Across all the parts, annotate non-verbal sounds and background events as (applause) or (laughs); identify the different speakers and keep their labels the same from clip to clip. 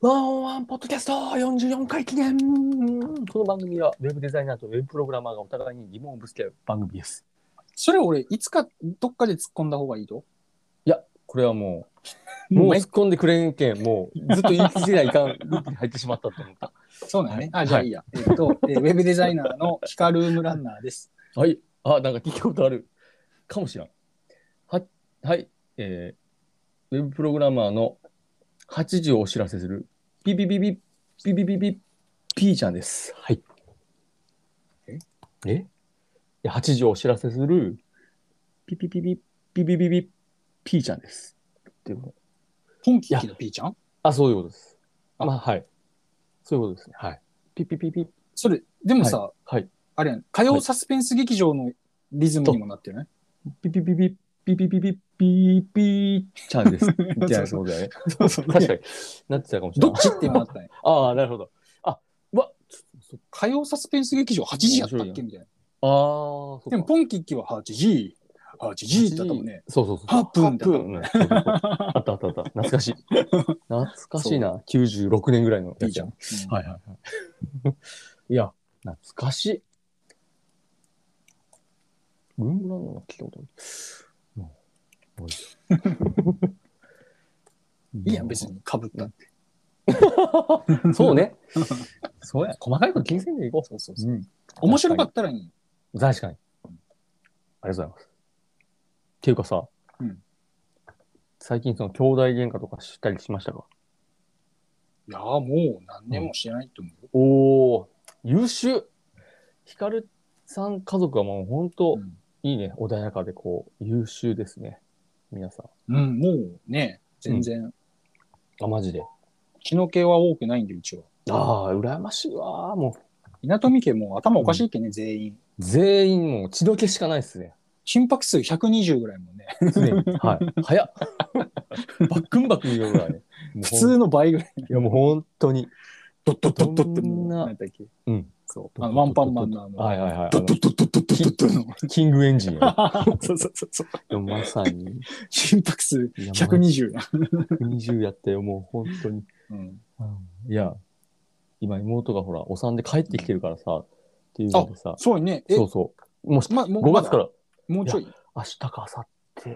Speaker 1: ワンオンワンポッドキャスト44回記念この番組はウェブデザイナーとウェブプログラマーがお互いに疑問をぶつけ合う番組です。
Speaker 2: それ俺、いつかどっかで突っ込んだ方がいいと
Speaker 1: これはもう、
Speaker 2: も
Speaker 1: も
Speaker 2: う
Speaker 1: う
Speaker 2: 毎
Speaker 1: 突っ込んでくれんけん、もうずっと言い続けないかん、ループに入ってしまったと思った。
Speaker 2: そうだね。
Speaker 1: はい
Speaker 2: あ、じゃあいいや。えっと、
Speaker 1: (laughs)
Speaker 2: えーウェブデザイナーのヒカルームランナーです。
Speaker 1: はい。あ、なんか聞いたことある。かもしらん。は、はい。えー、ウェブプログラマーの8時をお知らせする、ピピピピ、ピピピピ、ピーちゃんです。はい。
Speaker 2: え
Speaker 1: ええ ?8 時をお知らせする、ピピピピ、ピピピピ、ピーちゃんです。っていうこと
Speaker 2: 本気の P ちゃん
Speaker 1: あ、そういうことです。
Speaker 2: あ
Speaker 1: まあ、はい。そういうことですね。はい。ピピピピ、
Speaker 2: それ、でもさ、
Speaker 1: はい。
Speaker 2: あれやん、火曜サスペンス劇場のリズムにもなってるね。
Speaker 1: ピピピピ、ピピピピ、ピーピーちゃん
Speaker 2: (laughs)
Speaker 1: です。みたいなことだよね。
Speaker 2: そうそう
Speaker 1: (laughs) 確かになってたかもしれ
Speaker 2: ど
Speaker 1: ない。
Speaker 2: っちって今なったね。
Speaker 1: ああ、なるほど。あ、うわ、
Speaker 2: 火曜サスペンス劇場8時やったっけみたいな。
Speaker 1: ああ、そう
Speaker 2: でも、ポンキッキは8時、8時ってあったもんね。。
Speaker 1: そうそうそう。
Speaker 2: ハプーンだ
Speaker 1: ハプーンうんそうそうそうあったあったあった。懐かしい。懐かしいな。96年ぐらいの
Speaker 2: い
Speaker 1: や
Speaker 2: い
Speaker 1: つ
Speaker 2: じ
Speaker 1: じ
Speaker 2: ゃ
Speaker 1: ゃ
Speaker 2: ん。
Speaker 1: ん。
Speaker 2: うん
Speaker 1: はいはい (laughs) はい。いや、懐かしい。ルームランナーの聞いたことない。もう
Speaker 2: (laughs) いいやん、別。にかぶったって。
Speaker 1: そう
Speaker 2: (laughs)
Speaker 1: ね。そうや。細かいこと気にせんでいこ
Speaker 2: そうそう
Speaker 1: う。
Speaker 2: そう。
Speaker 1: ん。
Speaker 2: 面白かったらいい。
Speaker 1: 確かに。ありがとうございます。っていうかさ、
Speaker 2: うん
Speaker 1: 最近その兄弟喧嘩とかしたりしましたか
Speaker 2: いやー、もう何年もしてないと思うよ。
Speaker 1: おお優秀ヒカルさん家族はもう本当、
Speaker 2: うん
Speaker 1: いいね、穏やかでこう、優秀ですね。皆さ
Speaker 2: うん、もうね、全然、
Speaker 1: ん。あ、マジで。
Speaker 2: 血の気は多くないんで、うちは。
Speaker 1: ああ、羨ましいわー。も
Speaker 2: 稲富家も頭おかしいっけね、全員。
Speaker 1: う、全員もう血どけしかないっすね。
Speaker 2: 心拍数120ぐらいもね、
Speaker 1: 常
Speaker 2: (laughs)
Speaker 1: に。はい。早っ。バックンバックン言うぐらいね。もう
Speaker 2: 普
Speaker 1: ほん
Speaker 2: 通の倍ぐらい。
Speaker 1: いや、もう本当に。
Speaker 2: ドッドッドッドッって
Speaker 1: そ
Speaker 2: も
Speaker 1: ん
Speaker 2: う、
Speaker 1: な
Speaker 2: 何やったっけ
Speaker 1: うん。
Speaker 2: そう。あの、ワンパンマンのあの、
Speaker 1: はいはいはい。
Speaker 2: ドッドッドッドッドッドッドッドッの。
Speaker 1: キングエンジン (laughs) や
Speaker 2: (laughs) そうそうそうそう。
Speaker 1: でもまさに、
Speaker 2: 心拍数
Speaker 1: いや
Speaker 2: 120な。
Speaker 1: 120やったよ、もう本当に。
Speaker 2: うん。
Speaker 1: いや、今妹がほら、お産で帰ってきてるからさ、っていうのでさ、
Speaker 2: そうね。え
Speaker 1: そ、うそう。もうし
Speaker 2: ま、もう、。
Speaker 1: 5月からら、
Speaker 2: もうちょい。
Speaker 1: 明日か明後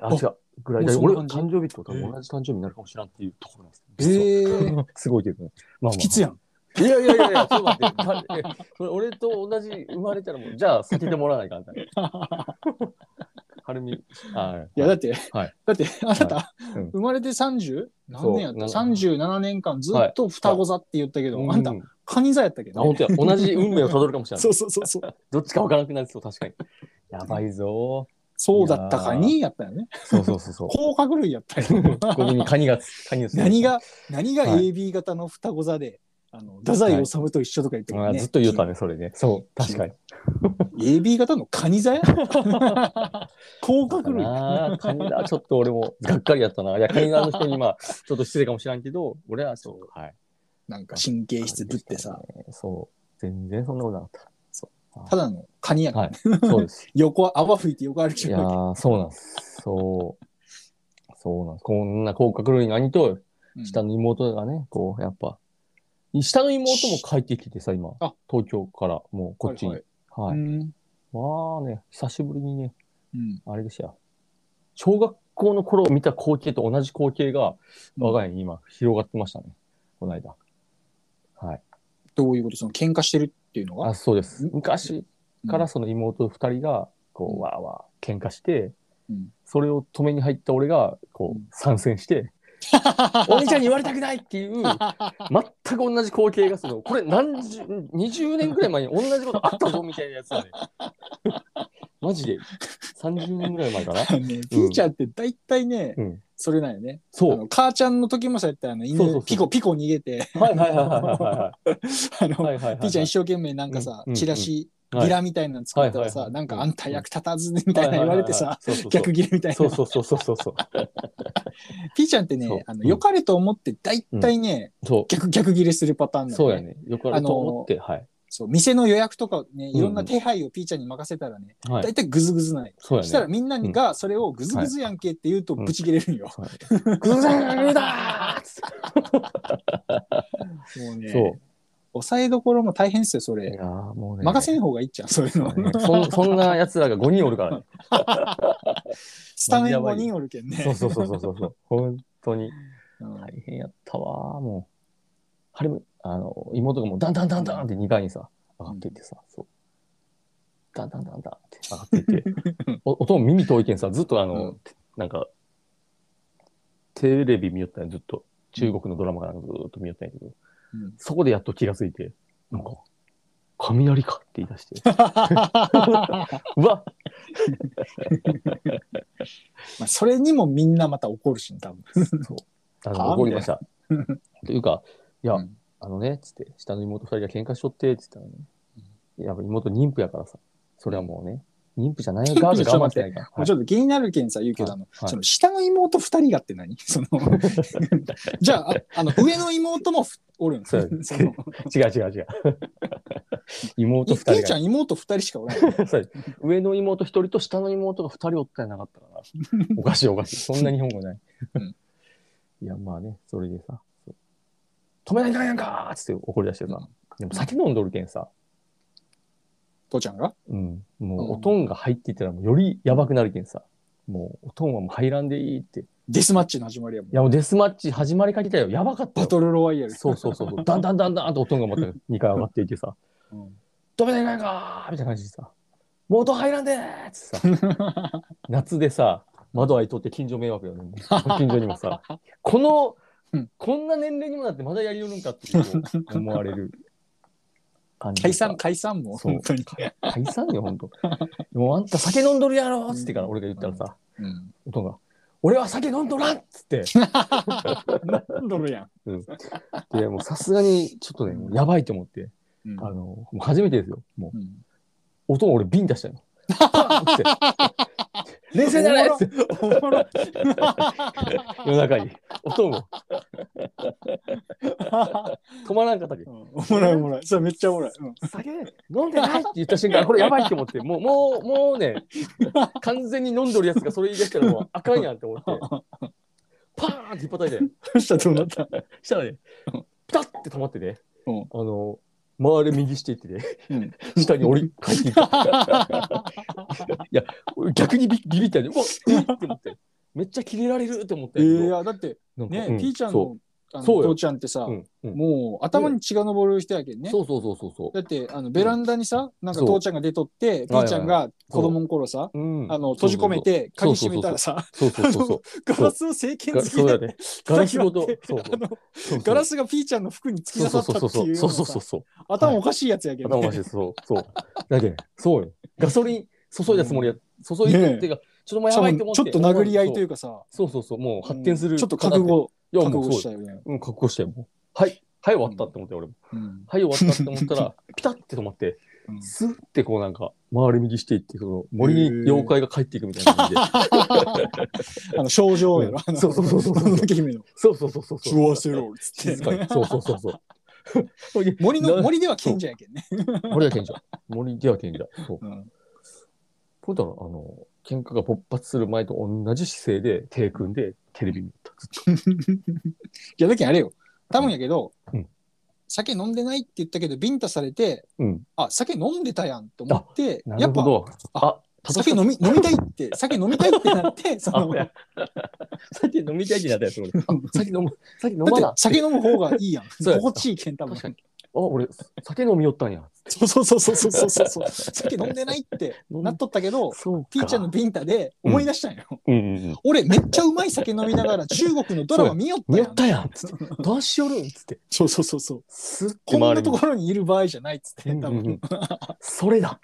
Speaker 2: あ
Speaker 1: 日、あ、違う、ぐらい
Speaker 2: もう
Speaker 1: で、
Speaker 2: そん
Speaker 1: 俺、
Speaker 2: な感じ
Speaker 1: 誕生日ってこと
Speaker 2: えー
Speaker 1: は同じ誕生日になるかもしれんっていうところなんです。
Speaker 2: え
Speaker 1: 実は
Speaker 2: ー、
Speaker 1: すごいけどね。まあまあ
Speaker 2: きつやん。
Speaker 1: いやいやいやいや、ちょっと待 (laughs) ってかえ。それ俺と同じ生まれたらもう、じゃあ避けてもらわないかんた。はるみ、あ
Speaker 2: いや、だって、
Speaker 1: はい
Speaker 2: だって、あなた、
Speaker 1: うん
Speaker 2: 生まれて 30? 何年やった
Speaker 1: そう
Speaker 2: ?37 年間ずっと双子座って言ったけど、あんた
Speaker 1: うん、あ、
Speaker 2: カニ座やったけどね、
Speaker 1: 本当や。同じ運命をたどるかもしれない
Speaker 2: そ。うそうそうそう。
Speaker 1: どっちかわからなくなりそう、確かに。やばいぞ
Speaker 2: そうだったカニやったよね。
Speaker 1: ー。そうそうそうそう。
Speaker 2: 甲殻類やっ
Speaker 1: (laughs)
Speaker 2: たよ。
Speaker 1: ここにカニがつ、カニがついてる
Speaker 2: 何が、何が
Speaker 1: はい
Speaker 2: AB 型の双子座で、あの、太宰治と一緒とか言って
Speaker 1: あ
Speaker 2: る
Speaker 1: ー
Speaker 2: ね。
Speaker 1: ずっと言うたね、それね。そう、確かに。
Speaker 2: AB 型のカニ
Speaker 1: (laughs)
Speaker 2: 座や甲殻類。
Speaker 1: なあ、カニだ。ちょっと俺も、がっかりやったな。いや、カニだの人に今、ちょっと失礼かもしれんけど、俺はちょっと、はい。
Speaker 2: なんか神経質ぶってさ、
Speaker 1: そう。全然そんなことなかった。
Speaker 2: ただのカニやから、
Speaker 1: はい。 (laughs) そうです。
Speaker 2: 横、泡吹いて横歩き
Speaker 1: い
Speaker 2: し
Speaker 1: や
Speaker 2: よ
Speaker 1: ー、そうなんです。そう。そうなんです。こんな甲殻類の兄と、
Speaker 2: う。
Speaker 1: 下の妹がね、こう、やっぱ、下の妹も帰ってきてさ、今
Speaker 2: あ、
Speaker 1: 東京からもうこっちに。
Speaker 2: は
Speaker 1: はい
Speaker 2: うん。
Speaker 1: まあね、久しぶりにね、
Speaker 2: うん。
Speaker 1: あれでしたよ。小学校の頃見た光景と同じ光景が、我が家に今、広がってましたね。この間。はい。
Speaker 2: どういうことその喧嘩してるっていうの (laughs) が
Speaker 1: あ、そうです。昔か
Speaker 2: う
Speaker 1: ら
Speaker 2: ん
Speaker 1: その妹二人が、こ
Speaker 2: うん
Speaker 1: う、わーわー喧嘩して
Speaker 2: うん、
Speaker 1: それを止めに入った俺が、こ
Speaker 2: うん
Speaker 1: う、参戦
Speaker 2: (laughs)
Speaker 1: して、お兄ちゃんに言われたくないっていう、全く同じ光景がするの。これ何十、20年ぐらい前に同じことあったぞみたいなやつだね。 (laughs) マジで。30年ぐらい前かな。
Speaker 2: ね、ピーちゃんって大体ね、
Speaker 1: うん
Speaker 2: それなんよね。
Speaker 1: そ
Speaker 2: あ
Speaker 1: う。
Speaker 2: の母ちゃんの時もそうやってあの犬
Speaker 1: そうそうそう
Speaker 2: ピコピコ逃げて、
Speaker 1: はいはいはいは
Speaker 2: あの、
Speaker 1: いはいはい。はいはいはいはい。
Speaker 2: ピーちゃん一生懸命なんかさ、
Speaker 1: うんうん
Speaker 2: チラシ、
Speaker 1: はい
Speaker 2: ビラみたいなの作ったらさ、
Speaker 1: はいはいはい
Speaker 2: なんかあんた役立たずねみたいな言われてさ、
Speaker 1: はいはいはいはい、
Speaker 2: 逆ギレみたいな。
Speaker 1: そうそうそうそうそうそう。
Speaker 2: ピーちゃんっ
Speaker 1: そ
Speaker 2: て
Speaker 1: う
Speaker 2: ね、あ
Speaker 1: う
Speaker 2: の
Speaker 1: ん
Speaker 2: 良かれと思って大体ね、
Speaker 1: そう。
Speaker 2: 逆逆ギレするパターンなの
Speaker 1: そうやね。よくあ
Speaker 2: あ
Speaker 1: る
Speaker 2: の
Speaker 1: と思って、はい。
Speaker 2: そう店の予約とかね
Speaker 1: ん
Speaker 2: いろんな手配をピーちゃんに任せたらね、
Speaker 1: は
Speaker 2: 大
Speaker 1: い。
Speaker 2: 体グズグズない、
Speaker 1: そう
Speaker 2: した
Speaker 1: や
Speaker 2: ら
Speaker 1: ね。
Speaker 2: みんながそれをグズグズやんけって言うと
Speaker 1: うん
Speaker 2: ブチ切れるんよ、
Speaker 1: グザグだ
Speaker 2: もうね
Speaker 1: (laughs) ーそう。
Speaker 2: 抑えどころも大変っすよ
Speaker 1: い
Speaker 2: それ、
Speaker 1: やーもうね。
Speaker 2: 任せん方がいいっちゃうそういうの、
Speaker 1: そうね (laughs) そんそんな奴らが5人おるからね。
Speaker 2: (laughs) スタメン5人おるけんね
Speaker 1: (laughs) そうそうそうそうそうそう。本当に
Speaker 2: うん
Speaker 1: 大変やったわーもう。春もあの妹がもうダンダンダンダンって2階にさ上がっていってさ、そう。ダンダンダンダンって上がってい
Speaker 2: (laughs)
Speaker 1: って、お音も耳遠いけんさずっとあの、
Speaker 2: う
Speaker 1: なんかテレビ見よったんやずっと中国のドラマかなんかずーっと見よったんやけど、
Speaker 2: うん
Speaker 1: そこでやっと気がついてなんか雷かって言い出
Speaker 2: (laughs)
Speaker 1: して、うわっ
Speaker 2: まあ、それにもみんなまた怒るし、ね、多分。
Speaker 1: あ
Speaker 2: は
Speaker 1: の
Speaker 2: あ
Speaker 1: 怒りました。というか、いや、
Speaker 2: うん
Speaker 1: あのね、つって、下の妹二人が喧嘩しとって、つったらね、いや妹妊婦やからさ、それはもう
Speaker 2: (laughs)
Speaker 1: ね、妊婦じゃない側が我慢してないから。
Speaker 2: もうちょっと気になるけんさ、言うけど、あの、
Speaker 1: はい
Speaker 2: その下の妹二人がって何 (laughs) その、じゃあ、ああの、上の妹もふおるん
Speaker 1: そう
Speaker 2: その、
Speaker 1: はい違う違う違う。妹
Speaker 2: い
Speaker 1: 二
Speaker 2: けい
Speaker 1: 人
Speaker 2: ちゃ
Speaker 1: が
Speaker 2: ん妹二人しかおらん。
Speaker 1: そう上の妹一人と下の妹が二人おったんやなかった
Speaker 2: (laughs)
Speaker 1: から。おかしいおかしい。そんな日本語ない。
Speaker 2: うん
Speaker 1: (laughs) いや、まあね、それでさ、そう止めないかんやんかーっつって怒り出してさ、でも酒飲んどるけんさ、
Speaker 2: 父ちゃんが
Speaker 1: うん、も
Speaker 2: うん
Speaker 1: うおとんが入っていったらもうよりやばくなるけんさ、もうおとんはもう入らんでいいって。い
Speaker 2: デスマッチの始まりやもん。
Speaker 1: やもうデスマッチ始まりかけたよ、やばかった
Speaker 2: バ
Speaker 1: よ。
Speaker 2: トルロワイヤル。
Speaker 1: そうそうそうそう、だんだんだんだんとおとんがまた2回上がっていってさ、
Speaker 2: うん
Speaker 1: 止めないかんかーみたいな感じでさ、もう音入らんでーっつってさ、夏でさ、窓開いとって近所迷惑よね。もう近所にもさ、この、
Speaker 2: うん
Speaker 1: こんな年齢にもなってまだやりよるんかって思われる感じで
Speaker 2: 解
Speaker 1: さ。
Speaker 2: 散、解散も、
Speaker 1: そう
Speaker 2: 本当に。
Speaker 1: 解散よ、ほんと。もうあんた酒飲んどるやろっつってから俺が言ったらさ、
Speaker 2: うん。
Speaker 1: おとんが、俺は酒飲んどらんっつって、
Speaker 2: ドルやん。
Speaker 1: で、もうさすがにちょっとね、もうやばいと思って、
Speaker 2: うん
Speaker 1: あの、もう初めてですよ。もう、
Speaker 2: うん
Speaker 1: おとん俺瓶出
Speaker 2: (laughs)
Speaker 1: したの。パンっつって冷静になれっつって、
Speaker 2: おもろ
Speaker 1: 夜中に。おとんも止まらんかったけ
Speaker 2: うん (laughs) おもろいおもろい。それめっちゃおもろい。うん
Speaker 1: 酒飲んでないって言った瞬間、これやばいって思って、もう、もう、もうね、完全に飲んどるやつがそれ言い出したらもうあかんやんって思って、パーンって引っ叩いて。
Speaker 2: そしたらどうなった
Speaker 1: したらね、ピタッて止まってね、
Speaker 2: うん
Speaker 1: あの、周り右していってね、
Speaker 2: うん
Speaker 1: 下に折り返っていった。い
Speaker 2: (laughs)
Speaker 1: や、俺逆にビビビったよね。うわえっって思って。めっちゃキレられるって思った
Speaker 2: い
Speaker 1: んやけど
Speaker 2: や、だって、
Speaker 1: なんか
Speaker 2: ね
Speaker 1: う、
Speaker 2: ピーちゃん
Speaker 1: そ
Speaker 2: のあの
Speaker 1: そうよ
Speaker 2: 父ちゃんってさ
Speaker 1: う、、うんうん
Speaker 2: もう頭に血が上る人やけんね。
Speaker 1: そうそうそうそうそ
Speaker 2: だってあのベランダにさ、なんか
Speaker 1: そう
Speaker 2: 父ちゃんが出とって、ピーちゃんが子供の頃さ、
Speaker 1: う。うん、
Speaker 2: あの閉じ込めて
Speaker 1: そ
Speaker 2: 鍵
Speaker 1: うそう
Speaker 2: 閉めたらさ、
Speaker 1: そうそうそうそう。
Speaker 2: ガラスを聖剣
Speaker 1: が
Speaker 2: 好
Speaker 1: そうや
Speaker 2: きで (laughs)
Speaker 1: ね。ガラスごと。
Speaker 2: 叩き
Speaker 1: そう
Speaker 2: 割ってあの
Speaker 1: そう。
Speaker 2: ガラ
Speaker 1: ス
Speaker 2: スがピーちゃんの服に突き
Speaker 1: そ
Speaker 2: 刺
Speaker 1: う
Speaker 2: さ
Speaker 1: そう
Speaker 2: った
Speaker 1: そう
Speaker 2: って
Speaker 1: そう
Speaker 2: いう
Speaker 1: そう
Speaker 2: の
Speaker 1: そう
Speaker 2: さ
Speaker 1: そうそう。
Speaker 2: 頭おかしいやつやけど、
Speaker 1: 頭
Speaker 2: ね
Speaker 1: おかしいですそうそう。だけどねそうよ。ガソリン注いだつもりや、注いでっていうか、ちょっともう
Speaker 2: し
Speaker 1: や
Speaker 2: か
Speaker 1: ばいっ
Speaker 2: も
Speaker 1: て思っ
Speaker 2: ち
Speaker 1: て。
Speaker 2: ょっと殴り合いといううかさ、
Speaker 1: そうそうそう、もう発展する、
Speaker 2: ちょっと覚悟、
Speaker 1: いや、
Speaker 2: 覚
Speaker 1: もう
Speaker 2: 悟し
Speaker 1: そ
Speaker 2: た
Speaker 1: う。
Speaker 2: よね。
Speaker 1: うん、覚悟して、もう。はい、はい、終わったって思って、俺も。
Speaker 2: うん
Speaker 1: はい、終わったって思った
Speaker 2: (laughs)
Speaker 1: ら、ピタッて止まって、
Speaker 2: うん
Speaker 1: スッてこうなんか、周り右していって、その森に妖怪が帰っていくみたいな感じで。
Speaker 2: あの症状やろ、あの
Speaker 1: そうそうそうそう
Speaker 2: もののけ姫の
Speaker 1: そうそうそうそう
Speaker 2: (laughs) 「食
Speaker 1: そう。
Speaker 2: わせろ」っつっ
Speaker 1: 静かに
Speaker 2: て。。
Speaker 1: そうそうそうそう。
Speaker 2: (laughs) 森の
Speaker 1: な
Speaker 2: 森では賢者やけんね。
Speaker 1: 森は賢者。森では賢者。そう。
Speaker 2: うん
Speaker 1: ほんだら、あの、喧嘩が勃発する前と同じ姿勢で、手組んで、テレビ見た。ずっ
Speaker 2: いやだけんあれよ多分やけど、
Speaker 1: うん
Speaker 2: 酒飲んでないって言ったけどビンタされて
Speaker 1: とうん。
Speaker 2: あ酒飲んでたやんと思って
Speaker 1: な
Speaker 2: や
Speaker 1: る
Speaker 2: っ
Speaker 1: ほ
Speaker 2: ぱ
Speaker 1: ど。
Speaker 2: あ
Speaker 1: あ、
Speaker 2: 酒飲み飲みたいって酒飲みたいってなって
Speaker 1: (laughs)
Speaker 2: そ
Speaker 1: あ
Speaker 2: の
Speaker 1: い
Speaker 2: だっ
Speaker 1: や酒飲みたいになったやつ、
Speaker 2: (laughs)
Speaker 1: 俺。あ酒飲む、酒飲ま
Speaker 2: て
Speaker 1: な。
Speaker 2: 酒飲む方がいいやん
Speaker 1: そうや
Speaker 2: 心地いいけん多分
Speaker 1: 確かに。あ、俺、酒飲みよったんや。
Speaker 2: そうそうそうそうそうそうそう酒飲んでないって
Speaker 1: 飲ん
Speaker 2: なっとったけど
Speaker 1: そうか
Speaker 2: ピーちゃんのビンタで
Speaker 1: うん
Speaker 2: 思い出したんよ、
Speaker 1: うんうんうん。
Speaker 2: 俺めっちゃうまい酒飲みながら中国のドラマ見よった
Speaker 1: 見よ
Speaker 2: や
Speaker 1: っ
Speaker 2: ん
Speaker 1: たやんつって。どうしよるんつって。
Speaker 2: そうそうそうそう
Speaker 1: すって
Speaker 2: こんな
Speaker 1: 周り
Speaker 2: と
Speaker 1: に
Speaker 2: ころにいる場合じゃないっつって多
Speaker 1: うんうん
Speaker 2: 分
Speaker 1: それだ。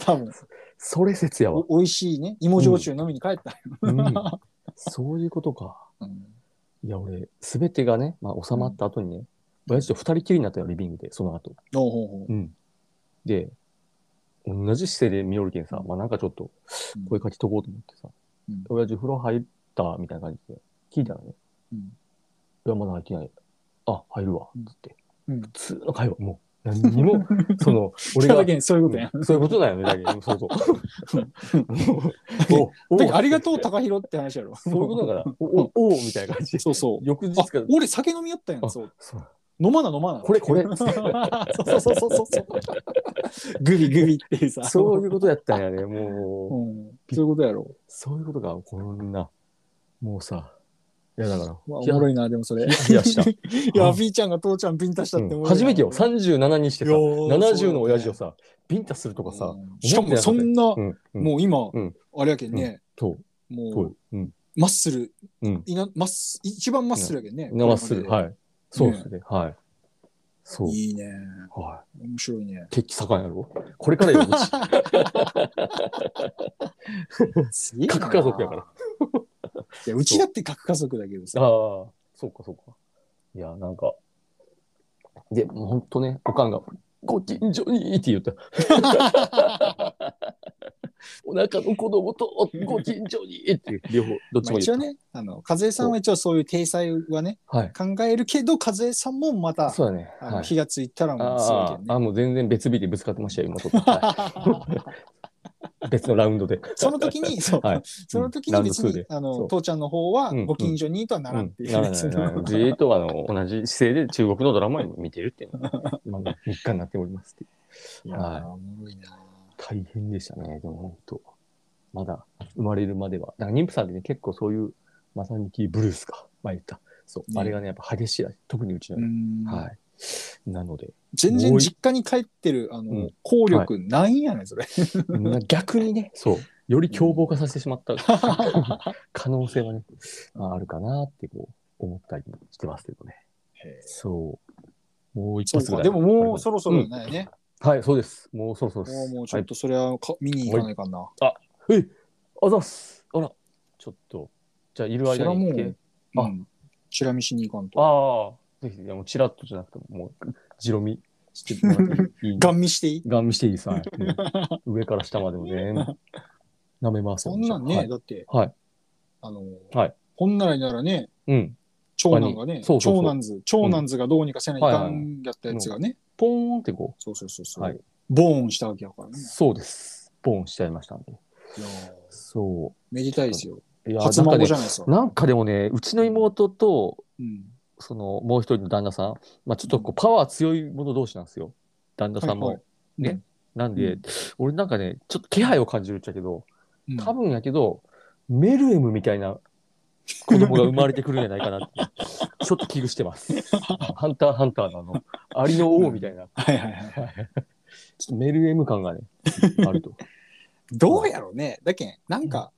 Speaker 2: 多分
Speaker 1: それ説やわ。
Speaker 2: お美味 (laughs) しいね芋焼酎飲みに帰ったんよ、
Speaker 1: うんそういうことか。
Speaker 2: うん
Speaker 1: いや、俺、すべてがね、まあ、収まった後にね、親父と二人きりになったよ、リビングで、その後。
Speaker 2: ほうほうほ
Speaker 1: う
Speaker 2: う
Speaker 1: ん。で、同じ姿勢で見よるけんさ、まあ、なんかちょっと
Speaker 2: うん
Speaker 1: 声かけとこうと思ってさ、
Speaker 2: うん
Speaker 1: 親父風呂入ったみたいな感じで聞いたらね、
Speaker 2: うん
Speaker 1: いや、まだ入ってない。あ、入るわ
Speaker 2: うん。
Speaker 1: つって。
Speaker 2: うん
Speaker 1: 普通の会話、もう、何に
Speaker 2: (laughs)
Speaker 1: も、その、俺
Speaker 2: 俺
Speaker 1: が
Speaker 2: だ、けそういうことや。
Speaker 1: うんそういうことだよね、だけど、そうそう。 (laughs) もう
Speaker 2: だけどありがとう、高弘って話やろ。
Speaker 1: そういうことだ
Speaker 2: (laughs)
Speaker 1: から、お、お、おうみたいな感じ。
Speaker 2: そうそう。
Speaker 1: 翌
Speaker 2: あ
Speaker 1: 日から、
Speaker 2: 俺酒飲みやったやん。
Speaker 1: あ
Speaker 2: そう。
Speaker 1: そう
Speaker 2: 飲まな飲まな。
Speaker 1: これこれ
Speaker 2: (laughs) そうそうそうそうそう。グビグビっていうさ。
Speaker 1: そういうことやったんやね、もう。
Speaker 2: うんそういうことやろ。
Speaker 1: そういうことか、こんな。もうさ。いや、だから、
Speaker 2: まあお
Speaker 1: いや
Speaker 2: もろいな、でもそれ。 (laughs) い
Speaker 1: ヒヤヒヤした。
Speaker 2: や、ピーちゃんが父ちゃんピンタしたって
Speaker 1: うん
Speaker 2: 思う。
Speaker 1: 初めてよ、37にしてさ、
Speaker 2: いやー
Speaker 1: 70の親父をさ、ビンタするとかさ
Speaker 2: う、んしかもそんな、も
Speaker 1: うん、うん、
Speaker 2: う今
Speaker 1: うん、
Speaker 2: あれやけんね、
Speaker 1: そう、そ
Speaker 2: もう
Speaker 1: う、うん、
Speaker 2: マッスル、
Speaker 1: うん、
Speaker 2: いなマッス一番マッスルやけんね。
Speaker 1: 生する、
Speaker 2: これま
Speaker 1: はい。そうですね、はい。そう
Speaker 2: で、いいね。
Speaker 1: は
Speaker 2: 面白いね
Speaker 1: い。。敵盛んやろこれからよ、うち
Speaker 2: すげえな
Speaker 1: 核家族やから。あ
Speaker 2: (laughs) いや、うちだって核家族だけど
Speaker 1: あ
Speaker 2: さ。、
Speaker 1: そうか、そうか。いや、なんか、で、もうほんとね、おかんが、ご近所にって言った。お腹の子供とご近所にって、両方、どっち
Speaker 2: まあ
Speaker 1: も
Speaker 2: 一
Speaker 1: 言
Speaker 2: 応
Speaker 1: った。
Speaker 2: ね、あの、和江さんは一応そういう体裁はね、
Speaker 1: はい。
Speaker 2: 考えるけど、和江さんもまた、
Speaker 1: そうだね。
Speaker 2: あの
Speaker 1: はい
Speaker 2: 火がついたらもうすごいけ
Speaker 1: あー
Speaker 2: ど
Speaker 1: あー、
Speaker 2: ね。
Speaker 1: もう全然別日でぶつかってましたよ、今ちょっ
Speaker 2: (laughs)
Speaker 1: と。はい、別のラウンドで。
Speaker 2: その時に、そう、
Speaker 1: はい
Speaker 2: その時
Speaker 1: ラ
Speaker 2: に
Speaker 1: ウンド
Speaker 2: 別に
Speaker 1: ツーで、
Speaker 2: あ
Speaker 1: そ
Speaker 2: の、
Speaker 1: う
Speaker 2: 父ちゃんの方は
Speaker 1: うん
Speaker 2: ご近所にとはな
Speaker 1: う
Speaker 2: らんっ
Speaker 1: ん
Speaker 2: ていう
Speaker 1: なら
Speaker 2: ね。
Speaker 1: ない
Speaker 2: そ
Speaker 1: ならない
Speaker 2: (laughs) の
Speaker 1: じーっとあの同じ姿勢で中国のドラマを見てるっていうの
Speaker 2: (laughs)
Speaker 1: が今の日課になっておりますって
Speaker 2: いや
Speaker 1: はい
Speaker 2: ーおもろいな
Speaker 1: 大変でしたね、でも本当。まだ生まれるまでは。だから妊婦さんってね、結構そういうマサニティブルースか、まあ言った。そう、
Speaker 2: ね
Speaker 1: あれがね、やっぱ激しいらしい、特にうち
Speaker 2: う
Speaker 1: の、
Speaker 2: ん
Speaker 1: はい。なので、
Speaker 2: 全然実家に帰ってる、あ
Speaker 1: う
Speaker 2: の
Speaker 1: ん、
Speaker 2: 効力ないんやねん、それ。
Speaker 1: な逆にね、 (laughs) そう、より凶暴化させてしまった
Speaker 2: (laughs)
Speaker 1: 可能性はね、まあ、あるかなってこう思ったりもしてますけどね。そう。もう一
Speaker 2: そう
Speaker 1: 発ぐ
Speaker 2: から
Speaker 1: い。
Speaker 2: (laughs) でももうそろそろだよね。
Speaker 1: はい、そうです。もうそろそろで
Speaker 2: もう
Speaker 1: す。
Speaker 2: もうちょっ
Speaker 1: はい
Speaker 2: とそれはか見に行かないかんな。
Speaker 1: えあざっす。あら、ちょっと。じゃあ、いる
Speaker 2: それ
Speaker 1: 間
Speaker 2: は
Speaker 1: に
Speaker 2: も
Speaker 1: 行け
Speaker 2: う。、うんチラ見しに行かんと。
Speaker 1: ああ、ぜひ、いやもうチラッとじゃなくても、もう、白見してもらっていいいい
Speaker 2: ガン見していい
Speaker 1: ガン見していい
Speaker 2: (laughs)
Speaker 1: です。はいうん上から下までもね、舐めますよ
Speaker 2: そんなんね、
Speaker 1: はい
Speaker 2: だって、
Speaker 1: はい
Speaker 2: あの、
Speaker 1: はい
Speaker 2: ほんならいならね、
Speaker 1: うん。
Speaker 2: 長男が
Speaker 1: 他
Speaker 2: ね、
Speaker 1: にそうそうそう
Speaker 2: 長男図、長男図がどうにかせない
Speaker 1: うん
Speaker 2: かんやったやつがね、
Speaker 1: ポーンってこ
Speaker 2: そうそうそうそう、
Speaker 1: はい
Speaker 2: ボーンしたわけやから
Speaker 1: う、
Speaker 2: ね。
Speaker 1: そうです。ポーンしちゃいましたんで。
Speaker 2: いやー
Speaker 1: そ
Speaker 2: めでたいですよ。
Speaker 1: う。いや
Speaker 2: 初
Speaker 1: なんか
Speaker 2: 孫
Speaker 1: ね
Speaker 2: じゃないですか。
Speaker 1: なんかでもね、うちの妹と、
Speaker 2: うん、
Speaker 1: そのもう一人の旦那さん、まあ、ちょっとこうパワー強い者同士なんですよ旦那さんも、
Speaker 2: はいはい
Speaker 1: ね、
Speaker 2: うん
Speaker 1: なんで、
Speaker 2: うん
Speaker 1: 俺なんかねちょっと気配を感じるっちゃけど
Speaker 2: うん
Speaker 1: 多分やけど、メルエムみたいな子供が生まれてくるんじゃないかなって (laughs) ちょっと危惧してますハンターハンターのあのアリの王みたいな、
Speaker 2: はいはいはい。
Speaker 1: ちょっとメルエム感がねあると
Speaker 2: どうやろうね。だけん、なんか、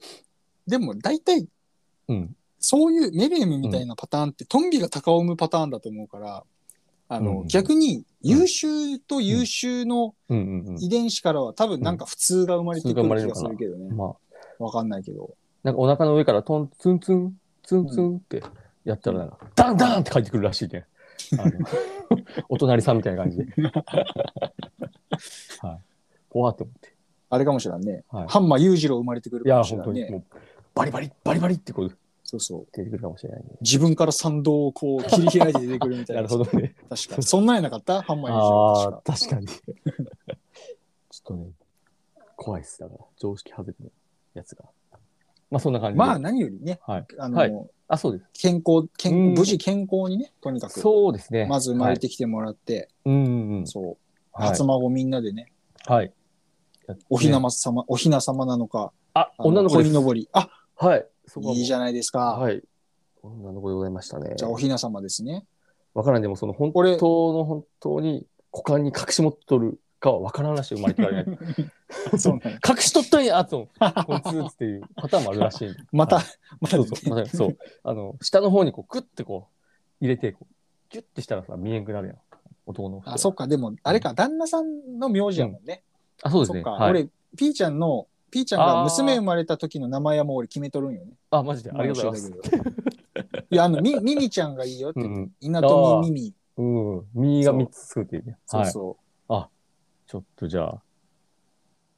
Speaker 2: でも大体、
Speaker 1: うん
Speaker 2: そういうメルエムみたいなパターンって、トンビが鷹を産むパターンだと思うから、あの、
Speaker 1: うん
Speaker 2: 逆に優秀と優秀の
Speaker 1: うんうん
Speaker 2: 遺伝子からは多分なんか普通が生まれてくる気がするけど
Speaker 1: うん
Speaker 2: ね。
Speaker 1: まあ
Speaker 2: わかんないけど。
Speaker 1: なんかお腹の上からトンツンツンツンツンってやったらなんか、ダンダンって返ってくるらしいけん。あの (laughs) お隣さんみたいな
Speaker 2: (laughs)
Speaker 1: 感じで。はい。怖って思って。
Speaker 2: あれかもしれんね。
Speaker 1: はい
Speaker 2: ハンマー裕次郎生まれてくる
Speaker 1: い
Speaker 2: か
Speaker 1: や、
Speaker 2: もし
Speaker 1: 本
Speaker 2: れな
Speaker 1: 当
Speaker 2: い
Speaker 1: に
Speaker 2: ね。
Speaker 1: もうバリバリバリバリってこう
Speaker 2: そうそう。
Speaker 1: 出てくるかもしれないね、
Speaker 2: 自分から参道をこう切り開いて出てくるみた
Speaker 1: (laughs)
Speaker 2: い
Speaker 1: な
Speaker 2: な。
Speaker 1: るほどね。
Speaker 2: 確かに。そんなんやなかったハンマー裕次郎
Speaker 1: ああ
Speaker 2: 確か。
Speaker 1: ー、確かに。ちょっとね、怖いっす。だから、常識外れのやつが。まあ、そんな感じで。
Speaker 2: まあ何よりね、
Speaker 1: はい。
Speaker 2: あの、
Speaker 1: はいあ、そうです。
Speaker 2: 健康、健
Speaker 1: うん
Speaker 2: 無事健康にね、とにかく、
Speaker 1: そうですね。
Speaker 2: まず生まれ
Speaker 1: はい
Speaker 2: てきてもらって、
Speaker 1: うんうん。
Speaker 2: そう、
Speaker 1: はい
Speaker 2: 初孫みんなでね、
Speaker 1: はい。
Speaker 2: おひなま様、おひな様なのか、
Speaker 1: あ、
Speaker 2: あの
Speaker 1: 女の子で
Speaker 2: 鯉
Speaker 1: す
Speaker 2: のぼり。あ、
Speaker 1: はい。そ
Speaker 2: いいじゃ
Speaker 1: ない
Speaker 2: ないですか。
Speaker 1: はい。女の子でございましたね。
Speaker 2: じゃあ、おひな様で
Speaker 1: (laughs)
Speaker 2: すね。
Speaker 1: わからんでも、その本当
Speaker 2: これ
Speaker 1: の本当に股間に隠し持っとるかはわからんらしい、生まれて
Speaker 2: (laughs)
Speaker 1: からね。
Speaker 2: そうなんや
Speaker 1: 隠しとったんやと、こいつっていうパターンもあるらしい。
Speaker 2: (laughs) また、
Speaker 1: は
Speaker 2: また
Speaker 1: そう
Speaker 2: ね、
Speaker 1: (laughs) そう、またそう。あの、下の方にこう、クッてこう、入れて、こう、ギュッてしたらさ、見えんくなるやん。男の人。
Speaker 2: あ、そっか、でも、あれか、旦那さんの名字やもんね。
Speaker 1: あそうです
Speaker 2: そっ
Speaker 1: ね。
Speaker 2: か、
Speaker 1: はい
Speaker 2: 俺、ピーちゃんの、ピーちゃんが
Speaker 1: あー
Speaker 2: 娘生まれた時の名前はもう俺決めとるんよね。
Speaker 1: あ、マジで。ありがとうございます。
Speaker 2: 前教えたけどいや、あの、み、みみちゃんがいいよって
Speaker 1: う
Speaker 2: 言っ
Speaker 1: ん
Speaker 2: て、稲富みみ。
Speaker 1: うん。うん。右が3つつくっていうね。
Speaker 2: そう
Speaker 1: はい。
Speaker 2: そう。
Speaker 1: ちょっとじゃあ。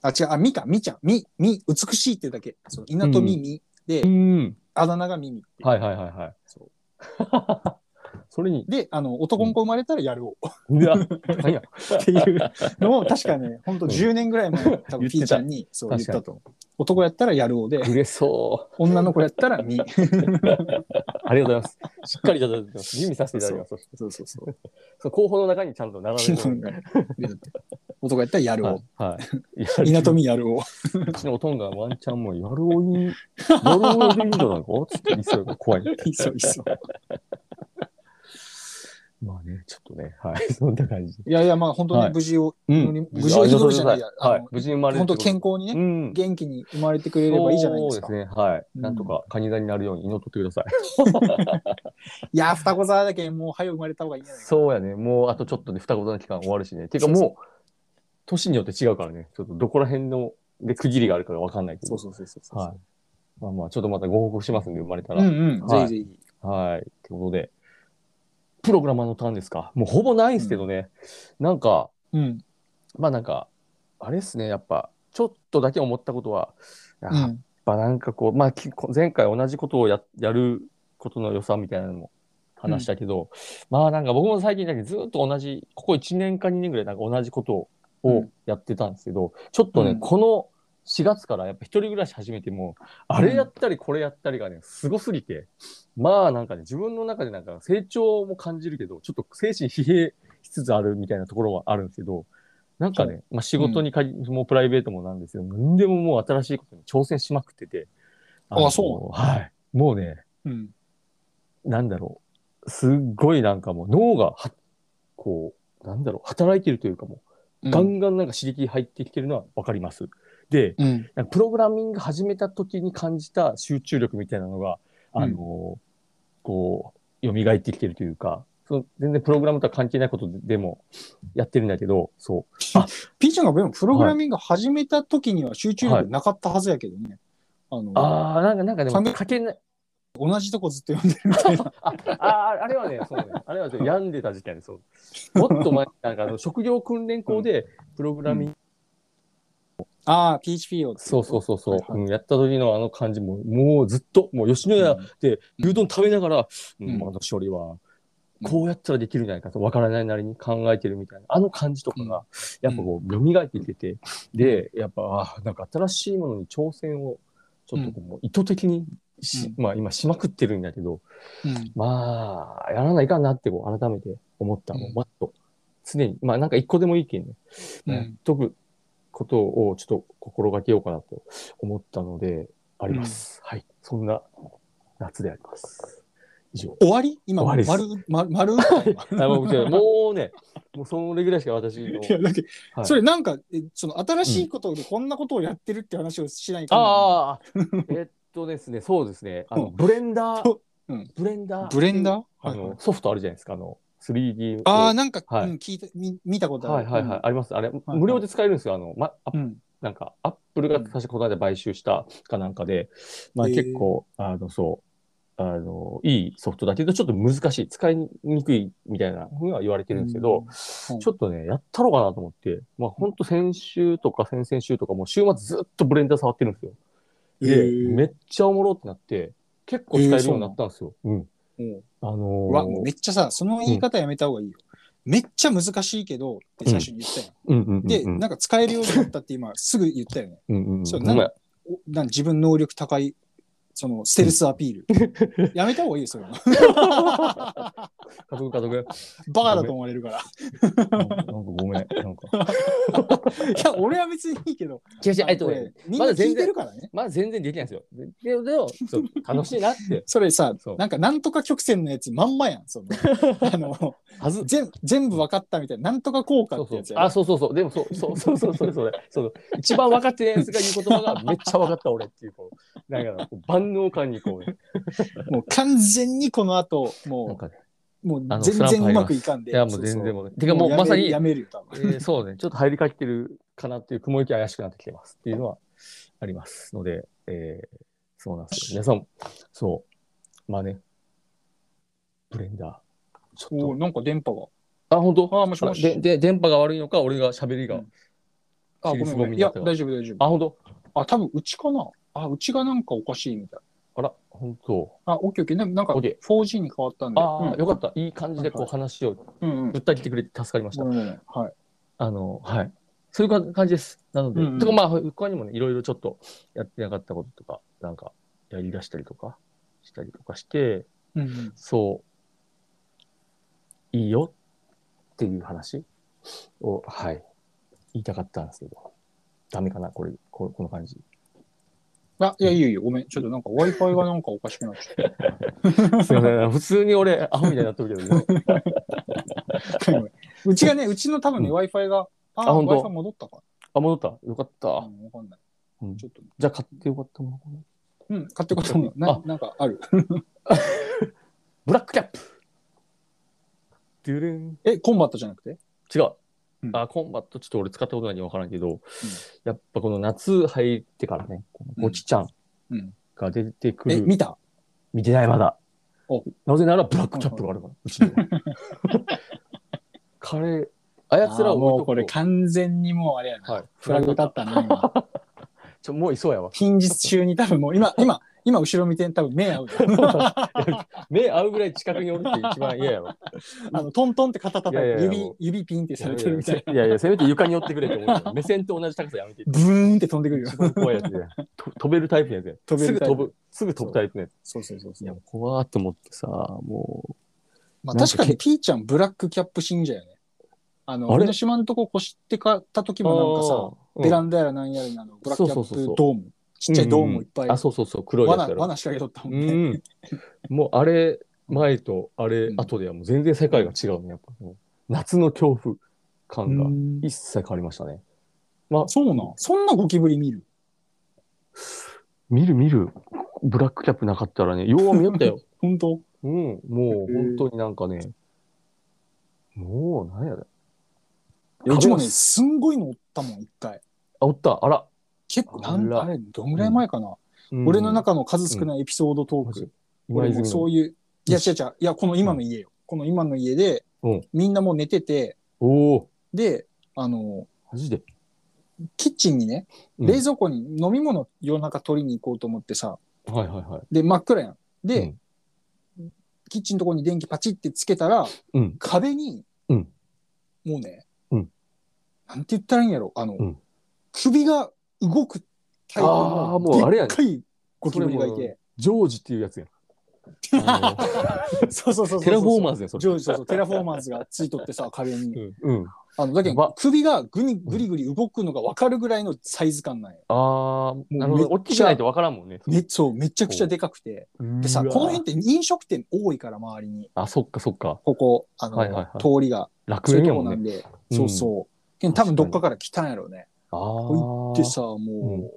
Speaker 2: あ、違う、あ、みか、みちゃん、み、み、美しいってだけ。そう、稲富みみ。で
Speaker 1: う、ん。
Speaker 2: あだ名がみみって。
Speaker 1: はいはいはいはい。
Speaker 2: そう
Speaker 1: それに、
Speaker 2: で、あの、男の子生まれたらやろう
Speaker 1: うわ、なん (laughs) や、
Speaker 2: っていうのを、確かね、ほんと10年ぐらい前、多
Speaker 1: 言
Speaker 2: 分、
Speaker 1: ってた
Speaker 2: ピーちゃんに、そう言っ
Speaker 1: 確かに
Speaker 2: たと思う。男やったらやろうで、
Speaker 1: 売れそ
Speaker 2: 女の子やったらみ。
Speaker 1: う。ありがとうございます。しっかりいただいてます。準備させていただきます。そ
Speaker 2: そうそうそう。
Speaker 1: (laughs) の候補の中にちゃんと並べてもらう
Speaker 2: 男やったらや
Speaker 1: は
Speaker 2: ろ。
Speaker 1: い。 (laughs) はい。いうや
Speaker 2: 港見やろう。
Speaker 1: うちのおとんがワンチャンもやるおい、やるおいでいいんじゃないかつって言いそうやから怖 (laughs) い。
Speaker 2: いそういそう。
Speaker 1: まあね、ちょっとね、はい、そんな感じで。
Speaker 2: い (laughs) やいや、まあ本当ね、
Speaker 1: はい
Speaker 2: 無事を、
Speaker 1: うん。
Speaker 2: 無事を祈るじゃないやあの
Speaker 1: はい。無事に生まれる
Speaker 2: 本
Speaker 1: ってこ
Speaker 2: 当
Speaker 1: と。
Speaker 2: 健康にね、
Speaker 1: うん。
Speaker 2: 元気に生まれてくれればいいじゃないですか。
Speaker 1: そうですね。はい。
Speaker 2: うん
Speaker 1: なんとか、カニ座になるように祈っとってくだ
Speaker 2: (laughs)
Speaker 1: さい。
Speaker 2: いや、双子座だけんもう早く生まれた方がいいんじゃないか
Speaker 1: そうやね。もう、あとちょっとで双子座の期間終わるしね。ていうか
Speaker 2: そうそう
Speaker 1: もう、年によって違うからね。ちょっとどこら辺の、で、区切りがあるからわかんないけ
Speaker 2: そ
Speaker 1: ど。
Speaker 2: うそうそうそう。
Speaker 1: はい。まあまあ、ちょっとまたご報告しますんで、生まれた
Speaker 2: う
Speaker 1: ら。
Speaker 2: んうん、
Speaker 1: はい
Speaker 2: ぜひぜひ。
Speaker 1: はい。ということで、プログラマーのターンですか。もうほぼないんですけどね。なんか、
Speaker 2: うん。
Speaker 1: まあなんか、あれですね、やっぱ、ちょっとだけ思ったことは、や
Speaker 2: う
Speaker 1: っ
Speaker 2: ん
Speaker 1: ぱなんかこう、まあき前回同じことをややることの良さみたいなのも話したけど、まあなんか僕も最近だけずっと同じ、ここ1年か2年ぐらいなんか同じこと
Speaker 2: う
Speaker 1: を
Speaker 2: ん
Speaker 1: やってたんですけど、ちょっとね、
Speaker 2: うん
Speaker 1: この4月からやっぱ一人暮らし始めても、あれやったりこれやったりがね、すごすぎて、まあなんかね、自分の中でなんか成長も感じるけど、ちょっと精神疲弊しつつあるみたいなところはあるんですけど、なんかね、まあ仕事に限り、もプライベートもなんですけど、何でももう新しいことに挑戦しまくってて、
Speaker 2: あ
Speaker 1: の
Speaker 2: そ
Speaker 1: はい。もうね、
Speaker 2: うん。
Speaker 1: なんだろう、すっごいなんかもう脳がは、こう、なんだろう、働いてるというかも
Speaker 2: う
Speaker 1: う、
Speaker 2: ん
Speaker 1: ガンガンなんか刺激入ってきてるのはわかります。で、
Speaker 2: うん。
Speaker 1: なんかプログラミング始めた時に感じた集中力みたいなのが、あの、こう、蘇ってきてるというか、その全然プログラムとは関係ないことでもやってるんだけど、そう。
Speaker 2: ピーちゃんがでもプログラミング始めた時には集中力なかったはずやけどね。あの、
Speaker 1: ああ、なんか、なんかでも、
Speaker 2: 三角
Speaker 1: かけない。
Speaker 2: 同じとこずっと読んでるみたいな。
Speaker 1: ああ、あれはね、そうね。あれ (laughs) はね病んでた時期やね、そう。もっと前、なん (laughs) かあの、職業訓練校で、プログラミング、
Speaker 2: ああ、PHP を。
Speaker 1: そうそうそうそう、
Speaker 2: はいはい
Speaker 1: うんやった時のあの感じも、もうずっと、もう吉野家で
Speaker 2: うん
Speaker 1: 牛丼食べながら、うんん、あの処理は、こうやったらできるんじゃないかと、わからないなりに考えてるみたいな、あの感じとかが、やっぱこう、蘇ってきてて、で、やっぱ、あーなんか新しいものに挑戦を、ちょっとこう、意図的にし、まあ今しまくってるんだけど、
Speaker 2: うん。
Speaker 1: まあ、やらないかんなってこう改めて思ったの
Speaker 2: う
Speaker 1: を、
Speaker 2: ん
Speaker 1: まっと、常に、まあなんか一個でもいいけんね、
Speaker 2: う
Speaker 1: やっ
Speaker 2: ん。。
Speaker 1: とくことをちょっと心がけようかなと思ったので、あります。はい。そんな夏であります。以上
Speaker 2: (laughs) 終わり今、
Speaker 1: 終わり
Speaker 2: 丸
Speaker 1: です、
Speaker 2: 丸、
Speaker 1: (laughs)
Speaker 2: 丸打った今
Speaker 1: あもうもうね、もうそれぐらいしか私の。
Speaker 2: いや、だけど、
Speaker 1: はい
Speaker 2: それなんか、えその新しいことでこんなことをやってるって話をしないかあ、
Speaker 1: ああ、えっとですね、そうですね、あの
Speaker 2: うん
Speaker 1: ブレンダー
Speaker 2: と、うん
Speaker 1: ブレンダー、
Speaker 2: ブレンダー
Speaker 1: あ
Speaker 2: はいはい
Speaker 1: のソフトあるじゃないですか、あの 3D を。
Speaker 2: ああ、なんか、
Speaker 1: はい
Speaker 2: うん、聞いた、み見たことあ
Speaker 1: はい
Speaker 2: る。
Speaker 1: はいはい、あります。あれ、
Speaker 2: はい
Speaker 1: 無料で使えるんですよ。あの、ま、アップ
Speaker 2: うん。
Speaker 1: なんか、アップルが確かこの間買収したかなんかで、まあ
Speaker 2: へー
Speaker 1: 結構、あの、そう、あの、いいソフトだけど、ちょっと難しい、使いにくいみたいなふうには言われてるんですけど、
Speaker 2: うん
Speaker 1: ちょっとね、やったろうかなと思って、まあ本当先週とか先々週とか、もう週末ずっとブレンダー触ってるんですよ。で、め
Speaker 2: っ
Speaker 1: っちゃおもろってなって、結構使えるようになったんですよ。うん。あのー
Speaker 2: うわ、めっちゃさ、その言い方やめた方がいいよ。めっちゃ難しいけどって最初に言ったよ、
Speaker 1: うんうんうんうん。
Speaker 2: で、なんか使えるようになったって今すぐ言ったよね。
Speaker 1: うんうんうん、
Speaker 2: そう
Speaker 1: ほんまや
Speaker 2: おなん自分能力高い、そのステルスアピール。
Speaker 1: (laughs)
Speaker 2: やめた方がいいよ、それは。
Speaker 1: 家族家族。
Speaker 2: バカだと思われるから。
Speaker 1: (laughs) なんかごめん。なんか。 (laughs)
Speaker 2: いや、俺は別にいいけど。
Speaker 1: 違う違う、えっ
Speaker 2: こと
Speaker 1: ね
Speaker 2: れ、みんな聞いてるからね。
Speaker 1: まだ全然できないんですよ。でででもそう楽しいなって。
Speaker 2: それさ
Speaker 1: そう、
Speaker 2: なんかなんとか曲線のやつまんまやん。 (laughs) そのあの
Speaker 1: はず。
Speaker 2: 全全部分かったみたいな、なんとか効果
Speaker 1: そ
Speaker 2: っ
Speaker 1: う
Speaker 2: て
Speaker 1: そ
Speaker 2: や
Speaker 1: う
Speaker 2: つ。やろ
Speaker 1: あ、そうそうそう。でもそう、そう、そう、そう、それ、それ。そう。一番分かってないやつが言う言葉がめっちゃ分かった俺っていう、こう、なんかこう、万能感にこうね、
Speaker 2: もう完全にこの後、
Speaker 1: なん
Speaker 2: も
Speaker 1: かね、
Speaker 2: う、もう
Speaker 1: あの
Speaker 2: 全
Speaker 1: スランプ
Speaker 2: 然
Speaker 1: 入
Speaker 2: う
Speaker 1: ります
Speaker 2: まくいかんで。
Speaker 1: いや、も
Speaker 2: そううそう
Speaker 1: 全然もう、てかもうまさに、
Speaker 2: やめるやめるよ、多分。
Speaker 1: えーそうね、ちょっと入りかけてるかなっていう、雲行き怪しくなってきてますっていうのはありますので、えーそうなんですよ。皆さん、そう。まあね、ブレンダー。ちょっと
Speaker 2: おーなんか電波
Speaker 1: あ、本当
Speaker 2: あもしもし
Speaker 1: でで、電波が悪いのか、俺が喋りが。
Speaker 2: うんが。あ、ごめん
Speaker 1: 尻す
Speaker 2: ご
Speaker 1: ぼ
Speaker 2: め
Speaker 1: み
Speaker 2: ん。
Speaker 1: に
Speaker 2: い
Speaker 1: な
Speaker 2: や
Speaker 1: っ、た
Speaker 2: 大丈夫、大丈夫。
Speaker 1: あ、本当
Speaker 2: あ、多分うちかな。あ、うちがなんかおかしいみたい。
Speaker 1: あら、本当。
Speaker 2: あ、オッケーオッケー。でもなんか
Speaker 1: OK
Speaker 2: 4G に変わったんで。
Speaker 1: ああ、
Speaker 2: うん
Speaker 1: よかった。いい感じでこ
Speaker 2: は
Speaker 1: う話を
Speaker 2: うんうん
Speaker 1: ぶ。った切ってくれて助かりました。
Speaker 2: うんはい。
Speaker 1: あの、はい。そういうか感じです。なので、
Speaker 2: うんうん
Speaker 1: とかまあ、他にもね、いろいろちょっとやってなかったこととか、なんか、やり出したりとか、したりとかして、
Speaker 2: うんうん
Speaker 1: そう、いいよっていう話を、はい、言いたかったんですけど、ダメかな、これ、ここの感
Speaker 2: (laughs)
Speaker 1: じ。
Speaker 2: あ、いや、いいよいいよ。ごめん。ちょっとなんか Wi-Fi がなんかおかしくなっちゃっ
Speaker 1: すいません、普通に俺、アホみたいになってるけど、ね、
Speaker 2: た。 (laughs) うちがね、うちの多分ね、
Speaker 1: う
Speaker 2: Wi-Fi が、あ
Speaker 1: あ
Speaker 2: あ、
Speaker 1: ほんと
Speaker 2: Wi-Fi 戻ったか。
Speaker 1: あ、戻った。よかった。
Speaker 2: うんわかんない。
Speaker 1: うん
Speaker 2: ちょっと、
Speaker 1: じゃあ、買ってよかったもの
Speaker 2: うん、買ってことも、な
Speaker 1: あ
Speaker 2: なんかある。
Speaker 1: ブラックキャップドゥルン
Speaker 2: え、コンバットじゃなくて
Speaker 1: 違う、
Speaker 2: うん
Speaker 1: あコンバットちょっと俺使ったことないんで分からんけど、やっぱこの夏入ってからねこのゴチちゃん
Speaker 2: うん
Speaker 1: が出てくる、
Speaker 2: え、見た
Speaker 1: 見てないまだ
Speaker 2: お
Speaker 1: なぜならブラックキャップがあるからうちには (laughs) 彼あやつら
Speaker 2: あー
Speaker 1: を
Speaker 2: も
Speaker 1: 置
Speaker 2: うこれ
Speaker 1: いとこ
Speaker 2: 完全にもうあれや
Speaker 1: う
Speaker 2: な。
Speaker 1: はい
Speaker 2: フラグ立ったな、今。
Speaker 1: ちょもういそうやわ
Speaker 2: (laughs) 近日中に多分もう今、今、今後ろ見て多分目合うよ。
Speaker 1: 目合うぐらい近くにおるって一番嫌や
Speaker 2: (laughs)
Speaker 1: わ
Speaker 2: あの、トントンって肩叩い
Speaker 1: いやい
Speaker 2: て
Speaker 1: や
Speaker 2: 指
Speaker 1: もう、
Speaker 2: 指ピンって
Speaker 1: い
Speaker 2: さ
Speaker 1: や
Speaker 2: れ
Speaker 1: い
Speaker 2: てるみたい
Speaker 1: や
Speaker 2: な。
Speaker 1: いやいやせめて床に寄ってくれって思うよ目線と同じ高さやめて
Speaker 2: ブーンって飛んでくるよ
Speaker 1: 一。番怖いやつ
Speaker 2: (laughs)
Speaker 1: やと飛べるタイプのやつや
Speaker 2: 飛べ
Speaker 1: す
Speaker 2: る
Speaker 1: ぐ
Speaker 2: タイプ
Speaker 1: 飛ぶすぐ飛ぶタイプのやつ
Speaker 2: そうそうそう
Speaker 1: い
Speaker 2: そ
Speaker 1: や
Speaker 2: う。、
Speaker 1: 怖ーって思ってさ、もう。
Speaker 2: まあ
Speaker 1: なんか
Speaker 2: 確かに P ちゃんブラックキャップ信者やね。あの、
Speaker 1: あれ
Speaker 2: 俺の島のとこ越してかった時もなんかさ、ベラ
Speaker 1: ン
Speaker 2: ンダやらなんやらにあの、ブラックキャ
Speaker 1: そうそうそうそ
Speaker 2: ップ
Speaker 1: う
Speaker 2: ドーム、ちっちゃいドームいっぱい、
Speaker 1: あ、そうそうそう、黒いやつ
Speaker 2: 罠、
Speaker 1: やろ。
Speaker 2: 罠仕掛けとった
Speaker 1: う
Speaker 2: もんね。
Speaker 1: ん。もう、あれ、前とあれ
Speaker 2: う、ん
Speaker 1: 後ではもう全然世界が違うね、やっぱ。もう夏の恐怖感が
Speaker 2: うん
Speaker 1: 一切変わりましたね。
Speaker 2: そうなんそんなゴキブリ見る
Speaker 1: 見る見る、ブラックキャップなかったらね、よう見よったよ。
Speaker 2: 本当
Speaker 1: (laughs) うん、もう本当になんかね、もう、なんやだ。
Speaker 2: うちもね、
Speaker 1: 壁
Speaker 2: すんごいのおったもん、一回。
Speaker 1: あ、おった、あら。
Speaker 2: 結構、な
Speaker 1: あ
Speaker 2: ん
Speaker 1: ら
Speaker 2: あれ、どんぐらい前かな、
Speaker 1: うん
Speaker 2: 俺の中の数少ないエピソードトー
Speaker 1: マ
Speaker 2: ク。
Speaker 1: ジ今
Speaker 2: 俺も
Speaker 1: 泉
Speaker 2: そ
Speaker 1: の。
Speaker 2: ういう、いや、違う違う、いや、この今の家よ。この今の家で
Speaker 1: うん、
Speaker 2: みんなもう寝てて、
Speaker 1: おお
Speaker 2: で、あの、
Speaker 1: マジで。
Speaker 2: キッチンにね、
Speaker 1: うん
Speaker 2: 冷蔵庫に飲み物夜中取りに行こうと思ってさ、
Speaker 1: はいはいはい。
Speaker 2: で、真っ暗やん。で、
Speaker 1: うん
Speaker 2: キッチンのとこに電気パチってつけたら、
Speaker 1: うん。
Speaker 2: 壁に、
Speaker 1: うん
Speaker 2: もうね、
Speaker 1: うん
Speaker 2: なんて言ったらいいんやろ、あの、
Speaker 1: うん
Speaker 2: 首が動くタイプ
Speaker 1: あーもうあ
Speaker 2: の、
Speaker 1: れ
Speaker 2: で
Speaker 1: や
Speaker 2: っ
Speaker 1: ね
Speaker 2: かいゴキブリがい
Speaker 1: それ
Speaker 2: て、
Speaker 1: ジョージっていうやつやん。あの
Speaker 2: (laughs) そうそうそうそう
Speaker 1: テラフォーマーズやん、それ。
Speaker 2: 上そうそう、テラフォーマーズがついとってさ、壁に。 (laughs)
Speaker 1: うん。うん、
Speaker 2: あの、だけ
Speaker 1: や
Speaker 2: ど
Speaker 1: ば、
Speaker 2: 首がぐにぐりぐり動くのが分かるぐらいのサイズ感なんよ。
Speaker 1: ああ、なるほど。
Speaker 2: め
Speaker 1: 大
Speaker 2: っちゃ
Speaker 1: きくないとわからんもんね。
Speaker 2: めそう、めちゃくちゃでかくて。でさ、この辺って飲食店多いから、周りに。
Speaker 1: あ、そっかそっか。
Speaker 2: ここ、あの、
Speaker 1: はいはいはい
Speaker 2: 通りが、
Speaker 1: 楽
Speaker 2: そういう
Speaker 1: 園
Speaker 2: と
Speaker 1: や
Speaker 2: こ
Speaker 1: も
Speaker 2: なんん
Speaker 1: ね。
Speaker 2: で、
Speaker 1: うん
Speaker 2: そうそう。けど多分どっかから来たんやろうね。
Speaker 1: ああ
Speaker 2: こで
Speaker 1: ー、
Speaker 2: さ、も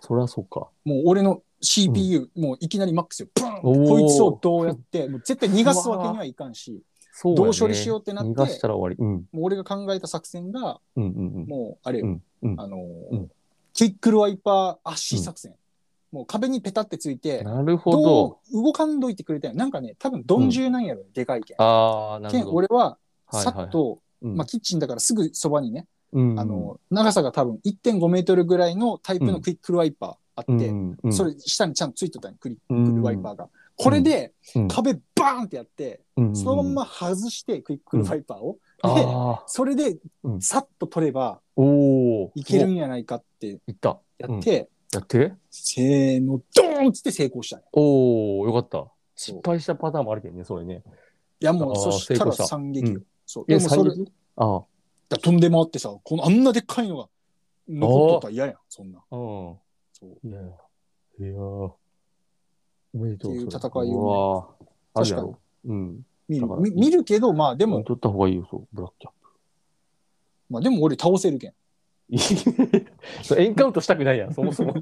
Speaker 1: そりゃそっか。
Speaker 2: う、もう俺の CPU、もういきなりマックスよ。ブーン
Speaker 1: おー
Speaker 2: こいつをどうやって、もう絶対逃がすわけにはいかんし、
Speaker 1: そうやね
Speaker 2: どう処理しようってなって
Speaker 1: 逃がしたら終わり。うん。
Speaker 2: もう俺が考えた作戦が、
Speaker 1: うんうんうん。
Speaker 2: もう、あれよ、
Speaker 1: うんうん
Speaker 2: あのー
Speaker 1: うん
Speaker 2: クイックルワイパー足作戦。もう壁にペタってついて、
Speaker 1: なるほど。
Speaker 2: どう動かんどいてくれたよ。なんかね、多分、鈍重なんやろ、でかいけん。
Speaker 1: ああ、な
Speaker 2: け
Speaker 1: る
Speaker 2: ん、
Speaker 1: ほど。
Speaker 2: 俺は、
Speaker 1: はい
Speaker 2: さ
Speaker 1: はい
Speaker 2: っと、
Speaker 1: うん
Speaker 2: まあ、キッチンだからすぐそばにね、
Speaker 1: うん
Speaker 2: あの、長さが多分1.5メートルぐらいのタイプのクイックルワイパーあって、
Speaker 1: うんうん、
Speaker 2: それ下にちゃんとついとったんよクイッ
Speaker 1: う
Speaker 2: ク
Speaker 1: ん、
Speaker 2: ルワイパーが。これで、
Speaker 1: うん
Speaker 2: 壁バーンってやって、
Speaker 1: うん
Speaker 2: そのまんま外して、クイックルワイパーを。で、
Speaker 1: ああ、
Speaker 2: それで
Speaker 1: う、ん
Speaker 2: さっと取れば、
Speaker 1: おお。
Speaker 2: いける
Speaker 1: お
Speaker 2: んやないかって
Speaker 1: いった。
Speaker 2: や
Speaker 1: うん
Speaker 2: っ、て、
Speaker 1: やって。
Speaker 2: せーの、ドーンっつって成功したね。
Speaker 1: おお、よかった。
Speaker 2: そう
Speaker 1: 失敗したパターンもあるけどね、それね。
Speaker 2: いやもう、
Speaker 1: あー
Speaker 2: そした
Speaker 1: 成
Speaker 2: ら
Speaker 1: 功した
Speaker 2: 惨劇よ。
Speaker 1: う
Speaker 2: そう。
Speaker 1: い
Speaker 2: で
Speaker 1: や、
Speaker 2: もそれ、
Speaker 1: 三撃ああ。
Speaker 2: だ飛んで回ってさ、このあんなでっかいのが残っとったら嫌やん、そんな。
Speaker 1: うん。
Speaker 2: そう
Speaker 1: いやいや。いやーおめでとう。
Speaker 2: っていう戦い
Speaker 1: それ
Speaker 2: をね
Speaker 1: うわーある
Speaker 2: 確
Speaker 1: や
Speaker 2: かに
Speaker 1: ろ。うん。
Speaker 2: 見る
Speaker 1: だから
Speaker 2: み見るけど、まあ
Speaker 1: で
Speaker 2: でも、
Speaker 1: 取った方がいいよ、そう、ブラックキャッ
Speaker 2: まあでも俺倒せるけん。
Speaker 1: プ。 (laughs) そうエンカウントしたくないやん、そも
Speaker 2: (laughs)
Speaker 1: そも。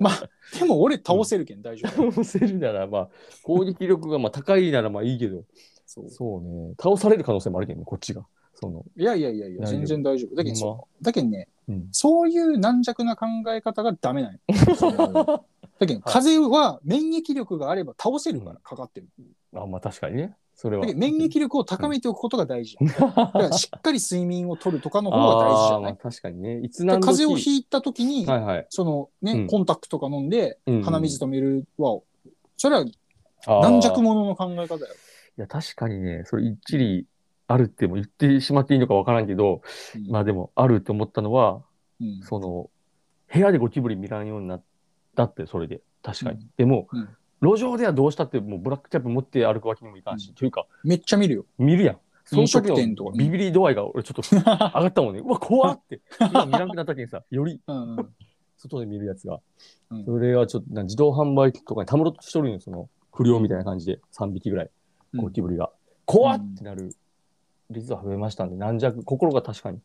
Speaker 2: まあ、でも俺倒せるけん、大丈夫。
Speaker 1: 倒せるなら、まあ、攻撃力がまあ高いならまあいいけど、
Speaker 2: そう
Speaker 1: そうね、倒される可能性もあるけどね、こっちが。その、
Speaker 2: いやいやいやいや、
Speaker 1: 大丈夫
Speaker 2: 全然大丈夫。だけど、
Speaker 1: ほんま
Speaker 2: そうだけどね、
Speaker 1: うん。
Speaker 2: そういう軟弱な考え方がダメなんよ
Speaker 1: (laughs)
Speaker 2: そのだけど、風邪は免疫力があれば倒せるから、かかってる。
Speaker 1: あ、まあ確かにね。それは
Speaker 2: だけ。ど免疫力を高めておくことが大事。だからしっかり睡眠をとるとかの方が大事じゃ
Speaker 1: あーま
Speaker 2: な
Speaker 1: あ
Speaker 2: い。
Speaker 1: 確かにね。いつ
Speaker 2: で
Speaker 1: 何時
Speaker 2: 風邪をひいた時に、
Speaker 1: はいはい。
Speaker 2: そのね、
Speaker 1: うん
Speaker 2: コンタクトとか飲んで、
Speaker 1: うん
Speaker 2: 鼻水止めるは、それは
Speaker 1: あー
Speaker 2: 軟弱者の考え方よ。
Speaker 1: いや、確かにね、それ一理あるっても言ってしまっていいのかわからんけど、
Speaker 2: うん
Speaker 1: まあでも、あるって思ったのは、
Speaker 2: うん
Speaker 1: その、部屋でゴキブリ見らんようになったって、それで。確かに。
Speaker 2: うん
Speaker 1: でも、
Speaker 2: うん
Speaker 1: 路上ではどうしたって、もうブラックキャップ持って歩くわけにもいかんし、
Speaker 2: うん
Speaker 1: というか、
Speaker 2: めっちゃ見るよ。
Speaker 1: 見るやん。その
Speaker 2: 飲
Speaker 1: 時
Speaker 2: 食
Speaker 1: の
Speaker 2: 店とかね
Speaker 1: ビビり度合いが俺ちょっと上がった
Speaker 2: (laughs)
Speaker 1: もんね。うわ、怖っって。今見らんくなったけんさ、より
Speaker 2: うんうん
Speaker 1: 外で見るやつが。
Speaker 2: うん
Speaker 1: それはちょっと、な自動販売機とかにたむろっとしとるんよ、その、不良みたいな感じで、3匹ぐらい。
Speaker 2: うん
Speaker 1: ゴキブリが。怖っってなる率は増えましたんで、軟弱、心が確かに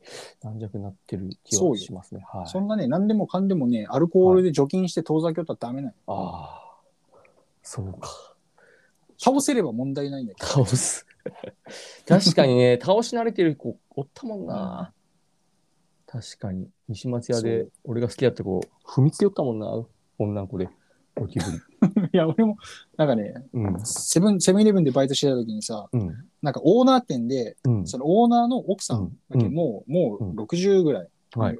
Speaker 1: 軟弱になってる気
Speaker 2: そ
Speaker 1: は
Speaker 2: うよ
Speaker 1: しますね。はい。
Speaker 2: そんなね、何でもかんでもね、アルコールで除菌して遠ざけようとはダメなの。
Speaker 1: ああ、そうか。
Speaker 2: 倒せれば問題ないんだけど。
Speaker 1: 倒す。 (laughs) 確かにね、倒し慣れてる子おったもんな。確かに。西松屋で
Speaker 2: そ、
Speaker 1: 俺が好きやった子、踏みつけよったもんな、女の子で。ゴキブリ。
Speaker 2: いや、俺も、なんかね、
Speaker 1: うん。
Speaker 2: セブン、セブンイレブンでバイトしてた時にさ、
Speaker 1: うん。
Speaker 2: なんかオーナー店で、
Speaker 1: うん。
Speaker 2: そのオーナーの奥さんだけ、
Speaker 1: うん
Speaker 2: もう、も
Speaker 1: うん
Speaker 2: う60ぐらい、
Speaker 1: はい。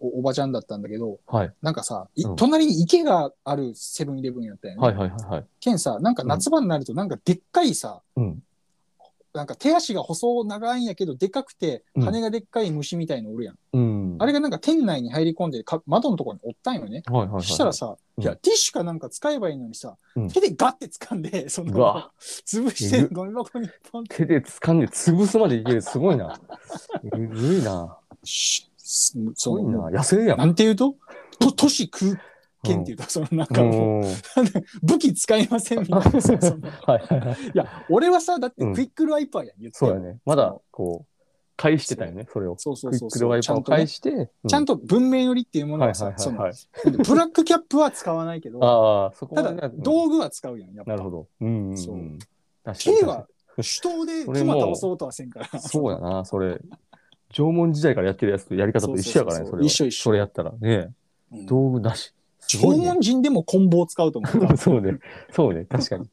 Speaker 2: おおばちゃんだったんだけど、
Speaker 1: はい。
Speaker 2: なんかさ、い
Speaker 1: うん
Speaker 2: 隣に池があるセブンイレブンやったよね。
Speaker 1: はいはいはいはい。
Speaker 2: けんさ、なんか夏場になると、なんかでっかいさ、
Speaker 1: うん。
Speaker 2: なんか手足が細長いんやけど、でかくて、
Speaker 1: うん
Speaker 2: 羽がでっかい虫みたいのおるやん。
Speaker 1: うん。
Speaker 2: あれがなんか店内に入り込んでか、窓のところにおったんよね。
Speaker 1: はいはいはい。
Speaker 2: そしたらさ、
Speaker 1: うん
Speaker 2: いや、ティッシュかなんか使えばいいのにさ、
Speaker 1: うん
Speaker 2: 手でガッて掴んで、 (laughs) そうの
Speaker 1: わ、
Speaker 2: 潰して
Speaker 1: えぐ
Speaker 2: ゴミ箱にポンって、
Speaker 1: 手で掴んで潰すまでいけるすごい
Speaker 2: (laughs)
Speaker 1: な。えぐいな。
Speaker 2: シュッす
Speaker 1: す
Speaker 2: そ
Speaker 1: ごいな。
Speaker 2: の
Speaker 1: 野生やん。
Speaker 2: なんていうと、と都市空間っていうか、そのなんかもう、
Speaker 1: うんうん
Speaker 2: 武器使いませんみたい
Speaker 1: (laughs)
Speaker 2: なさ。その
Speaker 1: はいはいはい。
Speaker 2: いや、俺はさ、だって
Speaker 1: うん
Speaker 2: クイックルワイパーやん、言って
Speaker 1: そ
Speaker 2: も
Speaker 1: うやね。まだ、こう、返してたよね、それを。
Speaker 2: そうそ
Speaker 1: ク
Speaker 2: う
Speaker 1: イ
Speaker 2: そ
Speaker 1: ッ
Speaker 2: う
Speaker 1: ク
Speaker 2: そ
Speaker 1: ル
Speaker 2: う。
Speaker 1: ワイ
Speaker 2: ちゃ
Speaker 1: パーを
Speaker 2: んとね
Speaker 1: 返して、う
Speaker 2: ちゃんと文明よりっていうもの
Speaker 1: はい
Speaker 2: は
Speaker 1: はい
Speaker 2: さ、
Speaker 1: はいはいはい。
Speaker 2: そのブラックキャップは使わないけど、
Speaker 1: ああ、そこ
Speaker 2: た
Speaker 1: はね
Speaker 2: だ道具は使うやん、やっ
Speaker 1: な
Speaker 2: ぱ。
Speaker 1: るほど。うんうん、
Speaker 2: そう
Speaker 1: うん。確かに
Speaker 2: 手は手刀で
Speaker 1: それ
Speaker 2: 熊
Speaker 1: もう
Speaker 2: 倒そうとはせんから。
Speaker 1: そうやな、それ。縄文時代からやってるやつとやり方と一緒やからね、
Speaker 2: そうそうそう
Speaker 1: それは。
Speaker 2: 一緒一緒
Speaker 1: それやったらね、
Speaker 2: うん
Speaker 1: 道具なし。す
Speaker 2: 縄
Speaker 1: ごいね。。
Speaker 2: 文人でも棍棒使うと思うから
Speaker 1: (laughs) そうね、そうね、確か
Speaker 2: (laughs)
Speaker 1: に。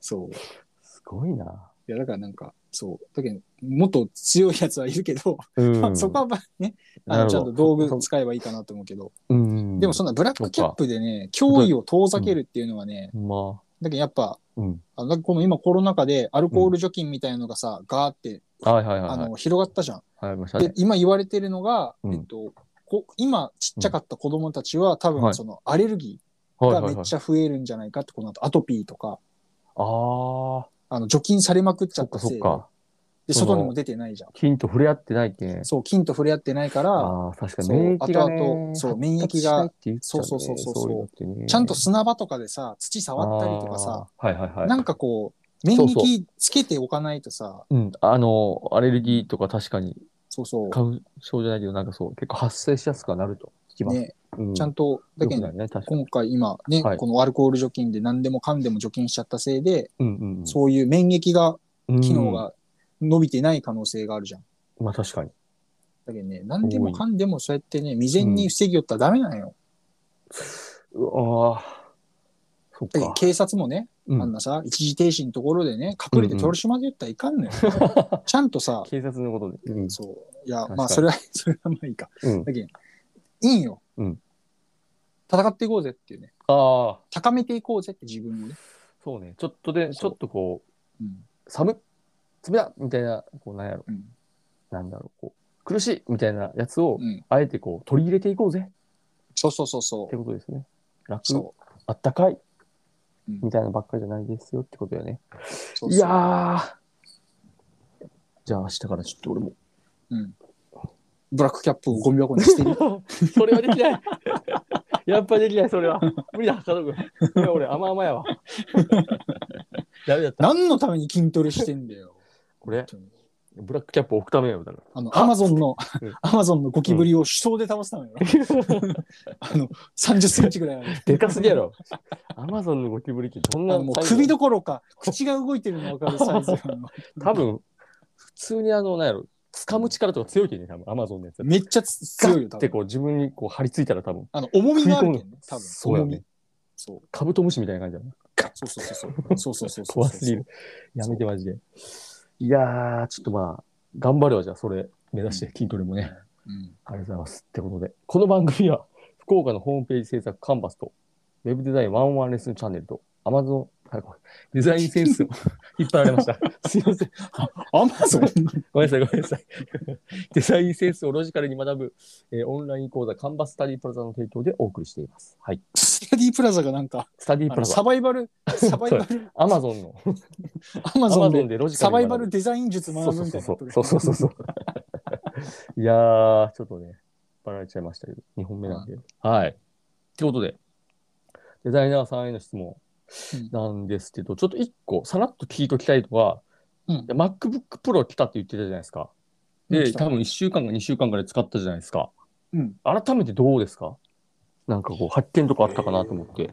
Speaker 2: そう。い
Speaker 1: すごいな。
Speaker 2: や、だからなんか、そう。だけど、もっと強いやつはいるけど、
Speaker 1: うん。
Speaker 2: (laughs) そこはね、
Speaker 1: な
Speaker 2: あの
Speaker 1: る
Speaker 2: ちゃん
Speaker 1: ほ
Speaker 2: と
Speaker 1: ど
Speaker 2: 道具使えばいいかなと思うけど、
Speaker 1: うん。
Speaker 2: でもそんなブラックキャップでね、脅威を遠ざけるっていうのはね、
Speaker 1: ま
Speaker 2: だけどやっぱ、
Speaker 1: あ、うん。
Speaker 2: あのなんかこの今コロナ禍でアルコール除菌みたいなのがさ、ガーって、
Speaker 1: はいはいは
Speaker 2: あ
Speaker 1: いはい。
Speaker 2: の、広がったじゃん。
Speaker 1: ありました
Speaker 2: で
Speaker 1: ね。、
Speaker 2: 今言われてるのが、
Speaker 1: うん
Speaker 2: えっと、こ今ちっちゃかった子供たちは多
Speaker 1: は
Speaker 2: 分
Speaker 1: い
Speaker 2: そのアレルギー
Speaker 1: はい
Speaker 2: が
Speaker 1: は
Speaker 2: め
Speaker 1: いは
Speaker 2: っ
Speaker 1: い。
Speaker 2: ちゃ増えるんじゃないかって、この後アトピーとか、
Speaker 1: ああ、
Speaker 2: あの除菌されまくっち
Speaker 1: そ
Speaker 2: ゃ
Speaker 1: っ
Speaker 2: っ
Speaker 1: か
Speaker 2: た
Speaker 1: そ
Speaker 2: せ
Speaker 1: っ
Speaker 2: いで
Speaker 1: か。
Speaker 2: で、
Speaker 1: その
Speaker 2: 外にも出てないじゃん。
Speaker 1: 菌と触れ合ってないけん。
Speaker 2: そう、菌と触れ合ってないから、
Speaker 1: ああ、確かに
Speaker 2: そう
Speaker 1: 免疫が、ね。
Speaker 2: あとあとそう免疫が
Speaker 1: 発達しないって言っちゃね
Speaker 2: そうそうそうそう
Speaker 1: そういうのってね
Speaker 2: ちゃんと砂場とかでさ、土触ったりとかさ、。
Speaker 1: あーはいはいはい。
Speaker 2: なんかこう、免
Speaker 1: そうそう
Speaker 2: 疫つけておかないとさ、
Speaker 1: うん、あの、アレルギーとか確かに、
Speaker 2: そうそう
Speaker 1: 花症じゃないけど、なんかそう、結構発生しやすくはなると聞きます。
Speaker 2: ね、
Speaker 1: うん、
Speaker 2: ちゃんと、だ
Speaker 1: 良
Speaker 2: け
Speaker 1: く
Speaker 2: ど
Speaker 1: ないね、確かに。
Speaker 2: 今回今ね、
Speaker 1: はい
Speaker 2: このアルコール除菌で何でもかんでも除菌しちゃったせいで、
Speaker 1: うんうんうん、
Speaker 2: そういう免疫が、
Speaker 1: うん
Speaker 2: 機能。が伸びてない可能性があるじゃん。
Speaker 1: まあ確かに。
Speaker 2: だけどね、何でもかんでもそうやってね、未然に防ぎよったらダメなんよ。
Speaker 1: うわあ、そっ
Speaker 2: だけど
Speaker 1: か。
Speaker 2: 警察もね、
Speaker 1: うん
Speaker 2: あんなさ、一時停止のところでね、隠れて取り締まりよったらいかんのよ。
Speaker 1: (laughs)
Speaker 2: ちゃんとさ、
Speaker 1: 警察のことで。うん。
Speaker 2: そう。いや、
Speaker 1: 確かに
Speaker 2: まあ、それは、それはまあいいか。
Speaker 1: うん、
Speaker 2: だけどいいんよ。
Speaker 1: うん
Speaker 2: 戦っていこうぜっていうね。
Speaker 1: ああ、
Speaker 2: 高めていこうぜって自分をね。
Speaker 1: そうね。ちょっとで、ち
Speaker 2: そ
Speaker 1: ょ
Speaker 2: う
Speaker 1: っとこ
Speaker 2: うん。
Speaker 1: う、寒っ、冷たっみたいな、こう、なんやろ、
Speaker 2: うん。
Speaker 1: なんだろう、こう、苦しいみたいなやつを、
Speaker 2: うん。
Speaker 1: あえてこう、取り入れていこうぜ
Speaker 2: そうそうそうそ
Speaker 1: って
Speaker 2: う。
Speaker 1: ことですね。楽、
Speaker 2: そう。
Speaker 1: あったかい、
Speaker 2: うん
Speaker 1: みたいなばっかりじゃないですよってことだよね。
Speaker 2: そうそう
Speaker 1: いやー。じゃあ明日からちょっと俺も。
Speaker 2: ブラックキャップをゴミ箱に捨てる。
Speaker 1: それはできない。 (laughs) やっぱできない、それは。無理だ、家族。いや俺、甘々やわ。ダメだった。
Speaker 2: 何のために筋トレしてんだよ。
Speaker 1: これ
Speaker 2: 本、当に
Speaker 1: ブラックキャップ置くためよ、だか
Speaker 2: あの、アマゾンの
Speaker 1: うん、
Speaker 2: アマゾンのゴキブリを手刀で倒したのよ。
Speaker 1: ら。
Speaker 2: あの、30センチぐらいある。
Speaker 1: (laughs) でかすぎやろ。アマゾンのゴキブリってどん
Speaker 2: あ
Speaker 1: な
Speaker 2: のもう
Speaker 1: サイズ
Speaker 2: 首どころか、口が動いてるの分かるサイズなの。
Speaker 1: 多分、普通にあの、なんやろ、掴む力とか強いけんね、多分、アマゾンのやつやったら。
Speaker 2: めっちゃつ強いよ、
Speaker 1: ガ (laughs)
Speaker 2: 多
Speaker 1: ッて
Speaker 2: 分。
Speaker 1: こう、自分にこう、張り付いたら多分、
Speaker 2: あの、重みがあるけんね、多分。
Speaker 1: そうや
Speaker 2: 重み
Speaker 1: ね。
Speaker 2: そう。
Speaker 1: カブトムシみたいな感じだね。ガッ
Speaker 2: そうそうそうそう。そうそうそうそう。
Speaker 1: 怖すぎる。やめてマジで。いやー、ちょっとまあ、頑張るわ、じゃあ、それ、目指して筋トレもね。
Speaker 2: うん。
Speaker 1: ありがとうございます。ってことで、この番組は、福岡のホームページ制作カンバスと、ウェブデザインワンワンレッスンチャンネルと、アマゾン、あごめんデザインセンス
Speaker 2: (laughs)
Speaker 1: を引っ張られました。すいません。
Speaker 2: アマゾン
Speaker 1: ごめんなさい、ごめんなさい。 (laughs) デザインセンスをロジカルに学ぶ、えーオンライン講座カンバスタディプラザの提供でお送りしています。はい。
Speaker 2: スタディプラザがなんか、
Speaker 1: スタディ
Speaker 2: あ
Speaker 1: プラ
Speaker 2: のサ
Speaker 1: ザ、
Speaker 2: バイ
Speaker 1: (laughs)
Speaker 2: バル、サバイバル、
Speaker 1: アマゾンの、
Speaker 2: アマ
Speaker 1: ア
Speaker 2: ゾ
Speaker 1: マ
Speaker 2: ン
Speaker 1: ゾ
Speaker 2: で
Speaker 1: ンでロジカ
Speaker 2: サ
Speaker 1: ル
Speaker 2: バ
Speaker 1: に
Speaker 2: イバ
Speaker 1: 学ぶ
Speaker 2: ルデザイン術
Speaker 1: そう
Speaker 2: 学
Speaker 1: そ
Speaker 2: ぶ
Speaker 1: う
Speaker 2: み
Speaker 1: そ
Speaker 2: た
Speaker 1: うそう。そ
Speaker 2: いな。
Speaker 1: うそうそうそう。いやー、ちょっとね、バラれちゃいましたけど、2本目なんで。はい。ってことで、デザイナーさんへの質問
Speaker 2: うん
Speaker 1: なんですけど、ちょっと1個、さらっと聞いときたいのは、
Speaker 2: うん
Speaker 1: で MacBook Pro 来たって言ってたじゃないですか。
Speaker 2: うん
Speaker 1: で、
Speaker 2: 来た
Speaker 1: 多分1週間か2週間ぐらい使ったじゃないですか。
Speaker 2: うん。
Speaker 1: 改めてどうですかなんかこう、発見とかあったかなと思って。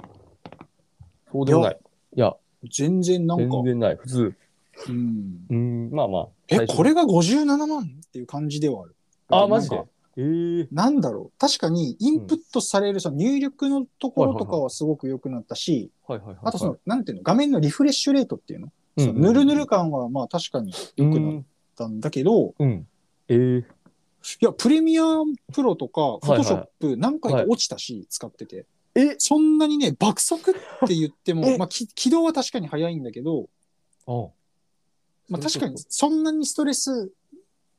Speaker 1: そうでもない。いや、
Speaker 2: 全然なんか
Speaker 1: 全、然ない。普通。
Speaker 2: うん。
Speaker 1: うん、まあまあ。
Speaker 2: え、
Speaker 1: 最初
Speaker 2: これが57万っていう感じではある。
Speaker 1: あ、マジ
Speaker 2: な
Speaker 1: で
Speaker 2: んか。
Speaker 1: えー。
Speaker 2: なんだろう。確かに、インプットされる、その入力のところとかはすごく良くなったし、
Speaker 1: はいはいはいはい。
Speaker 2: あとその、なんていうの、画面のリフレッシュレートっていうの
Speaker 1: うん
Speaker 2: そのぬるぬる感はまあ確かに良くなっ
Speaker 1: った
Speaker 2: んだけど、い
Speaker 1: た。うん。えー、
Speaker 2: や、プレミアプロとか、フォトショップ何回
Speaker 1: は
Speaker 2: か
Speaker 1: い
Speaker 2: 落ちたし、使ってて。
Speaker 1: え
Speaker 2: そんなにね、爆速って言っても、
Speaker 1: (laughs) え
Speaker 2: まあ、き起動は確かに早いんだけど、
Speaker 1: あそ
Speaker 2: まあ、
Speaker 1: ういうこと
Speaker 2: 確かにそんなにストレス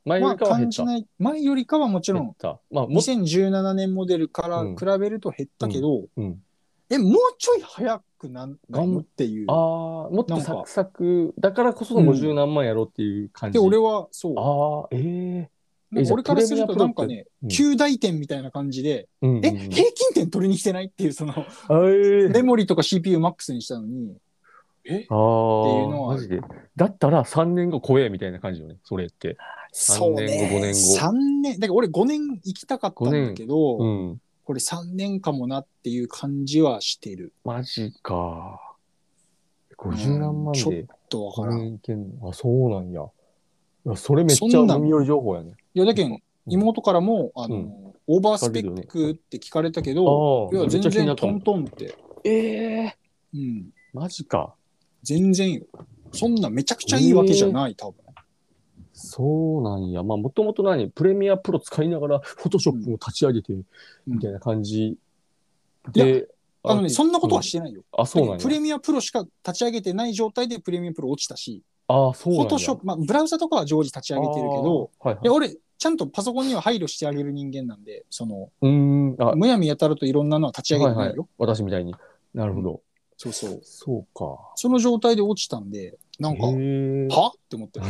Speaker 1: 前よ
Speaker 2: は
Speaker 1: りかは減
Speaker 2: 感
Speaker 1: っ
Speaker 2: じ
Speaker 1: た。
Speaker 2: ない。前よりかはもちろ
Speaker 1: 減っ
Speaker 2: ん、
Speaker 1: た。まあ、もっ
Speaker 2: 2017年モデルから
Speaker 1: うん
Speaker 2: 比べると減ったけど、
Speaker 1: うん、
Speaker 2: え、もうちょい早くなんないのっていう。
Speaker 1: あーもっと
Speaker 2: なんか
Speaker 1: サクサク、だからこその50何万やろっていう感じ。
Speaker 2: で、俺は、そう。
Speaker 1: ああ、ええ
Speaker 2: なんか俺からすると、なんかね、
Speaker 1: えじゃ
Speaker 2: 旧大点みたいな感じで、
Speaker 1: うんうん
Speaker 2: え、平均点取りに来てないっていう、その、
Speaker 1: あー
Speaker 2: メモリとか CPU マックスにしたのに、え
Speaker 1: あー
Speaker 2: っていうのは
Speaker 1: マジで。だったら3年後超えみたいな感じよね、それって。
Speaker 2: そう
Speaker 1: 三年後五
Speaker 2: ね。
Speaker 1: 年後
Speaker 2: 3年。だから俺5年行きたかったんだけど、
Speaker 1: うん。
Speaker 2: これ3年かもなっていう感じはしてる。
Speaker 1: マジか。50何万
Speaker 2: ちょっ
Speaker 1: で
Speaker 2: とわか
Speaker 1: 5
Speaker 2: らん。い
Speaker 1: 年いけんの。あ、そうなんや。いやそれめっちゃ
Speaker 2: そんなん
Speaker 1: 耳寄り情報やね。
Speaker 2: や、だけん、妹からも、あの、
Speaker 1: う
Speaker 2: オーバースペックって聞かれたけ
Speaker 1: あ
Speaker 2: ど、
Speaker 1: ー
Speaker 2: いや、
Speaker 1: めっ
Speaker 2: 全
Speaker 1: ちゃ気にな
Speaker 2: 然
Speaker 1: った
Speaker 2: ト
Speaker 1: もん
Speaker 2: ントンって。
Speaker 1: ええ
Speaker 2: うん。
Speaker 1: マジか。
Speaker 2: 全然よ。そんなめちゃくちゃいいわけじゃない、多分。
Speaker 1: そうなんや。まあ、もともと何、プレミアプロ使いながら、フォトショップも立ち上げて、みたいな感じ
Speaker 2: い
Speaker 1: で。
Speaker 2: あのね、そんなことはしてないよ。
Speaker 1: あ、そうなん
Speaker 2: プレ
Speaker 1: や。
Speaker 2: ミアプロしか立ち上げてない状態でプレミアプロ落ちたし、
Speaker 1: あ、そうなん
Speaker 2: フォ
Speaker 1: や。
Speaker 2: トショップ、まあ、ブラウザとかは常時立ち上げてるけど、
Speaker 1: あー、はいはい
Speaker 2: いや、俺、ちゃんとパソコンには配慮してあげる人間なんで、その、
Speaker 1: うーん、あ、
Speaker 2: むやみやたらといろんなのは立ち上げてないよ。
Speaker 1: はいはい私みたいに。なるほど。
Speaker 2: そうそう。
Speaker 1: そうか。
Speaker 2: その状態で落ちたんで、なんか、
Speaker 1: へえ。
Speaker 2: はって (laughs) 思ったよ。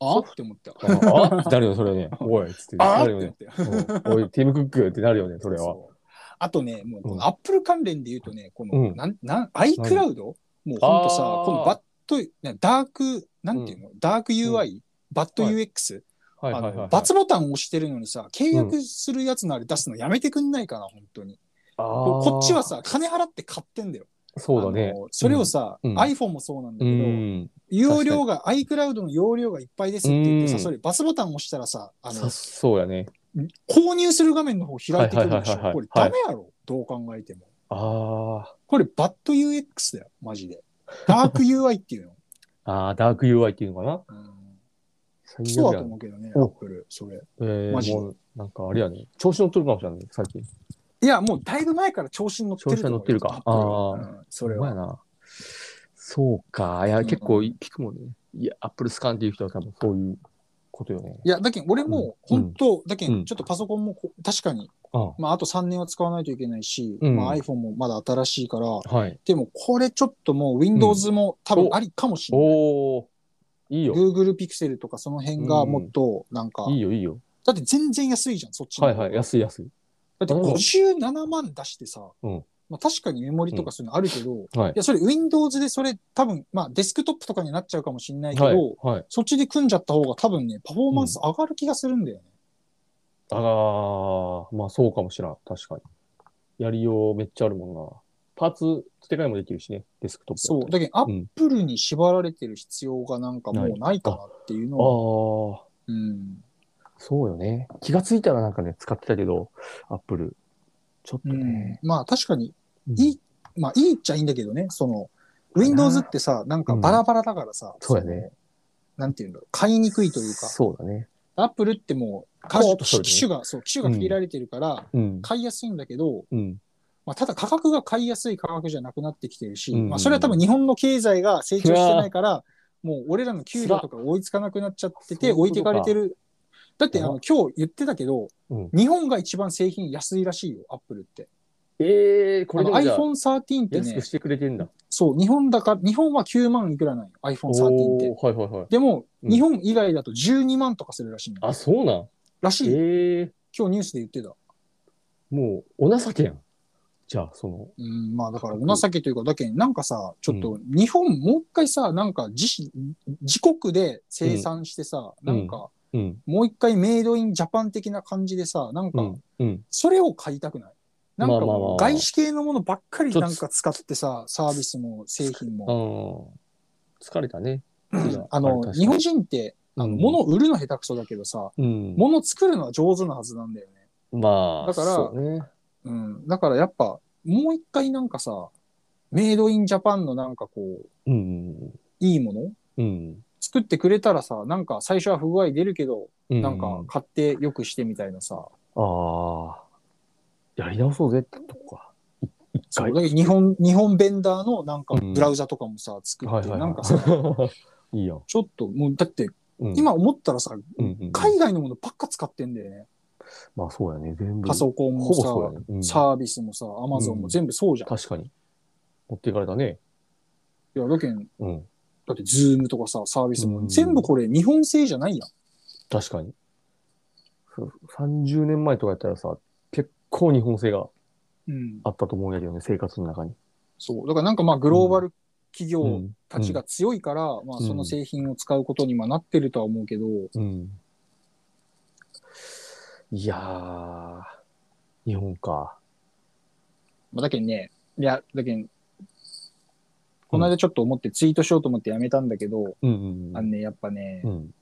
Speaker 2: あって思った。
Speaker 1: ああってなるよ、それね。おい、つって。な
Speaker 2: あっ
Speaker 1: る
Speaker 2: て
Speaker 1: よ
Speaker 2: 思
Speaker 1: ね
Speaker 2: っ。たよ。
Speaker 1: うんおい、ティム・クックってなるよね、それは。
Speaker 2: そうあとね、もうこ
Speaker 1: うん
Speaker 2: のアップル関連で言うとね、こ
Speaker 1: う
Speaker 2: の、
Speaker 1: ん
Speaker 2: なん、なん、iCloud? もうほんとさ、
Speaker 1: あー
Speaker 2: このバッド、ねダーク、なんていうの、ダーク UI、バッド UX、
Speaker 1: はいはい
Speaker 2: あ
Speaker 1: はいは
Speaker 2: の
Speaker 1: い。
Speaker 2: バツボタンを押してるのにさ、契約するやつのあれ出すのやめてくんないかな、本当に。
Speaker 1: あー
Speaker 2: こっちは、さ、金払って買ってんだよ。
Speaker 1: そうだね
Speaker 2: あ。のそれをさ、
Speaker 1: うん
Speaker 2: iPhone もそうなん
Speaker 1: う
Speaker 2: だけど、
Speaker 1: ん。
Speaker 2: 容量が、iCloud の容量がいっぱいですって言って
Speaker 1: う
Speaker 2: さ、
Speaker 1: ん
Speaker 2: それバツボタン押したらさ、あ
Speaker 1: さ
Speaker 2: の、
Speaker 1: そうやね。
Speaker 2: 購入する画面の方開いてくる
Speaker 1: は
Speaker 2: で
Speaker 1: い
Speaker 2: し
Speaker 1: はいはいはいは
Speaker 2: ょ。
Speaker 1: い
Speaker 2: これダメやろ、どう考えても。
Speaker 1: ああ。
Speaker 2: これバッド UX だよ、マジで。ダーク UI っていうの。
Speaker 1: ああ、ダーク UI っていうのかな
Speaker 2: うん
Speaker 1: 最
Speaker 2: クソ
Speaker 1: 悪
Speaker 2: だ
Speaker 1: や
Speaker 2: と
Speaker 1: ね
Speaker 2: 思うけどね、ア
Speaker 1: お
Speaker 2: ップル、それ。
Speaker 1: えー、
Speaker 2: マジで
Speaker 1: もうなんかあれやね。調子乗っとるかもしれない、最近。
Speaker 2: いや、もうだいぶ前から調子に乗ってると思
Speaker 1: 調子に乗
Speaker 2: うよ。
Speaker 1: ってるか
Speaker 2: アップル
Speaker 1: あ
Speaker 2: うんそれ
Speaker 1: ほんまや
Speaker 2: は。
Speaker 1: な。そうか。いや、
Speaker 2: うん
Speaker 1: 結構聞くもんね。いや、アップルスカンっていう人は多分そういうことよね。
Speaker 2: いや、だけん、俺も、
Speaker 1: うん
Speaker 2: 本当、だけ
Speaker 1: うん
Speaker 2: ん、ちょっとパソコンもこ、確かに、
Speaker 1: あ
Speaker 2: まあ、あと3年は使わないといけないし、
Speaker 1: うん
Speaker 2: まあ、iPhone もまだ新しいから、
Speaker 1: はい。
Speaker 2: でも、これちょっともう、Windows も多分
Speaker 1: お
Speaker 2: ありかもしれない。
Speaker 1: おー。いいよ。
Speaker 2: Google Pixel とかその辺がもっと、なんか、
Speaker 1: いいよ、いいよ。
Speaker 2: だって全然安いじゃん、そっちの
Speaker 1: はい
Speaker 2: 方が
Speaker 1: はい。安い安い。
Speaker 2: だって57万出してさ、
Speaker 1: うん
Speaker 2: まあ、確かにメモリとかそういうのあるけど、い
Speaker 1: はい。
Speaker 2: や、それ Windows でそれ多分、まあデスクトップとかになっちゃうかもしれないけど、
Speaker 1: はい。はい。
Speaker 2: そっちで組んじゃった方が多分ね、パフォーマンス上がる気がするんだよね。
Speaker 1: ああ、まあそうかもしらん。確かに。やりようめっちゃあるもんな。パーツ付け替えもできるしね。デスクトップ
Speaker 2: そう。
Speaker 1: だ
Speaker 2: だ
Speaker 1: っ
Speaker 2: けど、ア
Speaker 1: たらうん
Speaker 2: ップルに縛られてる必要がなんかもうないかなっていうの
Speaker 1: ああ
Speaker 2: は、
Speaker 1: ー。
Speaker 2: うん。
Speaker 1: そうよね。気がついたらなんかね、使ってたけど、アップル。ちょっと
Speaker 2: うん
Speaker 1: ね。
Speaker 2: まあ確かに、
Speaker 1: うん
Speaker 2: いい、まあいいっちゃいいんだけどね、その、Windows ってさ、なんかバラバラだからさ、
Speaker 1: そうやね。
Speaker 2: なんていうんだろう、買いにくいというか、
Speaker 1: そうだね。
Speaker 2: Apple ってもう、
Speaker 1: ポーッとそれでね
Speaker 2: 機種が、そう、機種が限られてるから、
Speaker 1: うん。
Speaker 2: 買いやすいんだけど、
Speaker 1: うん。
Speaker 2: まあ、ただ価格が買いやすい価格じゃなくなってきてるし、
Speaker 1: うん
Speaker 2: まあ、それは多分日本の経済が成長してないから、もう俺らの給料とか追いつかなくなっちゃって
Speaker 1: そうい
Speaker 2: て、
Speaker 1: うことか
Speaker 2: 置いてかれてる。だってあ
Speaker 1: う
Speaker 2: の今日言ってたけど、
Speaker 1: うん
Speaker 2: 日本が一番製品安いらしいよ、アップルって。
Speaker 1: ええこ
Speaker 2: あ
Speaker 1: れで
Speaker 2: の
Speaker 1: もじゃあ
Speaker 2: iPhone13 って
Speaker 1: 安
Speaker 2: ね
Speaker 1: く、してくれてんだ。
Speaker 2: そう、日本だから、日本は9万いくらなんよ、iPhone13 って。
Speaker 1: おーはいはいはい。
Speaker 2: でも、
Speaker 1: うん
Speaker 2: 日本以外だと12万とかするらしいの
Speaker 1: あ、そうなん。
Speaker 2: らしいよ。
Speaker 1: ええ
Speaker 2: 今日ニュースで言ってた。
Speaker 1: もう、お情けやん。じゃあ、その、
Speaker 2: うん、まあだからお情けというか、だけんなんかさ、ちょっと日本もう一回さ、なんか自し自国で生産してさ、
Speaker 1: ん
Speaker 2: なんか
Speaker 1: うん。
Speaker 2: もう一回メイドインジャパン的な感じでさ、なん
Speaker 1: う
Speaker 2: か
Speaker 1: ん。うん。
Speaker 2: それを買いたくない、なんか
Speaker 1: まあまあま
Speaker 2: も
Speaker 1: あ
Speaker 2: う外資系のものばっかり
Speaker 1: ちょっ
Speaker 2: な
Speaker 1: と
Speaker 2: んか使ってさ、サービスも製品
Speaker 1: ああ
Speaker 2: も。
Speaker 1: ー。疲れたね。
Speaker 2: あの、日本人って、あの、物を売るの下手くそだけどさ、
Speaker 1: うん。
Speaker 2: 物作るのは上手なはずなんだよね。
Speaker 1: まあ、
Speaker 2: だから
Speaker 1: そうね。
Speaker 2: うん。だからやっぱ、もう一回なんかさ、メイドインジャパンのなんかこう、
Speaker 1: うん。
Speaker 2: いいもの
Speaker 1: うん。
Speaker 2: 作ってくれたらさ、なんか最初は不具合出るけど、
Speaker 1: うん。
Speaker 2: なんか買ってよくしてみたいなさ。
Speaker 1: ああ、やり直そうぜってとこか。い一
Speaker 2: そう
Speaker 1: 回。
Speaker 2: だけど日本、日本ベンダーのなんか
Speaker 1: うん
Speaker 2: ブラウザとかもさ、作
Speaker 1: は
Speaker 2: っ
Speaker 1: い
Speaker 2: て、
Speaker 1: はい
Speaker 2: なん
Speaker 1: (laughs) は
Speaker 2: かさ、
Speaker 1: い。いいよ。
Speaker 2: ちょっともう、だって
Speaker 1: うん、
Speaker 2: 今思ったらさ、
Speaker 1: うんうん、
Speaker 2: 海外のものばっか使ってんだよね。
Speaker 1: まあそうやね。全部。
Speaker 2: パソコン
Speaker 1: ほぼそう
Speaker 2: も
Speaker 1: やね。うん、
Speaker 2: さ、サービスもさ、アマゾン
Speaker 1: うん
Speaker 2: も全部そうじゃん。
Speaker 1: 確かに。持っていかれたね。
Speaker 2: いや、だけん、
Speaker 1: うん。
Speaker 2: だってズームとかさ、サービス
Speaker 1: うん
Speaker 2: も全部これ日本製じゃないやん。
Speaker 1: 確かに。そう30年前とかやったらさ、結構日本製が
Speaker 2: うん。
Speaker 1: あったと思うんやけどね、生活の中に。
Speaker 2: そう。だからなんかまあグローバル企
Speaker 1: う
Speaker 2: 業
Speaker 1: ん。
Speaker 2: たちが強いから、まあその製品を使うことにはなってるとは思うけど、
Speaker 1: うん。いやー、日本か。
Speaker 2: まあ、だけんね、いや、だけん、この間ちょっと思ってツイートしようと思ってやめたんだけど、
Speaker 1: うんうんうん。
Speaker 2: あのね、やっぱね、
Speaker 1: うん。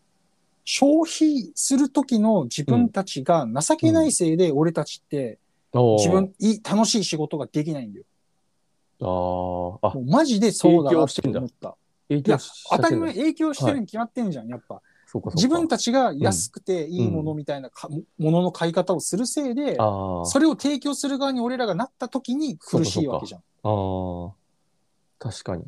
Speaker 2: 消費する時の自分たちが情けないせいで俺たちって
Speaker 1: おー
Speaker 2: 自分、いい楽しい仕事ができないんだよ。
Speaker 1: ああ、あ
Speaker 2: も、うマジでそうだ
Speaker 1: 影
Speaker 2: なっ
Speaker 1: 響しててんだ
Speaker 2: 思った。
Speaker 1: 影
Speaker 2: いや
Speaker 1: 響しちゃっ
Speaker 2: 当
Speaker 1: たて
Speaker 2: り
Speaker 1: んだ
Speaker 2: 前影響してるに決まってんじゃん、やっぱ。
Speaker 1: そうかそうか
Speaker 2: 自分たちが安くていいものみたいなか、ものの買い方をするせいで、
Speaker 1: ああ。
Speaker 2: それを提供する側に俺らがなった時に苦しいわけじゃん。
Speaker 1: ああ、確かに。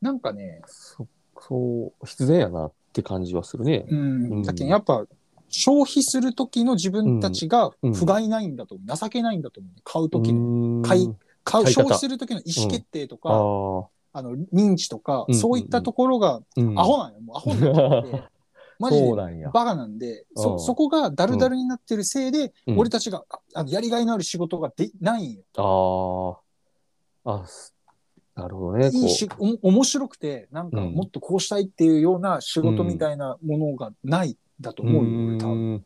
Speaker 2: なんかね、
Speaker 1: そ、そう、必然やなって感じはするね。
Speaker 2: うん、だけどやっぱ消費する時の自分たちが
Speaker 1: うん
Speaker 2: 不甲斐ないんだと思う、情けないんだと思う、買う時の、
Speaker 1: の
Speaker 2: 買い買う
Speaker 1: 買い方
Speaker 2: 消費する時の意思決定と
Speaker 1: ああ
Speaker 2: か、あの認知とか、
Speaker 1: うん
Speaker 2: そういったところが
Speaker 1: ー、うん
Speaker 2: アホなんよ、もうアホになっち
Speaker 1: (laughs)
Speaker 2: ゃってマジで
Speaker 1: そうなんや。
Speaker 2: バカなんで
Speaker 1: あ
Speaker 2: そ
Speaker 1: ー
Speaker 2: そこがダルダルになってるせいで、
Speaker 1: うん
Speaker 2: 俺たちがああのやりがいのある仕事がでないんよ、
Speaker 1: ああ、あ、すなるほどね。こ
Speaker 2: いういしおも面白くてなんか
Speaker 1: うん
Speaker 2: もっとこうしたいっていうような仕事みたいなものがないんだと思うよ、俺多
Speaker 1: ー
Speaker 2: 分。
Speaker 1: ん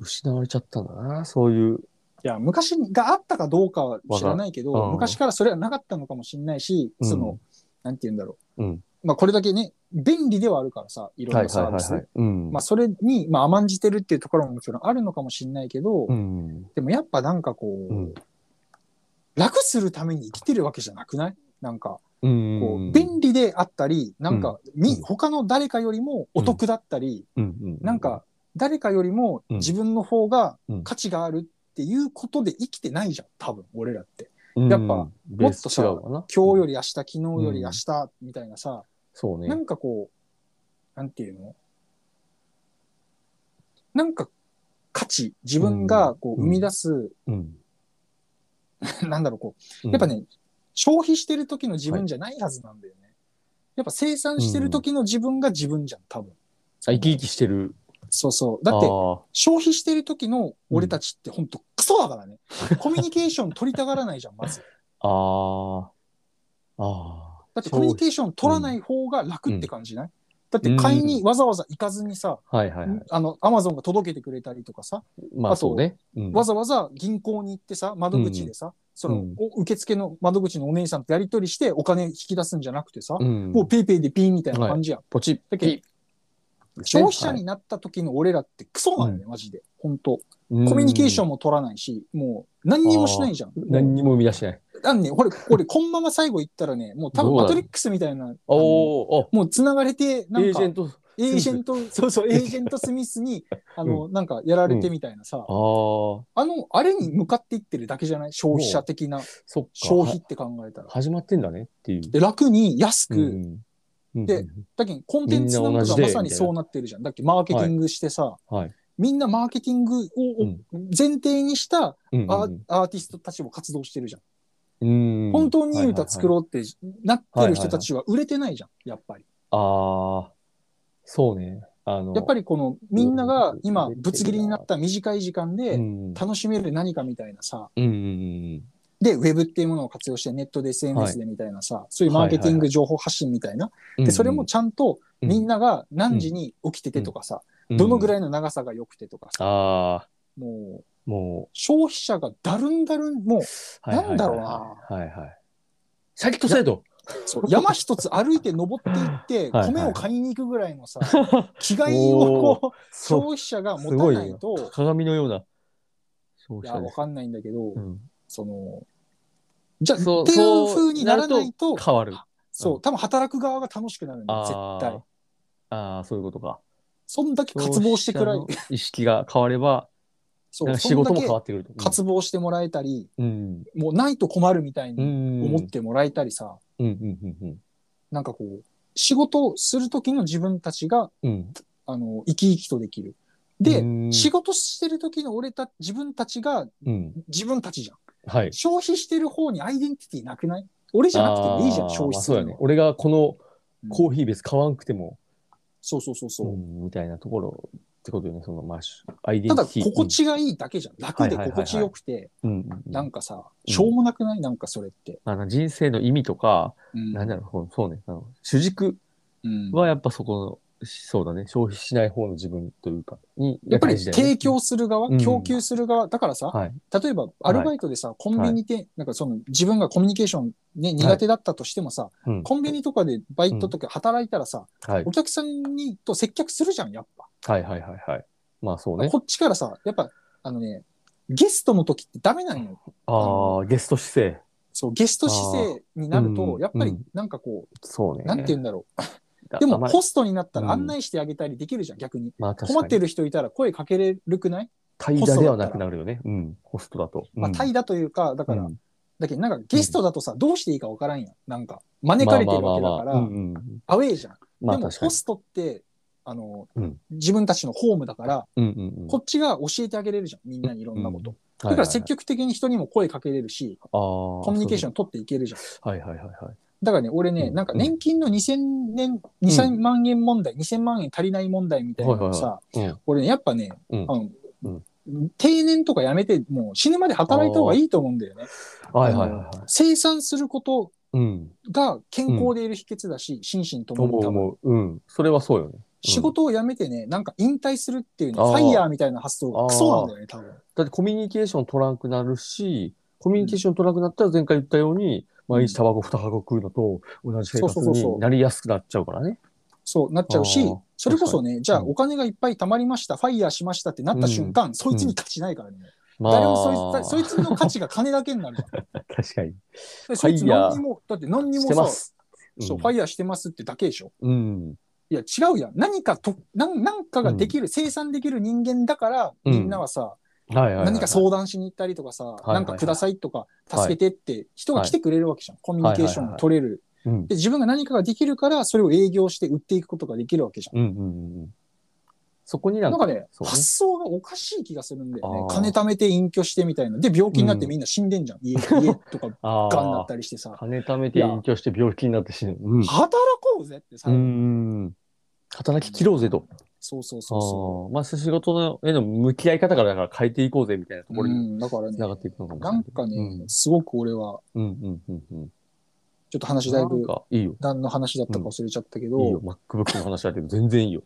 Speaker 1: 失われちゃったんだな、そういう。
Speaker 2: いや、昔があったかどうかは知らないけ
Speaker 1: わかるう
Speaker 2: ど、
Speaker 1: ん
Speaker 2: 昔からそれはなかったのかもしれないし、
Speaker 1: うん
Speaker 2: その、なんて言うんだろう。
Speaker 1: うん
Speaker 2: まあ、これだけね、便利ではあるからさ、いろん
Speaker 1: はいは
Speaker 2: な
Speaker 1: い
Speaker 2: サ
Speaker 1: はい
Speaker 2: ービス。
Speaker 1: はい。うん。
Speaker 2: まあ、それに、まあ、甘んじてるっていうところももちろんあるのかもしれないけど、
Speaker 1: うん。
Speaker 2: でもやっぱなんかこ
Speaker 1: う
Speaker 2: う、
Speaker 1: ん
Speaker 2: 楽するために生きてるわけじゃなくないなんか、
Speaker 1: う
Speaker 2: こ
Speaker 1: ん。
Speaker 2: う、便
Speaker 1: 利。
Speaker 2: 利であったり、なんか、
Speaker 1: う
Speaker 2: み
Speaker 1: ん、
Speaker 2: 他の誰かよりもお得だったり、
Speaker 1: うんうん。
Speaker 2: なんか、誰かよりも自分の方が価値があるっていうことで生きてないじゃん、多分、俺らって。
Speaker 1: うん、
Speaker 2: やっぱ
Speaker 1: ベース
Speaker 2: もっとさ
Speaker 1: 違うわな
Speaker 2: 今日
Speaker 1: り。
Speaker 2: より明日、昨日より明日、みたいなさ、
Speaker 1: そうね
Speaker 2: な。んかこう、なんていうのなんか価値、自分がこ
Speaker 1: う
Speaker 2: うん生み出す、 (laughs)
Speaker 1: うん。
Speaker 2: なんだろう、こ
Speaker 1: う
Speaker 2: う、
Speaker 1: ん
Speaker 2: やっぱ、ね、消費してる時の自分じゃないはずなんだよね。やっぱ生産してる時の自分が自分じゃん、多分。
Speaker 1: あ生き生きしてる。
Speaker 2: そうそう。だって
Speaker 1: あ、ー
Speaker 2: 消費してる時の俺たちってほんとクソだか
Speaker 1: (laughs)
Speaker 2: らね。コミュニケーション取りたがらないじゃん、まず。
Speaker 1: ああ。あ
Speaker 2: だってコミュニケーション取らない方が楽って感じない、だって
Speaker 1: うん
Speaker 2: 買いにわざわざ行かずにさ、
Speaker 1: あ。はいはいはい。
Speaker 2: あの、アマゾンが届けてくれたりとかさ、
Speaker 1: まあ
Speaker 2: あと
Speaker 1: そうね。うん
Speaker 2: わざわざ銀行に行ってさ、窓口でさ、その、
Speaker 1: うん
Speaker 2: お受付の窓口のお姉さんとやり取りしてお金引き出すんじゃなくてさ、
Speaker 1: うん
Speaker 2: もうペイペイでピンみたいな感じやん。
Speaker 1: ポチッ
Speaker 2: だけど
Speaker 1: ピッですね
Speaker 2: 消費者になった時の俺らってクソなんだよ、マジで。本当
Speaker 1: はい
Speaker 2: コミュニケーショ
Speaker 1: ン
Speaker 2: ンも取らないし、もう何にもしないじゃん。
Speaker 1: 何にも生み出しない。
Speaker 2: なんね、これ、これ、こんまま最後行ったらね、もう多
Speaker 1: ど
Speaker 2: 分
Speaker 1: うなの
Speaker 2: マトリックスみたいな、あの
Speaker 1: おー
Speaker 2: もう繋がれて、
Speaker 1: あ、
Speaker 2: な
Speaker 1: エ
Speaker 2: ん
Speaker 1: ージ
Speaker 2: か
Speaker 1: ェ、ント。
Speaker 2: エージェント、そうそう、エージェントスミス
Speaker 1: (laughs)
Speaker 2: に、あの、なんかやられてみたいなさ、
Speaker 1: ああ、
Speaker 2: あの、あれに向かっていってるだけじゃない消費者的な
Speaker 1: そっか。
Speaker 2: 消費
Speaker 1: は
Speaker 2: って考えたら。
Speaker 1: 始まってんだねっていう。
Speaker 2: で、楽に安く、
Speaker 1: うんうん
Speaker 2: で
Speaker 1: うん
Speaker 2: だけどコンテンツなんかがまさにそうなってるじゃん。だっけマーケティングしてさ、
Speaker 1: はい
Speaker 2: みんなマーケティングを
Speaker 1: うん
Speaker 2: 前提にした
Speaker 1: うんうん
Speaker 2: ア,、アーティストたちも活動してるじゃん。
Speaker 1: うん
Speaker 2: 本当にいい歌作
Speaker 1: う。
Speaker 2: ろうってなってる人たちは売れてないじゃん、やっぱり。
Speaker 1: ああ、そうね。あの、
Speaker 2: やっぱりこのみんなが今
Speaker 1: うん
Speaker 2: ぶつ切りになった短い時間
Speaker 1: う
Speaker 2: で
Speaker 1: ん、うん
Speaker 2: 楽しめる何かみたいなさ、
Speaker 1: うんうん
Speaker 2: で、ウェブっていうものを活用してネットで SNS でみたいなさ、そういうマーケティング情報発信みたいな。
Speaker 1: うん。
Speaker 2: で、それもちゃんとみん
Speaker 1: な、
Speaker 2: なが何時に起きててとかさ、
Speaker 1: うん
Speaker 2: どのぐ
Speaker 1: い
Speaker 2: らいの長さが良くてとかさ、
Speaker 1: ああ、
Speaker 2: もう
Speaker 1: も
Speaker 2: 消費者がだるんだるん、もう、
Speaker 1: う、はいはいはい
Speaker 2: なんだろうな。
Speaker 1: はいはい。シャキッとせえと。
Speaker 2: そう山一つ歩いて登っていって、
Speaker 1: (laughs) はいはい
Speaker 2: 米を買いに行くぐらいの
Speaker 1: (laughs)
Speaker 2: さ、気概をこう、消費者が
Speaker 1: す
Speaker 2: 持
Speaker 1: ご
Speaker 2: た
Speaker 1: い
Speaker 2: ない
Speaker 1: ね
Speaker 2: と、。
Speaker 1: 鏡のような消
Speaker 2: い
Speaker 1: 費
Speaker 2: や、
Speaker 1: 者
Speaker 2: わ
Speaker 1: です。
Speaker 2: かんないんだけど、
Speaker 1: うん
Speaker 2: その、じゃあ、
Speaker 1: そう
Speaker 2: っていう風にならないと、
Speaker 1: 変わる。
Speaker 2: そう、多分働く側が楽しくなるんだ
Speaker 1: あ
Speaker 2: よ、
Speaker 1: ー
Speaker 2: 絶対。
Speaker 1: あー、そういうことか。
Speaker 2: そんだけ渇望してくらい
Speaker 1: 消、費者の意識が変われば、
Speaker 2: そ
Speaker 1: なん
Speaker 2: う、
Speaker 1: か仕
Speaker 2: そんだ
Speaker 1: 事も
Speaker 2: け
Speaker 1: 変わってくると。
Speaker 2: 渇望してもらえたり、
Speaker 1: うん。
Speaker 2: もうないと困るみたい
Speaker 1: うん。う
Speaker 2: に
Speaker 1: ん
Speaker 2: 思ってもらえたりさ、
Speaker 1: うんうんうん
Speaker 2: なんかこう、仕事をする時の自分たちが
Speaker 1: うんうん。
Speaker 2: あの、生き生きとできる。で、
Speaker 1: うん
Speaker 2: 仕事してる時の俺た、自分たちが、
Speaker 1: うん。
Speaker 2: 自分たちじゃん。
Speaker 1: はい。
Speaker 2: 消費してる方にアイデンティティなくない俺じゃなくてもいいじゃん、
Speaker 1: あー
Speaker 2: 消
Speaker 1: ま
Speaker 2: 費
Speaker 1: あ
Speaker 2: す
Speaker 1: そう
Speaker 2: る
Speaker 1: だ
Speaker 2: の
Speaker 1: ね
Speaker 2: は。。
Speaker 1: 俺がこ
Speaker 2: うん
Speaker 1: のコーヒー別買わんくても、
Speaker 2: そうそうそうそうう。
Speaker 1: んみたいなところってことよね。その、まあ、アイデ
Speaker 2: た
Speaker 1: ンテ
Speaker 2: だ、
Speaker 1: ィティ。
Speaker 2: 心地がいいだけじゃん。楽で
Speaker 1: はいはいはいはい
Speaker 2: 心地よくて、
Speaker 1: うんうんうん
Speaker 2: なんかさ、しょうもなくないなんかそれって。
Speaker 1: あの人生の意味とか、
Speaker 2: うん
Speaker 1: なんだろうこの、そうね、あの主軸
Speaker 2: うん
Speaker 1: はやっぱそこの、そうだね、消費しない方の自分というか、に
Speaker 2: やっぱり
Speaker 1: 大事だよね
Speaker 2: 提供する側、
Speaker 1: うん
Speaker 2: 供給する側、だからさ、
Speaker 1: はい。
Speaker 2: 例えばアルバイトでさ、コンビニで、なんかその自分がコミュニケーションね、苦手だったとしてもさ、
Speaker 1: うん
Speaker 2: コンビニとかでバイトとか働いたらさ、
Speaker 1: はい
Speaker 2: お。客さんにと接客するじゃん、やっぱ。
Speaker 1: はいはいはいはい。まあそうね。
Speaker 2: こっちからさ、やっぱ、あのね、ゲストの時ってダメなのよ。
Speaker 1: ああ、ゲスト姿勢。
Speaker 2: そう、ゲスト姿勢になると
Speaker 1: う、ん
Speaker 2: やっぱ
Speaker 1: う
Speaker 2: り
Speaker 1: ん
Speaker 2: なんかこ
Speaker 1: そう
Speaker 2: う、
Speaker 1: ね。
Speaker 2: なんて言うんだろ
Speaker 1: だ
Speaker 2: う。でも、
Speaker 1: まあ
Speaker 2: ホストになった
Speaker 1: うん
Speaker 2: ら案内してあげたりできるじゃん、逆に。
Speaker 1: まあ確
Speaker 2: 困
Speaker 1: か
Speaker 2: って
Speaker 1: に。
Speaker 2: る人いたら声かけれるくない
Speaker 1: 怠惰ではなくなるよね。うん。ホストだと。
Speaker 2: まあ、
Speaker 1: うん
Speaker 2: 怠惰というか、だから
Speaker 1: う、ん
Speaker 2: だけどなんかゲストだとさ、どうしていいかわからんやん。なんか、招かれてるわけだか
Speaker 1: まあまあまあ
Speaker 2: ら
Speaker 1: う、んうん
Speaker 2: アウェイじゃん。
Speaker 1: まあ
Speaker 2: でも、
Speaker 1: 確か
Speaker 2: ホ
Speaker 1: に。
Speaker 2: ストって、あの
Speaker 1: うん、
Speaker 2: 自分たちのホームだから、
Speaker 1: うんうんうん
Speaker 2: こっちが教えてあげれるじゃん、みんなにいろんなこと。
Speaker 1: はいは
Speaker 2: だ
Speaker 1: い
Speaker 2: か
Speaker 1: は
Speaker 2: ら
Speaker 1: い
Speaker 2: 積極的に人にも声かけれるし、
Speaker 1: あ
Speaker 2: コ
Speaker 1: コ
Speaker 2: ミュニケーション取っていけるじゃん。
Speaker 1: はいはいはいはい。
Speaker 2: だからね、俺ね、
Speaker 1: うん
Speaker 2: なんか年金の2000年、2000万円問題、2000万円足りない問題みたいなのをさ、
Speaker 1: はいはいはい
Speaker 2: 俺ね、やっぱね、
Speaker 1: うん
Speaker 2: あの
Speaker 1: うん
Speaker 2: 定年とかやめて、もう死ぬまで働いた方がいいと思うんだよね。
Speaker 1: はいはいはいはい。
Speaker 2: 生産すること
Speaker 1: うん。
Speaker 2: が健康でいる秘訣だし、心身とも
Speaker 1: 思
Speaker 2: に
Speaker 1: う
Speaker 2: 多分
Speaker 1: 思う。うん。それはそうよね。
Speaker 2: 仕事を辞めてね、なんか引退するっていうね、
Speaker 1: あ
Speaker 2: フ
Speaker 1: ー
Speaker 2: ァイヤーみたいな発想がクソなんだよね、多分。
Speaker 1: だってコミュニケーション取らなくなるし、コミュニケーション取らなくなったら前回言ったように、毎日タバコ2箱食うのと同じ生活
Speaker 2: そうそうそうそ
Speaker 1: に
Speaker 2: う
Speaker 1: なりやすくなっちゃうからね。
Speaker 2: そうなっちゃう
Speaker 1: あ
Speaker 2: し
Speaker 1: ー、
Speaker 2: それこそね、じゃあ
Speaker 1: うん
Speaker 2: お金がいっぱい貯まりました、ファイヤーしましたってなった瞬間、そいつに価値ないからね。
Speaker 1: ま
Speaker 2: 誰もそいつ、そいつの価値が金だけに
Speaker 1: (laughs)
Speaker 2: なるじゃん。
Speaker 1: 確かに。
Speaker 2: でそいつ
Speaker 1: ファイヤー
Speaker 2: 何にも、だって何に
Speaker 1: してま
Speaker 2: もさ、
Speaker 1: す。
Speaker 2: そうファイヤーしてますってだけでしょ。
Speaker 1: うん。
Speaker 2: いや、違うやん。何かと、なんなんかができる、生産できる人間だから、
Speaker 1: うん
Speaker 2: みんなはさ、
Speaker 1: はいはいはい。
Speaker 2: 何か相談しに行ったりとかさ、
Speaker 1: いはい
Speaker 2: なんかくださいとか、助けてって人が来てくれるわけじゃん。コミュニケーショ
Speaker 1: はいは
Speaker 2: ン
Speaker 1: いは
Speaker 2: が
Speaker 1: い
Speaker 2: 取れる。
Speaker 1: うん。
Speaker 2: で、自分が何かができるから、それを営業して売っていくことができるわけじゃん。
Speaker 1: うんうんうん。そこになん
Speaker 2: なん
Speaker 1: か
Speaker 2: か、ね、
Speaker 1: そうね
Speaker 2: 発想がおかしい気がするんだよね
Speaker 1: あ。ー
Speaker 2: 金貯めて隠居してみたいな。で、病気になって
Speaker 1: うん
Speaker 2: みんな死んでんじゃん。
Speaker 1: (laughs)
Speaker 2: 家家とか、
Speaker 1: あ
Speaker 2: 癌になっ
Speaker 1: あ、
Speaker 2: たりしてさ。
Speaker 1: 金貯めて隠居して病気になって死ぬ。うん。
Speaker 2: 働こうぜってさ、
Speaker 1: うん。働き切ろうぜと。
Speaker 2: そうそうそうそ
Speaker 1: ああ、まあ仕事のへの向き合い方からだから変えていこうぜみたいなと
Speaker 2: う。
Speaker 1: ころ
Speaker 2: う
Speaker 1: に
Speaker 2: ん、だからね
Speaker 1: つな、がっていくのかもしれ
Speaker 2: な
Speaker 1: ない
Speaker 2: ん
Speaker 1: けど。
Speaker 2: かね、
Speaker 1: うん
Speaker 2: すごく俺は、
Speaker 1: うんうんうんうん。
Speaker 2: ちょっと話だい
Speaker 1: なん
Speaker 2: ぶ、
Speaker 1: かいいよ。
Speaker 2: 何の話だったか忘れちゃったけど、 (laughs)
Speaker 1: いいよ。MacBook の話だけど全然いいよ。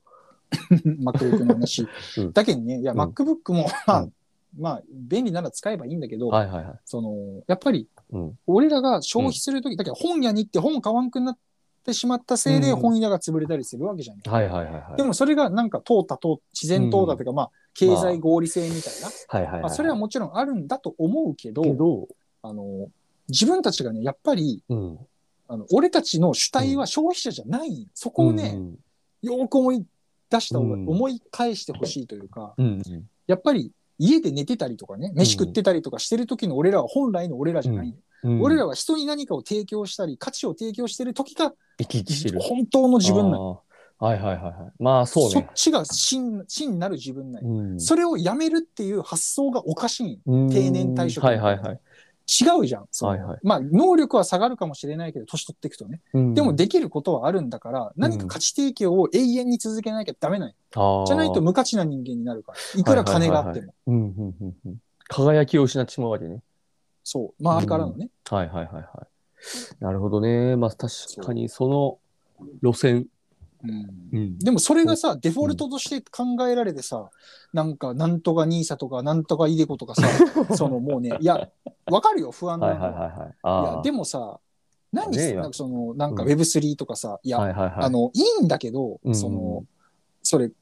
Speaker 2: MacBook の話。
Speaker 1: うん
Speaker 2: だけどね、いや、
Speaker 1: うん
Speaker 2: MacBook も、まあ、
Speaker 1: う
Speaker 2: まあ、便利なら使えばいいんだけど、
Speaker 1: はいはいはい。
Speaker 2: その、やっぱり
Speaker 1: うん、
Speaker 2: 俺らが消費するとき、だけど本屋に行って本買わんくなってしまったせいで
Speaker 1: うん
Speaker 2: 本屋が潰れたりするわけじゃない。
Speaker 1: はいはいはいはい。
Speaker 2: でもそれがなんか通ったと、自然通ったというか、まあ、経済合理性みたいな、
Speaker 1: はいはい
Speaker 2: まあ、それはもちろんあるんだと思うけど、
Speaker 1: けど、
Speaker 2: あの、自分たちがね、やっぱり、
Speaker 1: うん。
Speaker 2: あの俺たちの主体は消費者じゃない、そこをね、よーく思い出した方が、
Speaker 1: うん
Speaker 2: 思い返してほしいというか、
Speaker 1: うん。
Speaker 2: やっぱり家で寝てたりとかね、飯食ってたりとかしてる時の俺らは本来の俺らじゃない、
Speaker 1: うん。
Speaker 2: 俺ら
Speaker 1: は
Speaker 2: は人に何かを提供したり、価値を提供してる時が
Speaker 1: 生き生きしてる。
Speaker 2: 本当の自分なの。
Speaker 1: あーはいはいはいはい。まあそう
Speaker 2: そっ
Speaker 1: ね。
Speaker 2: ちが真真なる自分なの、
Speaker 1: うん
Speaker 2: それをやめるっていう発想がおかしい。
Speaker 1: うん
Speaker 2: 定年退職
Speaker 1: はいはいはい。
Speaker 2: 違うじゃん。その
Speaker 1: はいはい
Speaker 2: まあ、能力は下がるかもしれないけど、年取っていくとね。でも、
Speaker 1: で、
Speaker 2: できることはあるんだから、何か価値提供を永遠に続けなきゃダメない。じ
Speaker 1: じ
Speaker 2: ゃないと無価値な人間になるから。いくら金があっ
Speaker 1: はい
Speaker 2: て
Speaker 1: はい
Speaker 2: も。
Speaker 1: うんうんうんうん輝きを失ってしまうわけね。
Speaker 2: そう。周りからのね。
Speaker 1: はいはいはいはい。なるほどね。まあ確かにその路線。
Speaker 2: うん
Speaker 1: うん
Speaker 2: でもそれがさ、デフォルトとして考えられてさ、なんか、なんとかニーサとか、なんとかイデコ
Speaker 1: (laughs)
Speaker 2: とかさ、そのもうね、いや、わかるよ、不安
Speaker 1: はい
Speaker 2: な
Speaker 1: はい
Speaker 2: の
Speaker 1: はい
Speaker 2: は。
Speaker 1: はい。
Speaker 2: い
Speaker 1: あ
Speaker 2: や、でもさ、何
Speaker 1: ねえ
Speaker 2: さ、
Speaker 1: よ
Speaker 2: なんかその、なんか
Speaker 1: うん
Speaker 2: Web3 とかさ、い
Speaker 1: あ
Speaker 2: や、
Speaker 1: はいはいはい。
Speaker 2: あの、いいんだけど、
Speaker 1: うん
Speaker 2: その、それ、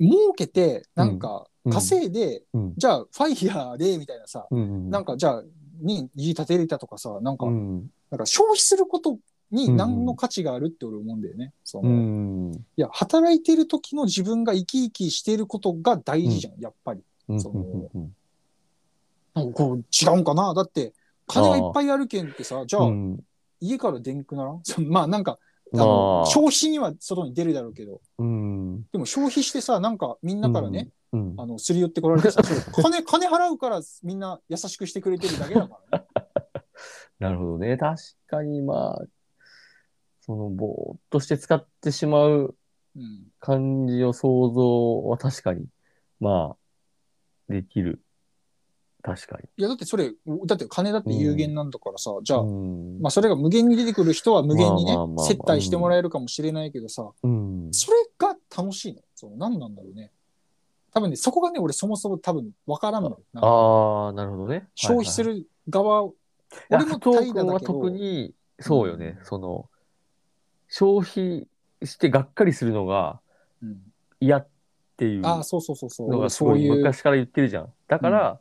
Speaker 2: 儲けて、なんか、
Speaker 1: うん
Speaker 2: 稼いで、
Speaker 1: うん
Speaker 2: じゃあ、ファイヤーで、みたいなさ、
Speaker 1: うん、
Speaker 2: なんか、じゃあ、に、家立てれたとかさ、なんか、
Speaker 1: うん
Speaker 2: なんか消費することに何の価値があるって俺思うんだよね。その、
Speaker 1: うん
Speaker 2: いや、働いてる時の自分が生き生きしていることが大事じゃん、やっぱり。
Speaker 1: うん
Speaker 2: その
Speaker 1: うん
Speaker 2: なんかこう違うんかなだって、金がいっぱいあるけんってさ、じゃあ、
Speaker 1: うん
Speaker 2: 家から出んくならん (laughs) そのまあなんか、あ
Speaker 1: ま
Speaker 2: の
Speaker 1: あ
Speaker 2: 消費には外に出るだろうけど、
Speaker 1: うん
Speaker 2: でも消費してさ、なんかみんなからね、
Speaker 1: うん
Speaker 2: あの、すり寄ってこられてさ、金、金払う (laughs) からみんな優しくしてくれてるだけだからね。
Speaker 1: なるほどね。確かにまあ、そのぼーっとして使ってしまう
Speaker 2: うん。
Speaker 1: 感じを想像は確かに、まあ、できる。確かに。
Speaker 2: いや、だってそれ、だって金だって有限なんだからさ、じゃあ、
Speaker 1: うん
Speaker 2: まあそれが無限に出てくる人は無限に
Speaker 1: ま
Speaker 2: ね
Speaker 1: あまあまあま、あ
Speaker 2: 接待してもらえるかもしれないけどさ、
Speaker 1: うん
Speaker 2: それが楽しいの。その何なんだろうね。多分ね、そこがね、俺そもそも多分分からんのよ。なんか
Speaker 1: ああ、なるほどね。
Speaker 2: 消費す
Speaker 1: る。
Speaker 2: る側を、
Speaker 1: いや
Speaker 2: 俺も
Speaker 1: 加藤
Speaker 2: 怠惰だけ
Speaker 1: 君
Speaker 2: ど
Speaker 1: は特に、そうよね。その、消費してがっかりするのが
Speaker 2: うん
Speaker 1: 嫌っていう
Speaker 2: ああ、
Speaker 1: の
Speaker 2: そうそうそうそう。
Speaker 1: が
Speaker 2: 俺
Speaker 1: す
Speaker 2: そ
Speaker 1: ご
Speaker 2: う
Speaker 1: い
Speaker 2: いう、
Speaker 1: 昔から言ってるじゃん。だから、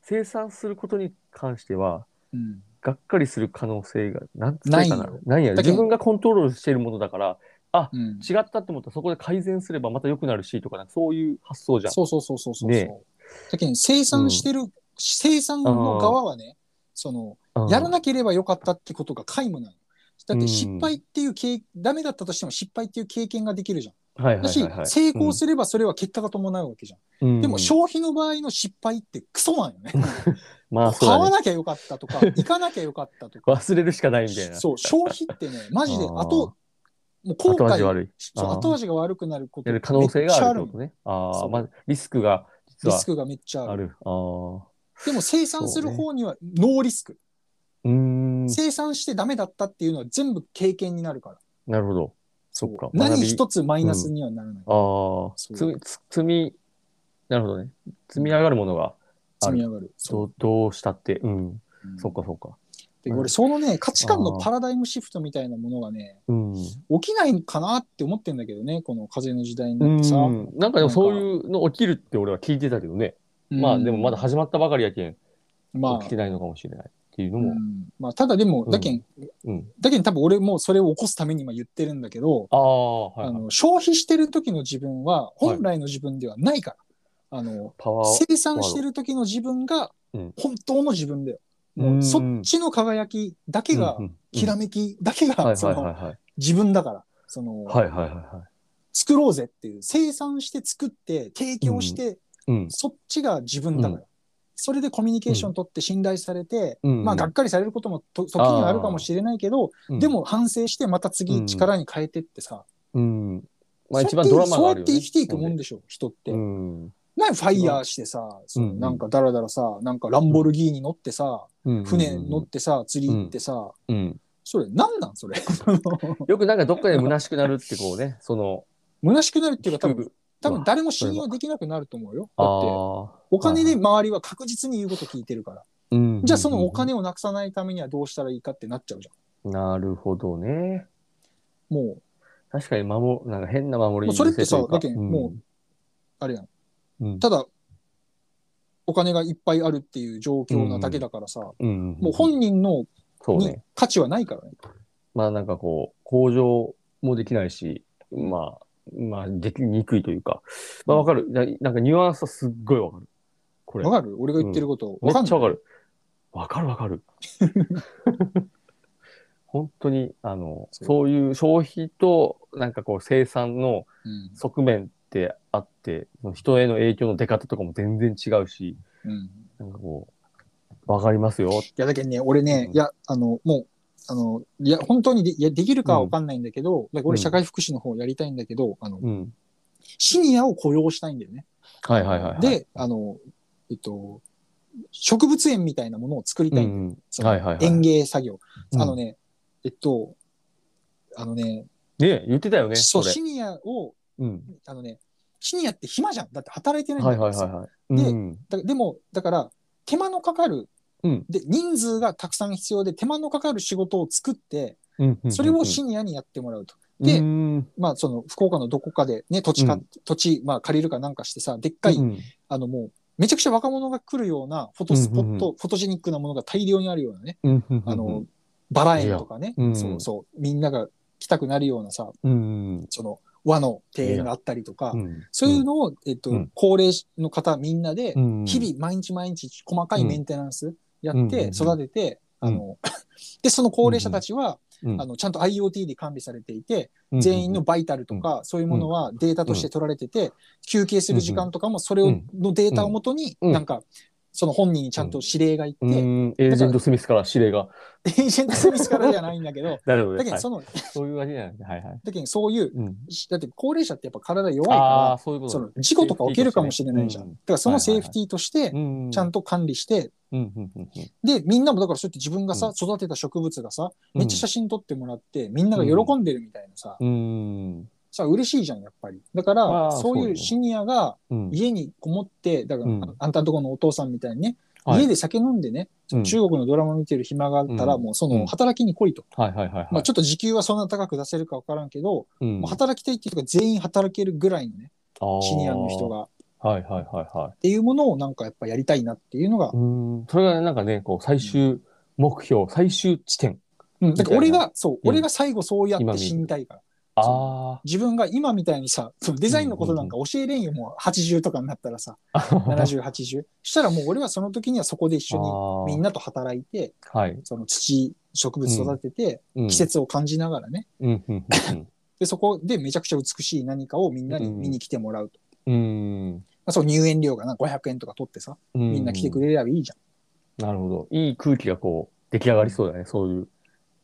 Speaker 1: 生産することに関しては、
Speaker 2: うん
Speaker 1: がっかりする可能性が、なんつったらいいか
Speaker 2: ない
Speaker 1: な
Speaker 2: よ。
Speaker 1: なんや、
Speaker 2: だけど
Speaker 1: 自分がコントロールしているものだから、
Speaker 2: うん
Speaker 1: 違ったって思ったらそこで改善すればまた良くなるしとか、なんかそういう発想じゃん。
Speaker 2: そうそうそうそうそう。
Speaker 1: ね
Speaker 2: だけど、生産してる、生産の側はね、その、やら
Speaker 1: い。
Speaker 2: なければよかったってことが皆無なの。だって失敗っていう経、ダメだったとしても失敗っていう経験ができるじゃん。
Speaker 1: はいはい
Speaker 2: だ
Speaker 1: はい
Speaker 2: し
Speaker 1: は、い。
Speaker 2: 成功すればそれは結果が伴うわけじゃん。
Speaker 1: うん
Speaker 2: でも、消費の場合の失敗ってクソなんよね。
Speaker 1: (laughs) まあ、そう
Speaker 2: 買
Speaker 1: だ
Speaker 2: わ
Speaker 1: ね。
Speaker 2: なきゃよかったと
Speaker 1: (laughs)
Speaker 2: か、行かなきゃよかったとか。
Speaker 1: 忘れるしかないみたいな。
Speaker 2: そう、消費ってね、マジで、
Speaker 1: あー
Speaker 2: あと、もう後
Speaker 1: 後
Speaker 2: 悔
Speaker 1: 味悪い。
Speaker 2: そ
Speaker 1: あ
Speaker 2: う
Speaker 1: ー
Speaker 2: 後味が悪くなること
Speaker 1: やる可能性があるっ
Speaker 2: めってち
Speaker 1: こと
Speaker 2: ゃ
Speaker 1: ね。あ
Speaker 2: そ
Speaker 1: あ、
Speaker 2: う
Speaker 1: まあ、リスクが実
Speaker 2: リ
Speaker 1: は
Speaker 2: スクがめっちゃあ
Speaker 1: あ
Speaker 2: る。
Speaker 1: る。ああー。
Speaker 2: でも生産する方にはノーリスク。
Speaker 1: うーん。
Speaker 2: 生産してダメだったっていうのは全部経験になるから。
Speaker 1: なるほど。そ
Speaker 2: そう
Speaker 1: っか。
Speaker 2: 何
Speaker 1: 学び
Speaker 2: 一つマイナスにはならない。
Speaker 1: ああ、
Speaker 2: そ
Speaker 1: つ
Speaker 2: う
Speaker 1: つ積み、なるほどね。積み上がるものが、
Speaker 2: 積み上がる。そ
Speaker 1: ど
Speaker 2: う。
Speaker 1: うどうしたって、うん。
Speaker 2: うん
Speaker 1: そうか、そうか。
Speaker 2: で俺、そのね、価値観のパラダイムシフトみたいなものがね、
Speaker 1: うん。
Speaker 2: 起きないかなって思ってんだけどね、この風の時代に
Speaker 1: う
Speaker 2: なってさ。
Speaker 1: ん。なんかでもそういうの起きるって俺は聞いてたけどね。
Speaker 2: うん
Speaker 1: まあ、でもまだ、始まったばかりやけん、
Speaker 2: まあ
Speaker 1: 起きてないのかもしれないっていうの
Speaker 2: う
Speaker 1: も。
Speaker 2: んまあ、ただでも、
Speaker 1: うん
Speaker 2: だけん、
Speaker 1: うん。
Speaker 2: だけん多分俺もそれを起こすために今言ってるんだけど、
Speaker 1: ああ、はい
Speaker 2: あ
Speaker 1: はい。
Speaker 2: の消費してる時の自分は本来の自分ではないから、あの
Speaker 1: パワーを。
Speaker 2: 生産してる時の自分が
Speaker 1: うん
Speaker 2: 本当の自分だよ、
Speaker 1: う
Speaker 2: もうんそっちの輝きだけ
Speaker 1: うん
Speaker 2: が、
Speaker 1: うんうん
Speaker 2: きらめきだけ
Speaker 1: は
Speaker 2: が
Speaker 1: い
Speaker 2: そ
Speaker 1: はい
Speaker 2: の
Speaker 1: はいはい。
Speaker 2: 自分だからその、
Speaker 1: はいはいはいはい。
Speaker 2: 作ろうぜっていう生産して作って提供して、
Speaker 1: うん。
Speaker 2: そっちが自分だから、
Speaker 1: う
Speaker 2: それでコミュニケーション取って信頼されて、
Speaker 1: うん
Speaker 2: まあがっかりされることもと時にはあるかもしれないけど、
Speaker 1: うん
Speaker 2: で、も反省してまた次力に変えてってさ、
Speaker 1: うん。まあ
Speaker 2: そう
Speaker 1: 一
Speaker 2: やっ
Speaker 1: 番
Speaker 2: て
Speaker 1: ドラマがあ
Speaker 2: そ
Speaker 1: るよ
Speaker 2: うやっ
Speaker 1: ね。
Speaker 2: て生きていくもんでしょ、人って。
Speaker 1: うん。
Speaker 2: なんファイヤーしてさ、その
Speaker 1: うん
Speaker 2: なんかダラダラさ、なんかランボルギーニ乗ってさ、
Speaker 1: うん
Speaker 2: 船乗ってさ、釣り行ってさ、
Speaker 1: うん。
Speaker 2: それなんなんそれ。 (laughs)
Speaker 1: よくなんかどっかで虚しくなるってこうね、その、
Speaker 2: 虚しくなるっていうか多
Speaker 1: 低
Speaker 2: 分、多分誰も信用できなくなると思うよ。だって、
Speaker 1: ああ。
Speaker 2: お金で周りは確実に言うこと聞いてるから。
Speaker 1: うん
Speaker 2: じゃあそのお。金をなくさないためにはどうしたらいいかってなっちゃうじゃ
Speaker 1: なるほどね。
Speaker 2: ん。もう、
Speaker 1: 確かに守、なんか変な守り
Speaker 2: もうそれってさ
Speaker 1: 優勢というか
Speaker 2: だけど
Speaker 1: ん
Speaker 2: もあれやん。
Speaker 1: うん、
Speaker 2: ただ、お金がいっぱいあるっていう状況なだけだからさ、
Speaker 1: うん、
Speaker 2: もう本人の
Speaker 1: そう
Speaker 2: に
Speaker 1: ね。
Speaker 2: 価値はないからね。
Speaker 1: まあなんかこう、向上もできないし、まあ、まあ、できにくいというか、まあわかる。ななんかニュアンスはすっごいわかる。これ。
Speaker 2: わかる俺が言ってること。
Speaker 1: め
Speaker 2: わ
Speaker 1: っ
Speaker 2: かん
Speaker 1: ちゃ
Speaker 2: ない。
Speaker 1: わかる。わかるわかる。 (laughs) 本当に、あの、
Speaker 2: そう
Speaker 1: そういう消費と、なんかこう、生産の
Speaker 2: うん
Speaker 1: 側面ってあって、その人への影響の出方とかも全然違うし、
Speaker 2: うん。い
Speaker 1: なんかこう、わかりますよ。
Speaker 2: や、だけどね、俺ね
Speaker 1: う、ん
Speaker 2: いや、あの、もう、あの、いや、本当にでいやできるかはわかんないんだけど、だから俺
Speaker 1: うん
Speaker 2: 社会福祉の方やりたいんだけど、あの、
Speaker 1: うん。
Speaker 2: シニアを雇用したいんだよね。
Speaker 1: はいはいはい、はい。
Speaker 2: で、あの、えっと、植物園みたいなものを作り
Speaker 1: うん
Speaker 2: た
Speaker 1: う
Speaker 2: い。
Speaker 1: ん、
Speaker 2: その
Speaker 1: はいはいはい。
Speaker 2: 園芸作業。
Speaker 1: うん
Speaker 2: あのね、えっと、あのね、
Speaker 1: ね言ってたよね。
Speaker 2: そう、
Speaker 1: それ
Speaker 2: シニアを、
Speaker 1: うん。
Speaker 2: あのね、シニアって暇じゃん。だって働いてないんだ
Speaker 1: はい
Speaker 2: から
Speaker 1: はいは
Speaker 2: さ
Speaker 1: いはい。
Speaker 2: で
Speaker 1: うん。
Speaker 2: だでも、だから、手間のかかる、
Speaker 1: うん
Speaker 2: で、人数がたくさん必要で、手間のかかる仕事を作って、
Speaker 1: うん
Speaker 2: それをシニアにやってもらうと。で
Speaker 1: うん
Speaker 2: まあ、その、福岡のどこかでね、土地か、
Speaker 1: うん
Speaker 2: 土地、まあ、借りるかなんかしてさ、でっかい、
Speaker 1: うん
Speaker 2: あの、もう、めちゃくちゃ若者が来るようなフォトスポット、
Speaker 1: うんうんうん
Speaker 2: フォトジェニックなものが大量にあるようなね、
Speaker 1: うんうん
Speaker 2: あの、バラ園とかね、
Speaker 1: いやうん
Speaker 2: そうそう、みんなが来たくなるようなさ、
Speaker 1: うん
Speaker 2: その、和の庭園があったりとか、
Speaker 1: うん
Speaker 2: そういうのを、えっと、
Speaker 1: うん
Speaker 2: 高齢の方みんなで、
Speaker 1: うん
Speaker 2: 日々毎日毎日細かいメンテナンスや
Speaker 1: う
Speaker 2: っ
Speaker 1: んうん
Speaker 2: て育てて、
Speaker 1: うん
Speaker 2: あの、 (laughs) で、その高齢者たちは、
Speaker 1: うん
Speaker 2: あの、ちゃんと IoT で管理されていて、全員のバイタルとか、そういうものはデータとして取られてて、休憩する時間とかも、それ
Speaker 1: う
Speaker 2: を
Speaker 1: ん、
Speaker 2: のデータをもとに、
Speaker 1: うん
Speaker 2: なんか、その本人にちゃんと指令がいって、
Speaker 1: うん
Speaker 2: エ
Speaker 1: うんエージェント・スミスから指令が。
Speaker 2: ージェントスミスからじゃないんだけど、
Speaker 1: なるほど
Speaker 2: だ
Speaker 1: ね (laughs) は
Speaker 2: けど、
Speaker 1: い
Speaker 2: その、
Speaker 1: そういうわけじゃないですね。はいはい。
Speaker 2: だけど、そういう、
Speaker 1: うん
Speaker 2: だって高齢者ってやっぱ体弱い
Speaker 1: ああ、
Speaker 2: か
Speaker 1: そういうこ
Speaker 2: ら、
Speaker 1: と
Speaker 2: その事故とか起きるかもしれないじゃん。
Speaker 1: う
Speaker 2: だ
Speaker 1: ん
Speaker 2: からそのセーフティーとして、
Speaker 1: の
Speaker 2: ちゃん
Speaker 1: と。
Speaker 2: と管理して、
Speaker 1: うんうんうんうん
Speaker 2: で、みんなもだからそうやって自分が
Speaker 1: う
Speaker 2: さ
Speaker 1: ん、
Speaker 2: 育てた植物がさ、めっちゃ写真撮ってもらって、みんなが喜んでるみたいなさ、
Speaker 1: うん。
Speaker 2: さ、嬉しいじゃん、やっぱり。だか
Speaker 1: あ
Speaker 2: ら、
Speaker 1: ー
Speaker 2: そう
Speaker 1: そう
Speaker 2: い
Speaker 1: ね
Speaker 2: うシニアが
Speaker 1: うん
Speaker 2: 家にこもって、だから、
Speaker 1: うん
Speaker 2: ああんたんとこのお父さんみたいにね、
Speaker 1: はい
Speaker 2: 家で酒飲んでね、
Speaker 1: うん
Speaker 2: 中国のドラマ見てる暇があったら、
Speaker 1: うん
Speaker 2: もうそ
Speaker 1: うん
Speaker 2: の、働きに来いと。
Speaker 1: はいはいはいはい。
Speaker 2: まあちょっと時給はそんな高く出せるかわからんけど、
Speaker 1: うん
Speaker 2: もう働きたいっていうか、全員働けるぐらいのね、シニアの人。が。
Speaker 1: あーはいはいはいはい
Speaker 2: っ。ていうものをなんかやっぱやりたいなっていうのが、
Speaker 1: うんそれがなんかね、こう、最終目標、最終地点。
Speaker 2: うん、だから俺
Speaker 1: み
Speaker 2: が、そう、
Speaker 1: うん
Speaker 2: 俺が最後そうやっ
Speaker 1: 今
Speaker 2: て
Speaker 1: 見る
Speaker 2: 死にたいから。
Speaker 1: あ
Speaker 2: 自分が今みたいにさ、そのデザインのことなんか教えれんよ、もう80とかになったらさ、
Speaker 1: あ。
Speaker 2: 70、80。したらもう俺はその時にはそこ
Speaker 1: (laughs)
Speaker 2: で一緒にみん
Speaker 1: な。
Speaker 2: なと働いて、
Speaker 1: はい。
Speaker 2: その土、植物育てて、
Speaker 1: 季
Speaker 2: 季。節を感じながらね。
Speaker 1: うんうんうん
Speaker 2: で、そこでめちゃくちゃ美しい何かをみんなに
Speaker 1: うん
Speaker 2: 見に来てもらうと。
Speaker 1: うん。うん
Speaker 2: まあ、そう入園料がな500円とか取ってさ、みんな来てく
Speaker 1: れ。
Speaker 2: れればいいじゃん。
Speaker 1: なるほど。いい空気がこう、出来上がりそうだね。そういう、なん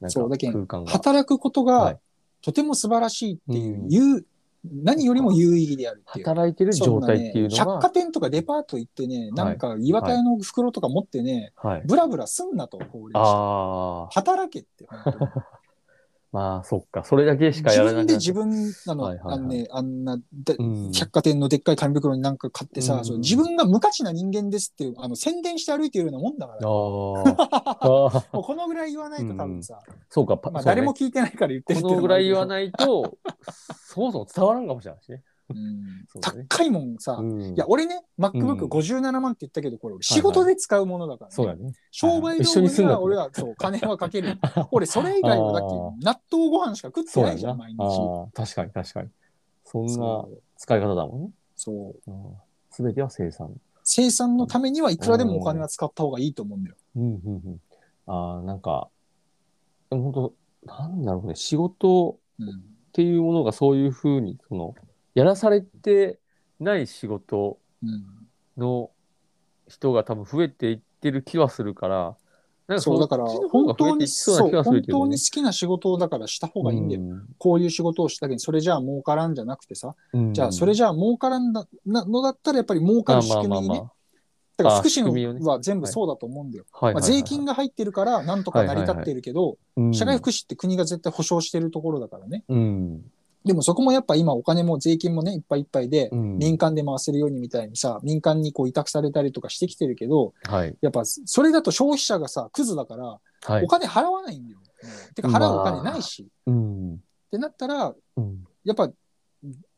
Speaker 1: か
Speaker 2: そうだけん
Speaker 1: 空間が。
Speaker 2: 働くこと
Speaker 1: は
Speaker 2: が
Speaker 1: い
Speaker 2: とても素晴らしいっていう、
Speaker 1: うん
Speaker 2: 有何よりも有意義であるっていう。
Speaker 1: 働いてる
Speaker 2: そ
Speaker 1: 状
Speaker 2: んなね
Speaker 1: 態っていうの
Speaker 2: 百貨
Speaker 1: が、
Speaker 2: 店とかデパート行ってね、なんか岩田屋の袋とか持ってね、
Speaker 1: はい。
Speaker 2: ブラブラすんなと、高齢者。
Speaker 1: ああ、
Speaker 2: 働けって。本当に
Speaker 1: まあ、そっか。それだ (laughs) けしか
Speaker 2: 自
Speaker 1: やらな
Speaker 2: 分
Speaker 1: い。
Speaker 2: で自分なの、
Speaker 1: はいはいはい
Speaker 2: あのね、あんな、で
Speaker 1: うん
Speaker 2: 百貨店のでっかい紙袋になんか買ってさ、
Speaker 1: うん
Speaker 2: そう自分が無価値な人間ですっていう、あの、宣伝して歩いてるようなもんだから。
Speaker 1: あーあ
Speaker 2: (laughs)
Speaker 1: ー。
Speaker 2: もうこのぐらい言わないと多分さ、
Speaker 1: そうか、パ
Speaker 2: まあ
Speaker 1: そうね
Speaker 2: 誰も聞いてないから言ってる
Speaker 1: こ
Speaker 2: って
Speaker 1: のぐらい言わ
Speaker 2: い
Speaker 1: ないと、そもそも伝わらんかもしれないしね。
Speaker 2: うのもあるけど。うん
Speaker 1: そうだね
Speaker 2: 高いもんさ、
Speaker 1: うん
Speaker 2: いや、、俺ね、MacBook57 万って言ったけど、これ、俺仕事で使うものだから、ね
Speaker 1: そうだね。
Speaker 2: 商売
Speaker 1: 一緒
Speaker 2: 道
Speaker 1: に
Speaker 2: 具
Speaker 1: すん
Speaker 2: に
Speaker 1: だ
Speaker 2: は
Speaker 1: と
Speaker 2: 俺は、そう、金はかけ
Speaker 1: (laughs)
Speaker 2: る。俺、それ以外はだって、納豆ご飯しか食って
Speaker 1: そう
Speaker 2: な
Speaker 1: や
Speaker 2: いじゃん、
Speaker 1: な
Speaker 2: 毎。日
Speaker 1: あ。ー確かに確かに。そんな
Speaker 2: そう
Speaker 1: 使い方だもんね。
Speaker 2: そう。
Speaker 1: すべては生産。
Speaker 2: 生産のためにはいくらでもお金は使った方がいいと思うんだよ。
Speaker 1: うんうんうん。ああ、なんか、でも本当なんだろうね、仕事
Speaker 2: うん
Speaker 1: っていうものがそういうふうに、その、やらされてない仕事
Speaker 2: うん
Speaker 1: の人が多分増えていってる気はするから、なんか
Speaker 2: そう、だから、本当に、
Speaker 1: そうな気
Speaker 2: そう
Speaker 1: がする
Speaker 2: 本
Speaker 1: けど
Speaker 2: 当
Speaker 1: ね
Speaker 2: に好。きな仕事をだからした方がいいんだよ。
Speaker 1: よ。
Speaker 2: こういう仕事をしたけど、それじゃあ儲からんじゃなくてさ、
Speaker 1: うん
Speaker 2: じゃあそれじゃあ儲からんだなのだったらやっぱり儲かる仕組みにね。だから福祉
Speaker 1: あ仕組みをね
Speaker 2: のは全部そうだと思うんだよ。
Speaker 1: はいはいはい
Speaker 2: まあ税金が入ってるからなんとか成り立ってるけど、社会福祉って国が絶対保障してるところだからね。
Speaker 1: うん
Speaker 2: でもそこもやっぱ今お金も税金もね、いっぱいいっぱいで、
Speaker 1: うん
Speaker 2: 民間で回せるようにみたいにさ、民間にこう委託されたりとかしてきてるけど、
Speaker 1: はい
Speaker 2: やっぱそれだと消費者がさ、クズだから、
Speaker 1: は
Speaker 2: お
Speaker 1: い。
Speaker 2: 金払わないんだよ。てか
Speaker 1: まあ
Speaker 2: 払うお金ないし、っ
Speaker 1: うん
Speaker 2: てなったら、
Speaker 1: うん
Speaker 2: やっぱ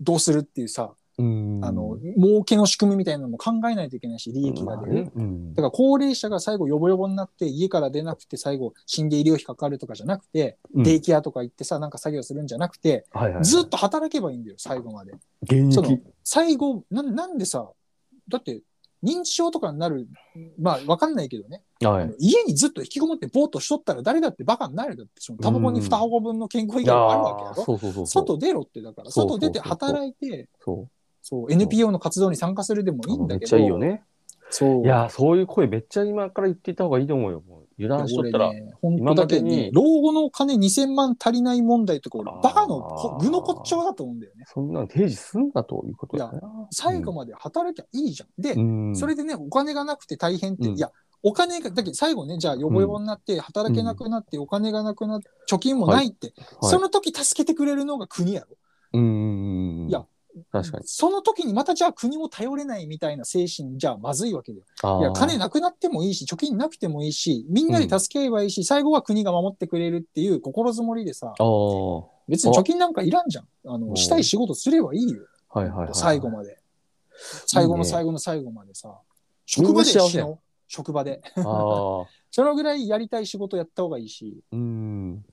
Speaker 2: どうするっていうさ、
Speaker 1: うんうん
Speaker 2: あの、儲けの仕組みみたいなのも考えないといけないし、利益が出る。
Speaker 1: うん
Speaker 2: だから高齢者が最後ヨボヨボになって家から出なくて最後死んで医療費かかるとかじゃなくて、
Speaker 1: うん
Speaker 2: デイケアとか行ってさ、なんか作業するんじゃなくて、
Speaker 1: はいはい、
Speaker 2: ずっと働けばいいんだよ、最後まで。
Speaker 1: 現
Speaker 2: その
Speaker 1: 役。
Speaker 2: 最後な、なんでさ、だって認知症とかになる、まあわかんないけどね、
Speaker 1: は
Speaker 2: あ
Speaker 1: い
Speaker 2: の。家にずっと引きこもってぼーっとしとったら誰だってバカになるよだって、そのタバコに2箱分の健康被害があるわけや
Speaker 1: あー
Speaker 2: ろ。
Speaker 1: そうそうそうそう。
Speaker 2: 外出ろってだから、
Speaker 1: そうそうそう
Speaker 2: 外出て働いて、
Speaker 1: そ
Speaker 2: そう、NPO の活動に参加するでも
Speaker 1: う
Speaker 2: いいんだ
Speaker 1: め
Speaker 2: け
Speaker 1: っちゃ
Speaker 2: ど、
Speaker 1: いいよね。
Speaker 2: そう。
Speaker 1: いやー、そういう声めっちゃ今から言っていた方がいいと思うよ。もう油断しとったら。
Speaker 2: 俺ね、本
Speaker 1: 今
Speaker 2: 当
Speaker 1: ま
Speaker 2: だ
Speaker 1: で
Speaker 2: け
Speaker 1: に
Speaker 2: に、老後のお金2000万足りない問題とか、俺
Speaker 1: あー
Speaker 2: バカのこ具の骨頂だと思うんだよね。
Speaker 1: そんなの提示すんなということだな。
Speaker 2: 最後まで働きゃいいじゃん。で、
Speaker 1: うん、
Speaker 2: それでね、お金がなくて大変って、
Speaker 1: うん
Speaker 2: いや、お金が、だけど最後ね、じゃあ、ヨボヨボになって、働けなくなって、お金がなくなって、貯金もないって、
Speaker 1: はい
Speaker 2: その時助けてくれるのが国やろ。
Speaker 1: うんうんうん。
Speaker 2: いや、
Speaker 1: 確かに。
Speaker 2: その時にまたじゃあ国も頼れないみたいな精神じゃまずいわけだよ。
Speaker 1: あー
Speaker 2: いや、金なくなってもいいし、貯金なくてもいいし、みんなで助ければいいし、最後は国が守ってくれるっていう心づもりでさ、
Speaker 1: ああ。は
Speaker 2: 別に貯金なんかいらんじゃん。あ
Speaker 1: う
Speaker 2: の、
Speaker 1: ん
Speaker 2: したい仕事すればいいよ。
Speaker 1: いはいはい。
Speaker 2: 最後まで。最後の最後の最後までさ。
Speaker 1: み
Speaker 2: 職
Speaker 1: んな
Speaker 2: 場で
Speaker 1: 幸せ
Speaker 2: 死のう職場で。
Speaker 1: ああ。
Speaker 2: そのぐらいやりたい仕事やった方がいいし、
Speaker 1: うん。
Speaker 2: うん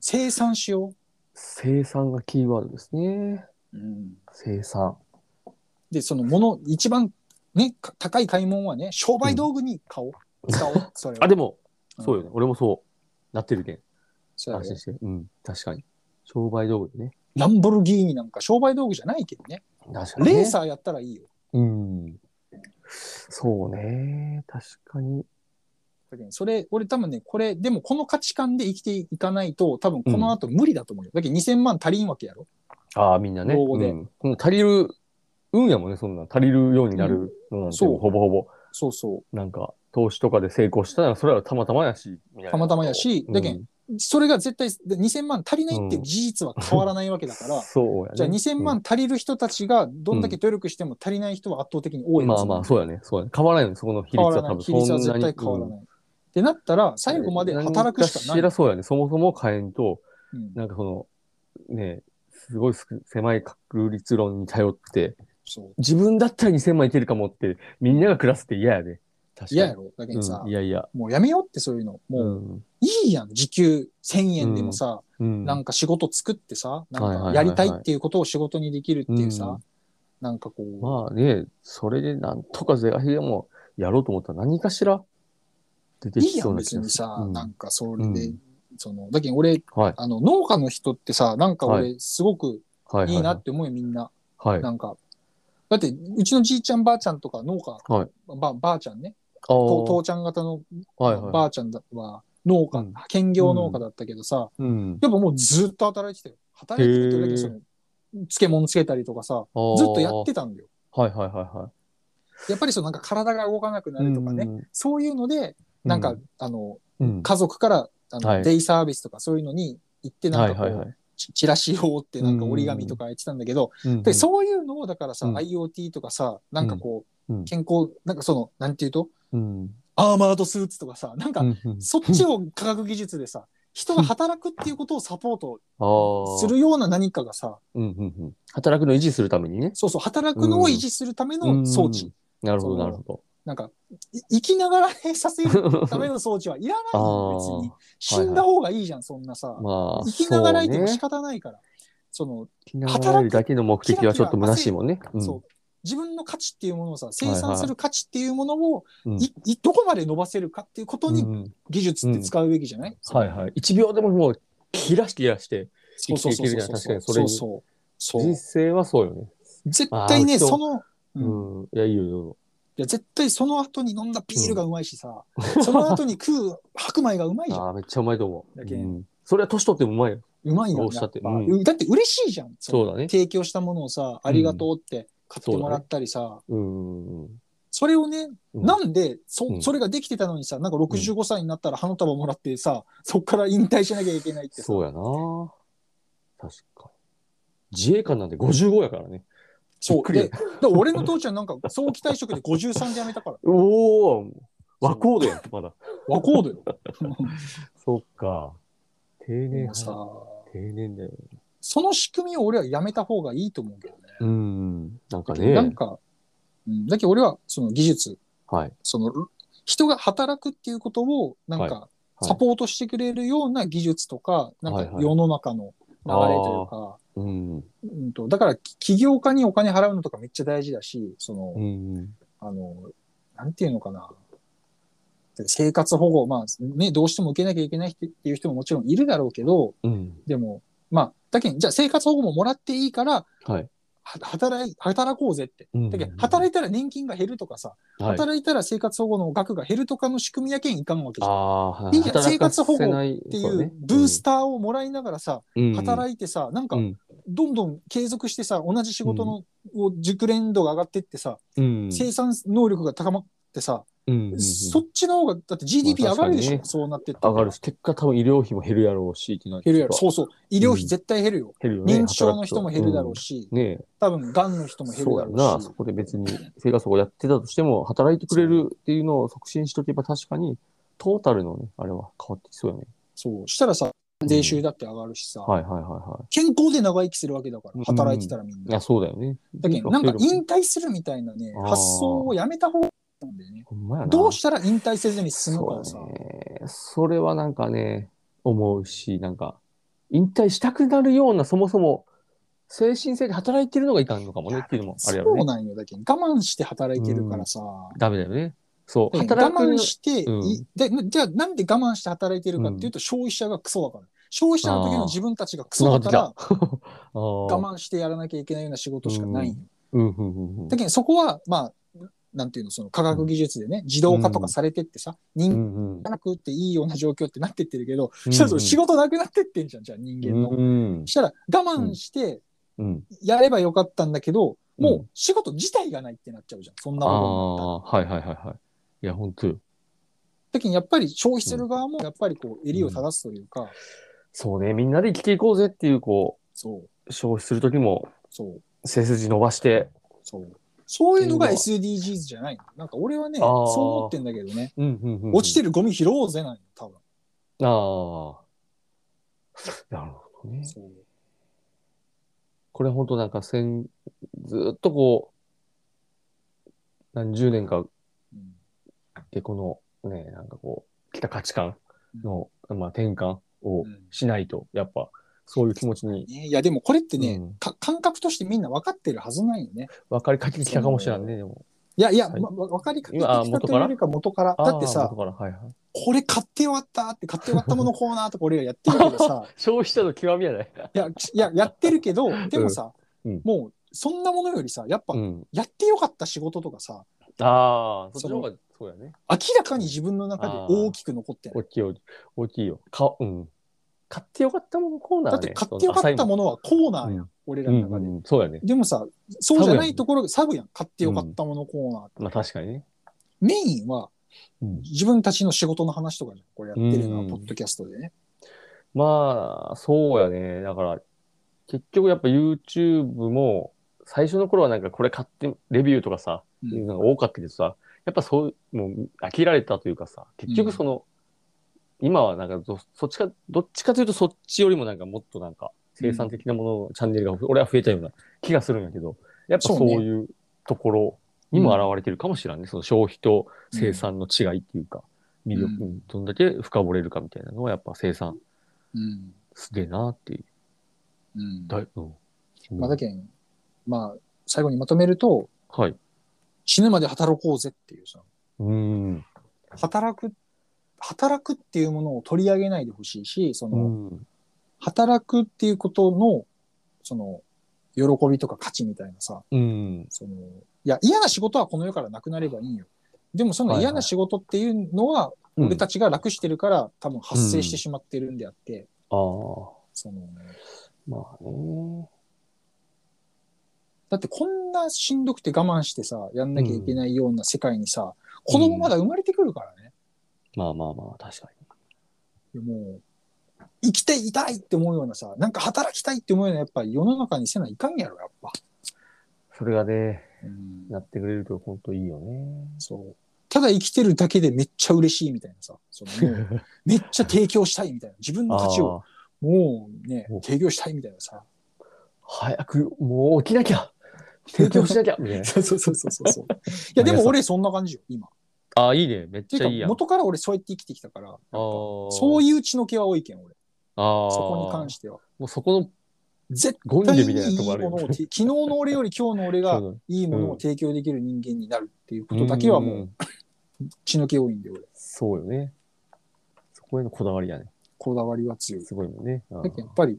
Speaker 2: 生産しよ
Speaker 1: 生産がキーワードですね。
Speaker 2: う。
Speaker 1: 生産。
Speaker 2: で、そのもの、一番ね、か高い買い物はね、商売道具に買おう。使おう。それは
Speaker 1: あ、でも、そうよ
Speaker 2: ん
Speaker 1: ね。俺もそう。なってるけん。
Speaker 2: そう
Speaker 1: 安心
Speaker 2: やね
Speaker 1: して。うん。確かに。商売道具でね。
Speaker 2: ランボルギーニなんか商売道具じゃないけどね。
Speaker 1: 確かに、ね。
Speaker 2: レーサーやったらいいよ。
Speaker 1: うん。そうね。確かに。
Speaker 2: だけどそれ、俺多分ね、これ、でもこの価値観で生きていかないと、多分この後無理だと思うよ。だけど2000万足りんわけやろ。
Speaker 1: ああ、みんなね。
Speaker 2: 老後で
Speaker 1: うん、この足りる、運やもんね、そんなん。足りるようになるのなんて、
Speaker 2: そう
Speaker 1: ほぼほぼ。
Speaker 2: そうそう。
Speaker 1: なんか、投資とかで成功したら、それはたまたまやし、みたいな
Speaker 2: たまたまやしだけん
Speaker 1: うん
Speaker 2: それが絶対で2000万足りないっていう事実は変わらないわけだ
Speaker 1: (laughs)
Speaker 2: から、
Speaker 1: そうやね。
Speaker 2: じゃあ2000万足りる人たちがどんだけ努力しても足りない人は圧倒的に多
Speaker 1: うん
Speaker 2: い
Speaker 1: ま
Speaker 2: は
Speaker 1: あ
Speaker 2: ず
Speaker 1: まあ、そうやね。そうやね。変わらないよね、そこの比
Speaker 2: 変
Speaker 1: 率
Speaker 2: わ
Speaker 1: は
Speaker 2: ら
Speaker 1: 多
Speaker 2: ない。
Speaker 1: 分そ
Speaker 2: 比
Speaker 1: んなに。
Speaker 2: 率は絶対変わらない。ってなったら、最後まで働くしか
Speaker 1: 何
Speaker 2: ない。
Speaker 1: かしらそうやね。そもそも変えんと、
Speaker 2: うん
Speaker 1: なんかその、ね、すごいすく狭い確率論に頼って、
Speaker 2: そう
Speaker 1: 自分だったら2000万いけるかもって、みんなが暮らすって嫌やで。確かに。
Speaker 2: 嫌やろ。だけどさ
Speaker 1: うん、いやいや。
Speaker 2: もうやめようってそういうの。もう、
Speaker 1: うん
Speaker 2: いいやん、時給1000円でもさ、
Speaker 1: うん
Speaker 2: なんか仕事作ってさ、
Speaker 1: はいはい
Speaker 2: なん
Speaker 1: はいは
Speaker 2: か
Speaker 1: い
Speaker 2: やりたいっていうことを仕事にできるっていうさ、
Speaker 1: うん
Speaker 2: なんかこう、
Speaker 1: まあね、それでなんとか是が非でもやろうと思ったら何かしら出て
Speaker 2: いい
Speaker 1: き
Speaker 2: や、
Speaker 1: そうんな気
Speaker 2: 別
Speaker 1: が
Speaker 2: に
Speaker 1: する。
Speaker 2: さ、
Speaker 1: うん
Speaker 2: なんかそれで、
Speaker 1: うん
Speaker 2: その、だけど俺、
Speaker 1: はい。
Speaker 2: あの、農家の人ってさ、なんか
Speaker 1: は
Speaker 2: 俺、すごく
Speaker 1: はい。
Speaker 2: いいなって思うよ、みんな。
Speaker 1: はい。はい。
Speaker 2: なんか、だって、うちのじいちゃん、ばあちゃんとか農家、
Speaker 1: はい
Speaker 2: ばばあちゃんね、
Speaker 1: あ
Speaker 2: と
Speaker 1: ー
Speaker 2: 父ちゃん型の
Speaker 1: はいはい。
Speaker 2: ばあちゃんだは農家、
Speaker 1: うん
Speaker 2: 兼業農家だったけどさ、
Speaker 1: うん。
Speaker 2: やっぱもうずっと働いてたよ。働いてただけどその、漬物つけたりとかさ、
Speaker 1: あー
Speaker 2: ずっとやってたんだよ。
Speaker 1: はいはいはいは。
Speaker 2: やっぱりそのなんか体が動かなくないるとかね、
Speaker 1: うん。
Speaker 2: そういうので、なんか、
Speaker 1: う
Speaker 2: あの、
Speaker 1: うん、
Speaker 2: 家族からあの、
Speaker 1: はい
Speaker 2: デイサービスとかそういうのに行ってなんかこう、
Speaker 1: はいはいはい
Speaker 2: チチラシを折ってなんか折り紙とかやってたんだけど、
Speaker 1: うん
Speaker 2: でそういうのをだからさ、
Speaker 1: うん
Speaker 2: IoT とかさなんかこう、
Speaker 1: うん
Speaker 2: 健康なんかそのなんていうと
Speaker 1: うん。
Speaker 2: アーマードスーツとかさなんか
Speaker 1: うんうん
Speaker 2: そっちを科学技術
Speaker 1: (laughs)
Speaker 2: でさ人が働くっていうことをサポート
Speaker 1: あー
Speaker 2: するような何かがさ
Speaker 1: うんうんうん。働くのを維持するためにね。
Speaker 2: そうそう働くのを維持するための装置、
Speaker 1: うんなるほど、
Speaker 2: そう
Speaker 1: なるほど。
Speaker 2: なんかい生きながらえさせるための装置はいらないよ別
Speaker 1: あー
Speaker 2: に
Speaker 1: はいはい
Speaker 2: 死んだ方がいいじゃんそんなさ、
Speaker 1: まあ、
Speaker 2: 生きながらいても
Speaker 1: そう
Speaker 2: 仕
Speaker 1: ね
Speaker 2: 方ないからその
Speaker 1: 生きながらいるだけの目的はちょっと虚しいもんね。
Speaker 2: そう。自分の価値っていうものをさ、生
Speaker 1: はいは
Speaker 2: 産
Speaker 1: い
Speaker 2: する価値っていうものを、
Speaker 1: うん
Speaker 2: いいどこまで伸ばせるかっていうこと
Speaker 1: うん
Speaker 2: に
Speaker 1: うん
Speaker 2: 技術って使うべきじゃない、
Speaker 1: はいはい。一秒でももう、切らして切らして。
Speaker 2: そうそうそうそ
Speaker 1: 生きてい
Speaker 2: う
Speaker 1: けるじゃん確かにそれ
Speaker 2: そう
Speaker 1: に
Speaker 2: そう。そう
Speaker 1: 人生はそうよね。
Speaker 2: 絶対
Speaker 1: あ
Speaker 2: ね、
Speaker 1: ーそう
Speaker 2: その、うんい
Speaker 1: うん。いや、いいよいいよ。
Speaker 2: や絶対その後に飲んだビールがうまいしさ、その後に食う白米がうまいじゃん。
Speaker 1: ああ、めっちゃうまいと思う。
Speaker 2: だけ
Speaker 1: うんそれは年取ってもうまいよ。
Speaker 2: うまい
Speaker 1: ど
Speaker 2: よ
Speaker 1: うしたって
Speaker 2: やぱ
Speaker 1: うん
Speaker 2: だって嬉しいじゃん。
Speaker 1: そう
Speaker 2: の
Speaker 1: だね。
Speaker 2: 提供したものをさ、ありがとうって買ってもらったりさ、
Speaker 1: うん。
Speaker 2: それをね、
Speaker 1: うん
Speaker 2: なんでそ、
Speaker 1: うん
Speaker 2: それができてたのにさ、なんか65歳になったら花束もらってさ、そっから引退しなきゃいけないってさ、
Speaker 1: そうやな。確かに。自衛官なんて55やからね。
Speaker 2: そ
Speaker 1: びっ
Speaker 2: う。
Speaker 1: くり
Speaker 2: で、だから俺の父ちゃんなんか早期退職で53で辞めたから、
Speaker 1: おお和光度やんまだ。
Speaker 2: 和光だよ。
Speaker 1: そっか。定
Speaker 2: も
Speaker 1: 年
Speaker 2: うさ、
Speaker 1: 定年だよ。
Speaker 2: その仕組みを俺はやめた方がいいと思うけどね。
Speaker 1: うん。なんか
Speaker 2: なん
Speaker 1: ね。
Speaker 2: か、うん、だけど俺はその技術、
Speaker 1: はい。
Speaker 2: その人が働くっていうことをなんか
Speaker 1: い
Speaker 2: サポートしてくれるような技術とか、
Speaker 1: はい
Speaker 2: なん
Speaker 1: は
Speaker 2: か
Speaker 1: い
Speaker 2: 世の中の流れというか、
Speaker 1: うん。
Speaker 2: うんと、だからき起業家にお金払うのとかめっちゃ大事だし、その、
Speaker 1: うん。
Speaker 2: あの、なんていうのかな。生活保護、まあね、どうしても受けなきゃいけない人っていう人ももちろんいるだろうけど、
Speaker 1: うん。
Speaker 2: でも、まあ、だけどじゃあ生活保護ももらっていいから、
Speaker 1: はい。
Speaker 2: は働い、働こうぜって。だけど、
Speaker 1: い
Speaker 2: 働いたら年金が減るとかさ、
Speaker 1: て、はい、
Speaker 2: 働いたら生活保護の額が減るとかの仕組みやけんいかんわけじゃん。っ
Speaker 1: ああー、はい
Speaker 2: いじゃん
Speaker 1: 働かせ
Speaker 2: 生活保護
Speaker 1: ないって
Speaker 2: いうブースターをもらいながらさ、働いてさ、なんか
Speaker 1: うん、
Speaker 2: どんどん継続してさ、同じ仕事の、を熟練度が上がってってさ、
Speaker 1: うんうん
Speaker 2: 生産能力が高まってさ、
Speaker 1: うんうん
Speaker 2: そっちの方が、だって GDP
Speaker 1: まあ
Speaker 2: 上がるで
Speaker 1: 確
Speaker 2: しょ、
Speaker 1: かにね
Speaker 2: そうなってったら
Speaker 1: 上がるし、結果多分医療費も減るやろうし、ってなると
Speaker 2: 減るやろ。そうそう。医療費
Speaker 1: うん
Speaker 2: 絶対減るよ。
Speaker 1: 減るよね。
Speaker 2: 認知症の人も減るだろう
Speaker 1: し。
Speaker 2: し、
Speaker 1: ねえ
Speaker 2: 多分、癌の人も減る
Speaker 1: そう
Speaker 2: だ
Speaker 1: やな、
Speaker 2: ろうし
Speaker 1: そ。こで別に生活保護やってたとしても、働いてくれるっていうのを促進しとけば確かに、トータルのね、あれは変わってきそうよね。
Speaker 2: そう。したらさ、税収だって上がるしさ、
Speaker 1: はいはいはいはい。
Speaker 2: 健康で長生きするわけだか
Speaker 1: うん
Speaker 2: ら、働いてたらみん
Speaker 1: い
Speaker 2: な。
Speaker 1: や、そうだよね。
Speaker 2: だけど、なんか
Speaker 1: いい
Speaker 2: 引退するみたいなね
Speaker 1: あ、ー
Speaker 2: 発想をやめた方がいいんだよね。
Speaker 1: ほんまやな。
Speaker 2: どうしたら引退せずに進むのか
Speaker 1: そう
Speaker 2: をさ、
Speaker 1: ね。それはなんかね、思うし、なんか、引退したくなるような、そもそも、精神性で働いてるのがいかんのかもねっていうのもあ
Speaker 2: そ
Speaker 1: れやろ
Speaker 2: う
Speaker 1: ね。
Speaker 2: なんよ。だけど、我慢して働いてるからさ、
Speaker 1: ダメだよね。そう。
Speaker 2: で
Speaker 1: 働
Speaker 2: 我
Speaker 1: く
Speaker 2: 慢して、
Speaker 1: うん
Speaker 2: いで、じゃあなんで我慢して働いてるかっていうと、消費者がクソだから。消費者の時の自分たちがクソだか
Speaker 1: ああ
Speaker 2: ら、
Speaker 1: ー
Speaker 2: 我慢してやらなきゃいけないような仕事しかないんよ。
Speaker 1: うんうんうんうん
Speaker 2: だけどそこは、まあ、なんていうの、その科学技術でね、自動化とかされてってさ、
Speaker 1: う
Speaker 2: 人間
Speaker 1: んうん
Speaker 2: がなくっていいような状況ってなってってるけど、
Speaker 1: うん
Speaker 2: したらそれ仕事なくなってってんじゃん、じゃあ人間の。
Speaker 1: うん
Speaker 2: したら我慢して
Speaker 1: うん
Speaker 2: やればよかったんだけど、
Speaker 1: うん
Speaker 2: もう仕事自体がないってなっちゃうじゃん、そんな
Speaker 1: あ
Speaker 2: ことになったら。
Speaker 1: あはいはいはいはいいや本当よ
Speaker 2: だけどやっぱり消費する側もやっぱりこう、襟を正すというか、
Speaker 1: そうねみんなで生きていこうぜっていうこ
Speaker 2: そう、
Speaker 1: う消費する時も
Speaker 2: そう、
Speaker 1: 背筋伸ばして
Speaker 2: そう。そういうのが
Speaker 1: うん
Speaker 2: SDGs じゃないの。なんか俺はね、
Speaker 1: あ
Speaker 2: そう
Speaker 1: ー
Speaker 2: 思ってんだけどね、
Speaker 1: うんうんうん
Speaker 2: 落ちて
Speaker 1: る
Speaker 2: るゴミ拾おうぜなんよ、多分。
Speaker 1: ああなるほどね
Speaker 2: そう
Speaker 1: これ本当なんか先ずっとこう何十年か
Speaker 2: うん
Speaker 1: でこのねなんかこう来た価値観の、まあ、転換を
Speaker 2: うん
Speaker 1: しないとやっぱそういう気持ちに
Speaker 2: ねいやでもこれってね、
Speaker 1: うん
Speaker 2: か感覚としてみんな分かってるはずないよね。
Speaker 1: 分かりかけてきたかもしれないねでも
Speaker 2: いやいや、
Speaker 1: はい
Speaker 2: まわ分かりかけて
Speaker 1: 今あ
Speaker 2: きた
Speaker 1: 元か
Speaker 2: という
Speaker 1: ら
Speaker 2: よりか元から。だって
Speaker 1: あー
Speaker 2: さ
Speaker 1: 元、からはいはい
Speaker 2: これ買って終わったって買って終わったものコーナーとか俺らやってるけど
Speaker 1: (laughs)
Speaker 2: さ、
Speaker 1: 消費者の極みやね。
Speaker 2: いや、いや、やってるけど、でもさ、
Speaker 1: うんうん
Speaker 2: もうそんなものよりさ、やっぱ
Speaker 1: うん、
Speaker 2: やってよかった仕事とかさ、
Speaker 1: ああ、そっちの方がそうやね。
Speaker 2: 明らかに自分の中で大きく残ってる。
Speaker 1: 大きいよ、大きいよ。かうん、買ってよかったものコーナー、
Speaker 2: だ
Speaker 1: ね、
Speaker 2: って買ってよかったものはコーナーやん、
Speaker 1: うん
Speaker 2: 俺
Speaker 1: そ
Speaker 2: ら
Speaker 1: ん
Speaker 2: の
Speaker 1: な浅い
Speaker 2: 中
Speaker 1: もん
Speaker 2: で。
Speaker 1: うんうん、そうやね。
Speaker 2: でもさ、そうじゃないところがサブやん。買ってよかったものコーナー。
Speaker 1: まあ確かにね。
Speaker 2: メインは
Speaker 1: うん、
Speaker 2: 自分たちの仕事の話とかじゃん。これやってる
Speaker 1: う
Speaker 2: のは、
Speaker 1: ん
Speaker 2: ポッドキャストでね。
Speaker 1: まあ、そうやね。だから、結局やっぱ YouTube も、最初の頃はなんかこれ買ってレビューとかさ、
Speaker 2: うん
Speaker 1: いうのが多かったけどさ、やっぱそう、もう飽きられたというかさ、結局その、今はなんかど、そっちか、どっちかというとそっちよりもなんかもっとなんか生産的なもののチャンネルが、俺は増えたような気がするんだけど、やっぱ
Speaker 2: そう
Speaker 1: そう
Speaker 2: ね
Speaker 1: いうところにも現れてるかもしれないね。その消費と生産の違いっていうか、魅力
Speaker 2: う
Speaker 1: にどんだけ深掘れるかみたいなのはやっぱ生産
Speaker 2: うん。
Speaker 1: すげえなっていう。
Speaker 2: うん
Speaker 1: だいうん
Speaker 2: まあ、だけん、まあ、最後にまとめると、
Speaker 1: はい。
Speaker 2: 死ぬまで働こうぜっていうさ、
Speaker 1: うん。
Speaker 2: 働く、働くっていうものを取り上げないでほしいし、そうの、
Speaker 1: ん。
Speaker 2: 働くっていうことの、その、喜びとか価値みたいなさ、
Speaker 1: うん。
Speaker 2: その、いや、嫌な仕事はこの世からなくなればいいよ。でもその嫌な仕事っていうのは、俺たちが楽してるから、多分発生してしまってるんであって、
Speaker 1: ああ。
Speaker 2: その、
Speaker 1: まあね。
Speaker 2: だってこんなしんどくて我慢してさ、やんなきゃいけないような世界にさ、子供まだ生まれてくるからね。
Speaker 1: まあまあまあ、確か
Speaker 2: もう、生きていたいって思うようなさ、なんか働きたいって思うような、やっぱり世の中にせないかんやろ、やっぱ。
Speaker 1: に。それがね、
Speaker 2: うん
Speaker 1: なってくれると本当いいよね。
Speaker 2: そう。ただ生きてるだけでめっちゃ嬉しいみたいなさ、そ
Speaker 1: (laughs)
Speaker 2: のもうめっちゃ提供したいみたいな、自分の価値をもうね
Speaker 1: お、 (laughs)
Speaker 2: 提供したいみたいなさ、
Speaker 1: 早く、もう起きなき
Speaker 2: (laughs)
Speaker 1: ゃ提供しなきゃみたいな。
Speaker 2: そうそうそうそうそうそう。いや、でも俺そんな感じよ、今。
Speaker 1: ああ、いいね。めってちゃい
Speaker 2: い
Speaker 1: いうや
Speaker 2: か、
Speaker 1: ん。
Speaker 2: 元から俺そうやって生きてきたから、
Speaker 1: そ
Speaker 2: そういう血の気は多いけん、俺。
Speaker 1: あ
Speaker 2: そこに関
Speaker 1: して。
Speaker 2: しては。
Speaker 1: もうそこの
Speaker 2: 絶
Speaker 1: ゴン
Speaker 2: 対
Speaker 1: デ
Speaker 2: に
Speaker 1: みたい
Speaker 2: い
Speaker 1: なと
Speaker 2: い
Speaker 1: こあ
Speaker 2: も
Speaker 1: るよ
Speaker 2: のを
Speaker 1: ね。
Speaker 2: て、昨日の俺より今日の俺
Speaker 1: そ
Speaker 2: が
Speaker 1: う
Speaker 2: いいものを提供できる人間になるっていうことだけはもう、
Speaker 1: ん
Speaker 2: 血の気多いんで、俺。
Speaker 1: そうよね。そこへのこだわりやね。
Speaker 2: こだわりは強い。
Speaker 1: すごいもんね。うん
Speaker 2: だけどやっぱり、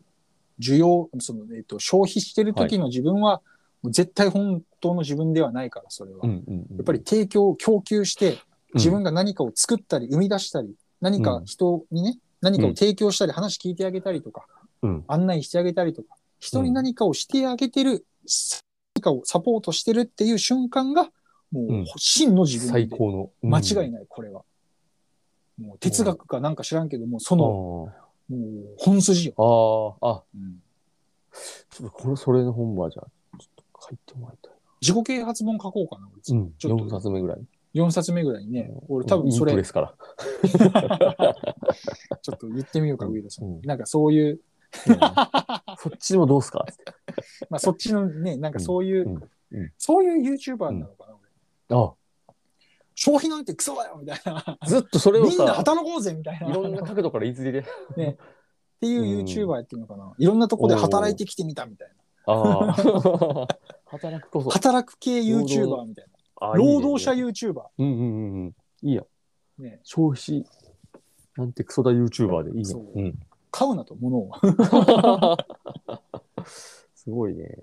Speaker 2: 需要、その、えっと、消費してる時の自分は、もう絶対本当の自分ではないから、それは。
Speaker 1: うん
Speaker 2: や
Speaker 1: うんうん
Speaker 2: っぱり提供、供給して、自分が何かを作ったり、生み出したり、何か人にね、何かを提供したり、話聞いてあげたりとか、
Speaker 1: うん
Speaker 2: 案内してあげたりとか、人に何かをしてあげてる、何かをサポートしてるっていう瞬間が、も
Speaker 1: うん
Speaker 2: う、真の自分
Speaker 1: 最
Speaker 2: で、
Speaker 1: 高の。うん
Speaker 2: 間違いない、これは。もう、哲学かなんか知らんけども、その、もう、本筋よ。
Speaker 1: あーあー、あ、
Speaker 2: うん
Speaker 1: ちょっとこれ、それの本はじゃあ、ちょっと書いてもらいたい。
Speaker 2: 自己啓発本書こうかな、俺
Speaker 1: うん、
Speaker 2: ちょっと
Speaker 1: 4冊目ぐらい。
Speaker 2: 4冊目ぐらいにね、俺多分そ
Speaker 1: インプ
Speaker 2: れ
Speaker 1: で、す
Speaker 2: (laughs)
Speaker 1: から。
Speaker 2: ちょっと言ってみようか、上田さ
Speaker 1: う
Speaker 2: ん。
Speaker 1: ん
Speaker 2: なんかそういう、
Speaker 1: そっちもどうすかって
Speaker 2: まあそっちのね、なんかそうい
Speaker 1: う
Speaker 2: う、
Speaker 1: んうん
Speaker 2: そういう YouTuber なのかな、俺
Speaker 1: あ、
Speaker 2: 消費なんてクソだよみたいな。
Speaker 1: ずっとそれを
Speaker 2: みんな
Speaker 1: さ、
Speaker 2: 働こうぜみたいな。
Speaker 1: いろんな
Speaker 2: っ
Speaker 1: 角度から言い過ぎで。
Speaker 2: ていううん YouTuber やってるのかな。いろんなとこで働いてきてみたみたいな。
Speaker 1: あ
Speaker 2: (laughs)
Speaker 1: あ。働くこそ。
Speaker 2: 働く系 YouTuber みたい
Speaker 1: あ
Speaker 2: な。
Speaker 1: ーいいね
Speaker 2: 労働者 YouTuber。
Speaker 1: うんうんうんうん。いいや。
Speaker 2: ね、
Speaker 1: 消費、なんてクソだ YouTuber でいいね
Speaker 2: そう。
Speaker 1: うん。
Speaker 2: 買うなと、物を。
Speaker 1: すごいね。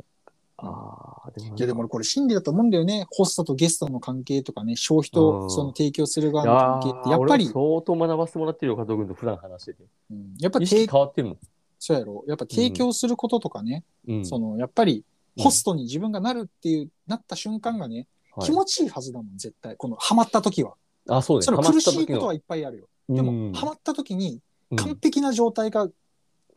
Speaker 1: ああ、でも
Speaker 2: いやでも俺これ真理だと思うんだよね。ホストとゲストの関係とかね、消費
Speaker 1: う
Speaker 2: と
Speaker 1: ん
Speaker 2: その提供する
Speaker 1: い
Speaker 2: 側
Speaker 1: や
Speaker 2: の関係って、やっぱり、
Speaker 1: 相当学ばせてもらってるよ、加藤君と普段話してて。
Speaker 2: うんやっぱ
Speaker 1: 意識
Speaker 2: 提
Speaker 1: 変わってるもん。
Speaker 2: そうやろ。やっぱ提供することとかね、
Speaker 1: うん。
Speaker 2: そのやっぱりホストに自分がなるっていう、なった瞬間がね、
Speaker 1: はい
Speaker 2: 気持ちいいはずだもん、絶対。このハマった時は。
Speaker 1: あ、そうね。
Speaker 2: その
Speaker 1: ハマった
Speaker 2: 苦しい
Speaker 1: 時
Speaker 2: こ
Speaker 1: の
Speaker 2: とはいっぱいあるよ。でも、
Speaker 1: うん
Speaker 2: ハマった時に
Speaker 1: うん
Speaker 2: 完璧な状態がさ、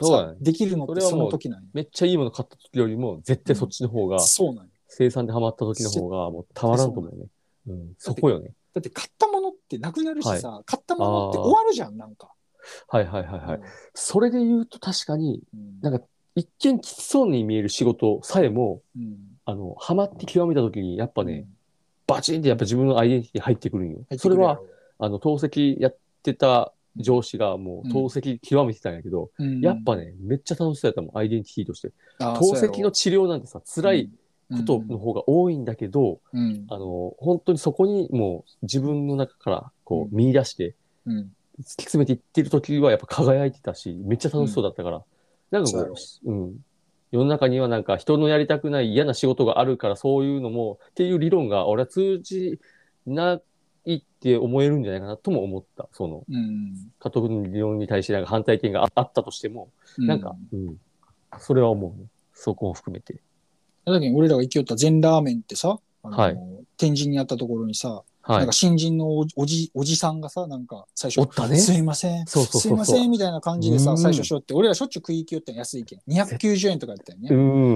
Speaker 1: そうだね
Speaker 2: できるのって
Speaker 1: それは
Speaker 2: そ
Speaker 1: もう
Speaker 2: の時なんよ
Speaker 1: めっちゃいいもの買った時よりも、絶対そっちの方が、
Speaker 2: そうなんよ
Speaker 1: 生産でハマった時の方が、もうたまらんと思うね。うん。そこよね。
Speaker 2: だって買ったものってなくなるしさ、買ったものって
Speaker 1: あー
Speaker 2: 終わるじゃん、なんか。
Speaker 1: はいはいはいはい。それで言うと確かに、
Speaker 2: うん
Speaker 1: なんか、一見きつそうに見える仕事さえも、
Speaker 2: うん
Speaker 1: あの、ハマって極めた時に、やっぱね、
Speaker 2: うん
Speaker 1: バチンってやっぱ自分のアイデンティティ入ってくるんよ
Speaker 2: 入。って
Speaker 1: そ
Speaker 2: く
Speaker 1: れ
Speaker 2: るや
Speaker 1: は
Speaker 2: ろ、
Speaker 1: あの、透析やってた上司がもう透析極めてたんやけど、
Speaker 2: うん
Speaker 1: やっぱね、めっちゃ楽しそうやったもん、アイデンティティとして。
Speaker 2: あー
Speaker 1: 透析の
Speaker 2: そ
Speaker 1: 治療なんてさ、
Speaker 2: うや
Speaker 1: 辛
Speaker 2: ろ
Speaker 1: いことの方が多いんだけど、
Speaker 2: うん
Speaker 1: あの、本当にそこにもう自分の中からこう
Speaker 2: うん
Speaker 1: 見出して、
Speaker 2: うんうん
Speaker 1: 突き詰めていってる時はやっぱ輝いてたし、めっちゃ楽しそうだったから。なんか
Speaker 2: そうや
Speaker 1: こ
Speaker 2: ろ
Speaker 1: う、うん。世の中にはなんか人のやりたくない嫌な仕事があるからそういうのもっていう理論が俺は通じないって思えるんじゃないかなとも思った。その、
Speaker 2: うん
Speaker 1: 加藤君の理論に対してなんか反対意見がああったとしても、
Speaker 2: うん
Speaker 1: なんか、うん。それは思うね。そこも含めて。
Speaker 2: だけど俺らが行きよった全ラーメンってさ、あの
Speaker 1: はい
Speaker 2: 天神にあったところにさ、
Speaker 1: は
Speaker 2: なん
Speaker 1: い
Speaker 2: か。新人のおじおじおじさんがさ、なんか最初、
Speaker 1: おったね
Speaker 2: すいません、
Speaker 1: そうそうそうそう
Speaker 2: すいませんみたいな感じでさ、
Speaker 1: うん
Speaker 2: 最初しよって、俺らしょっちゅう食い行きよってん安いけん、290円とかやったよ
Speaker 1: う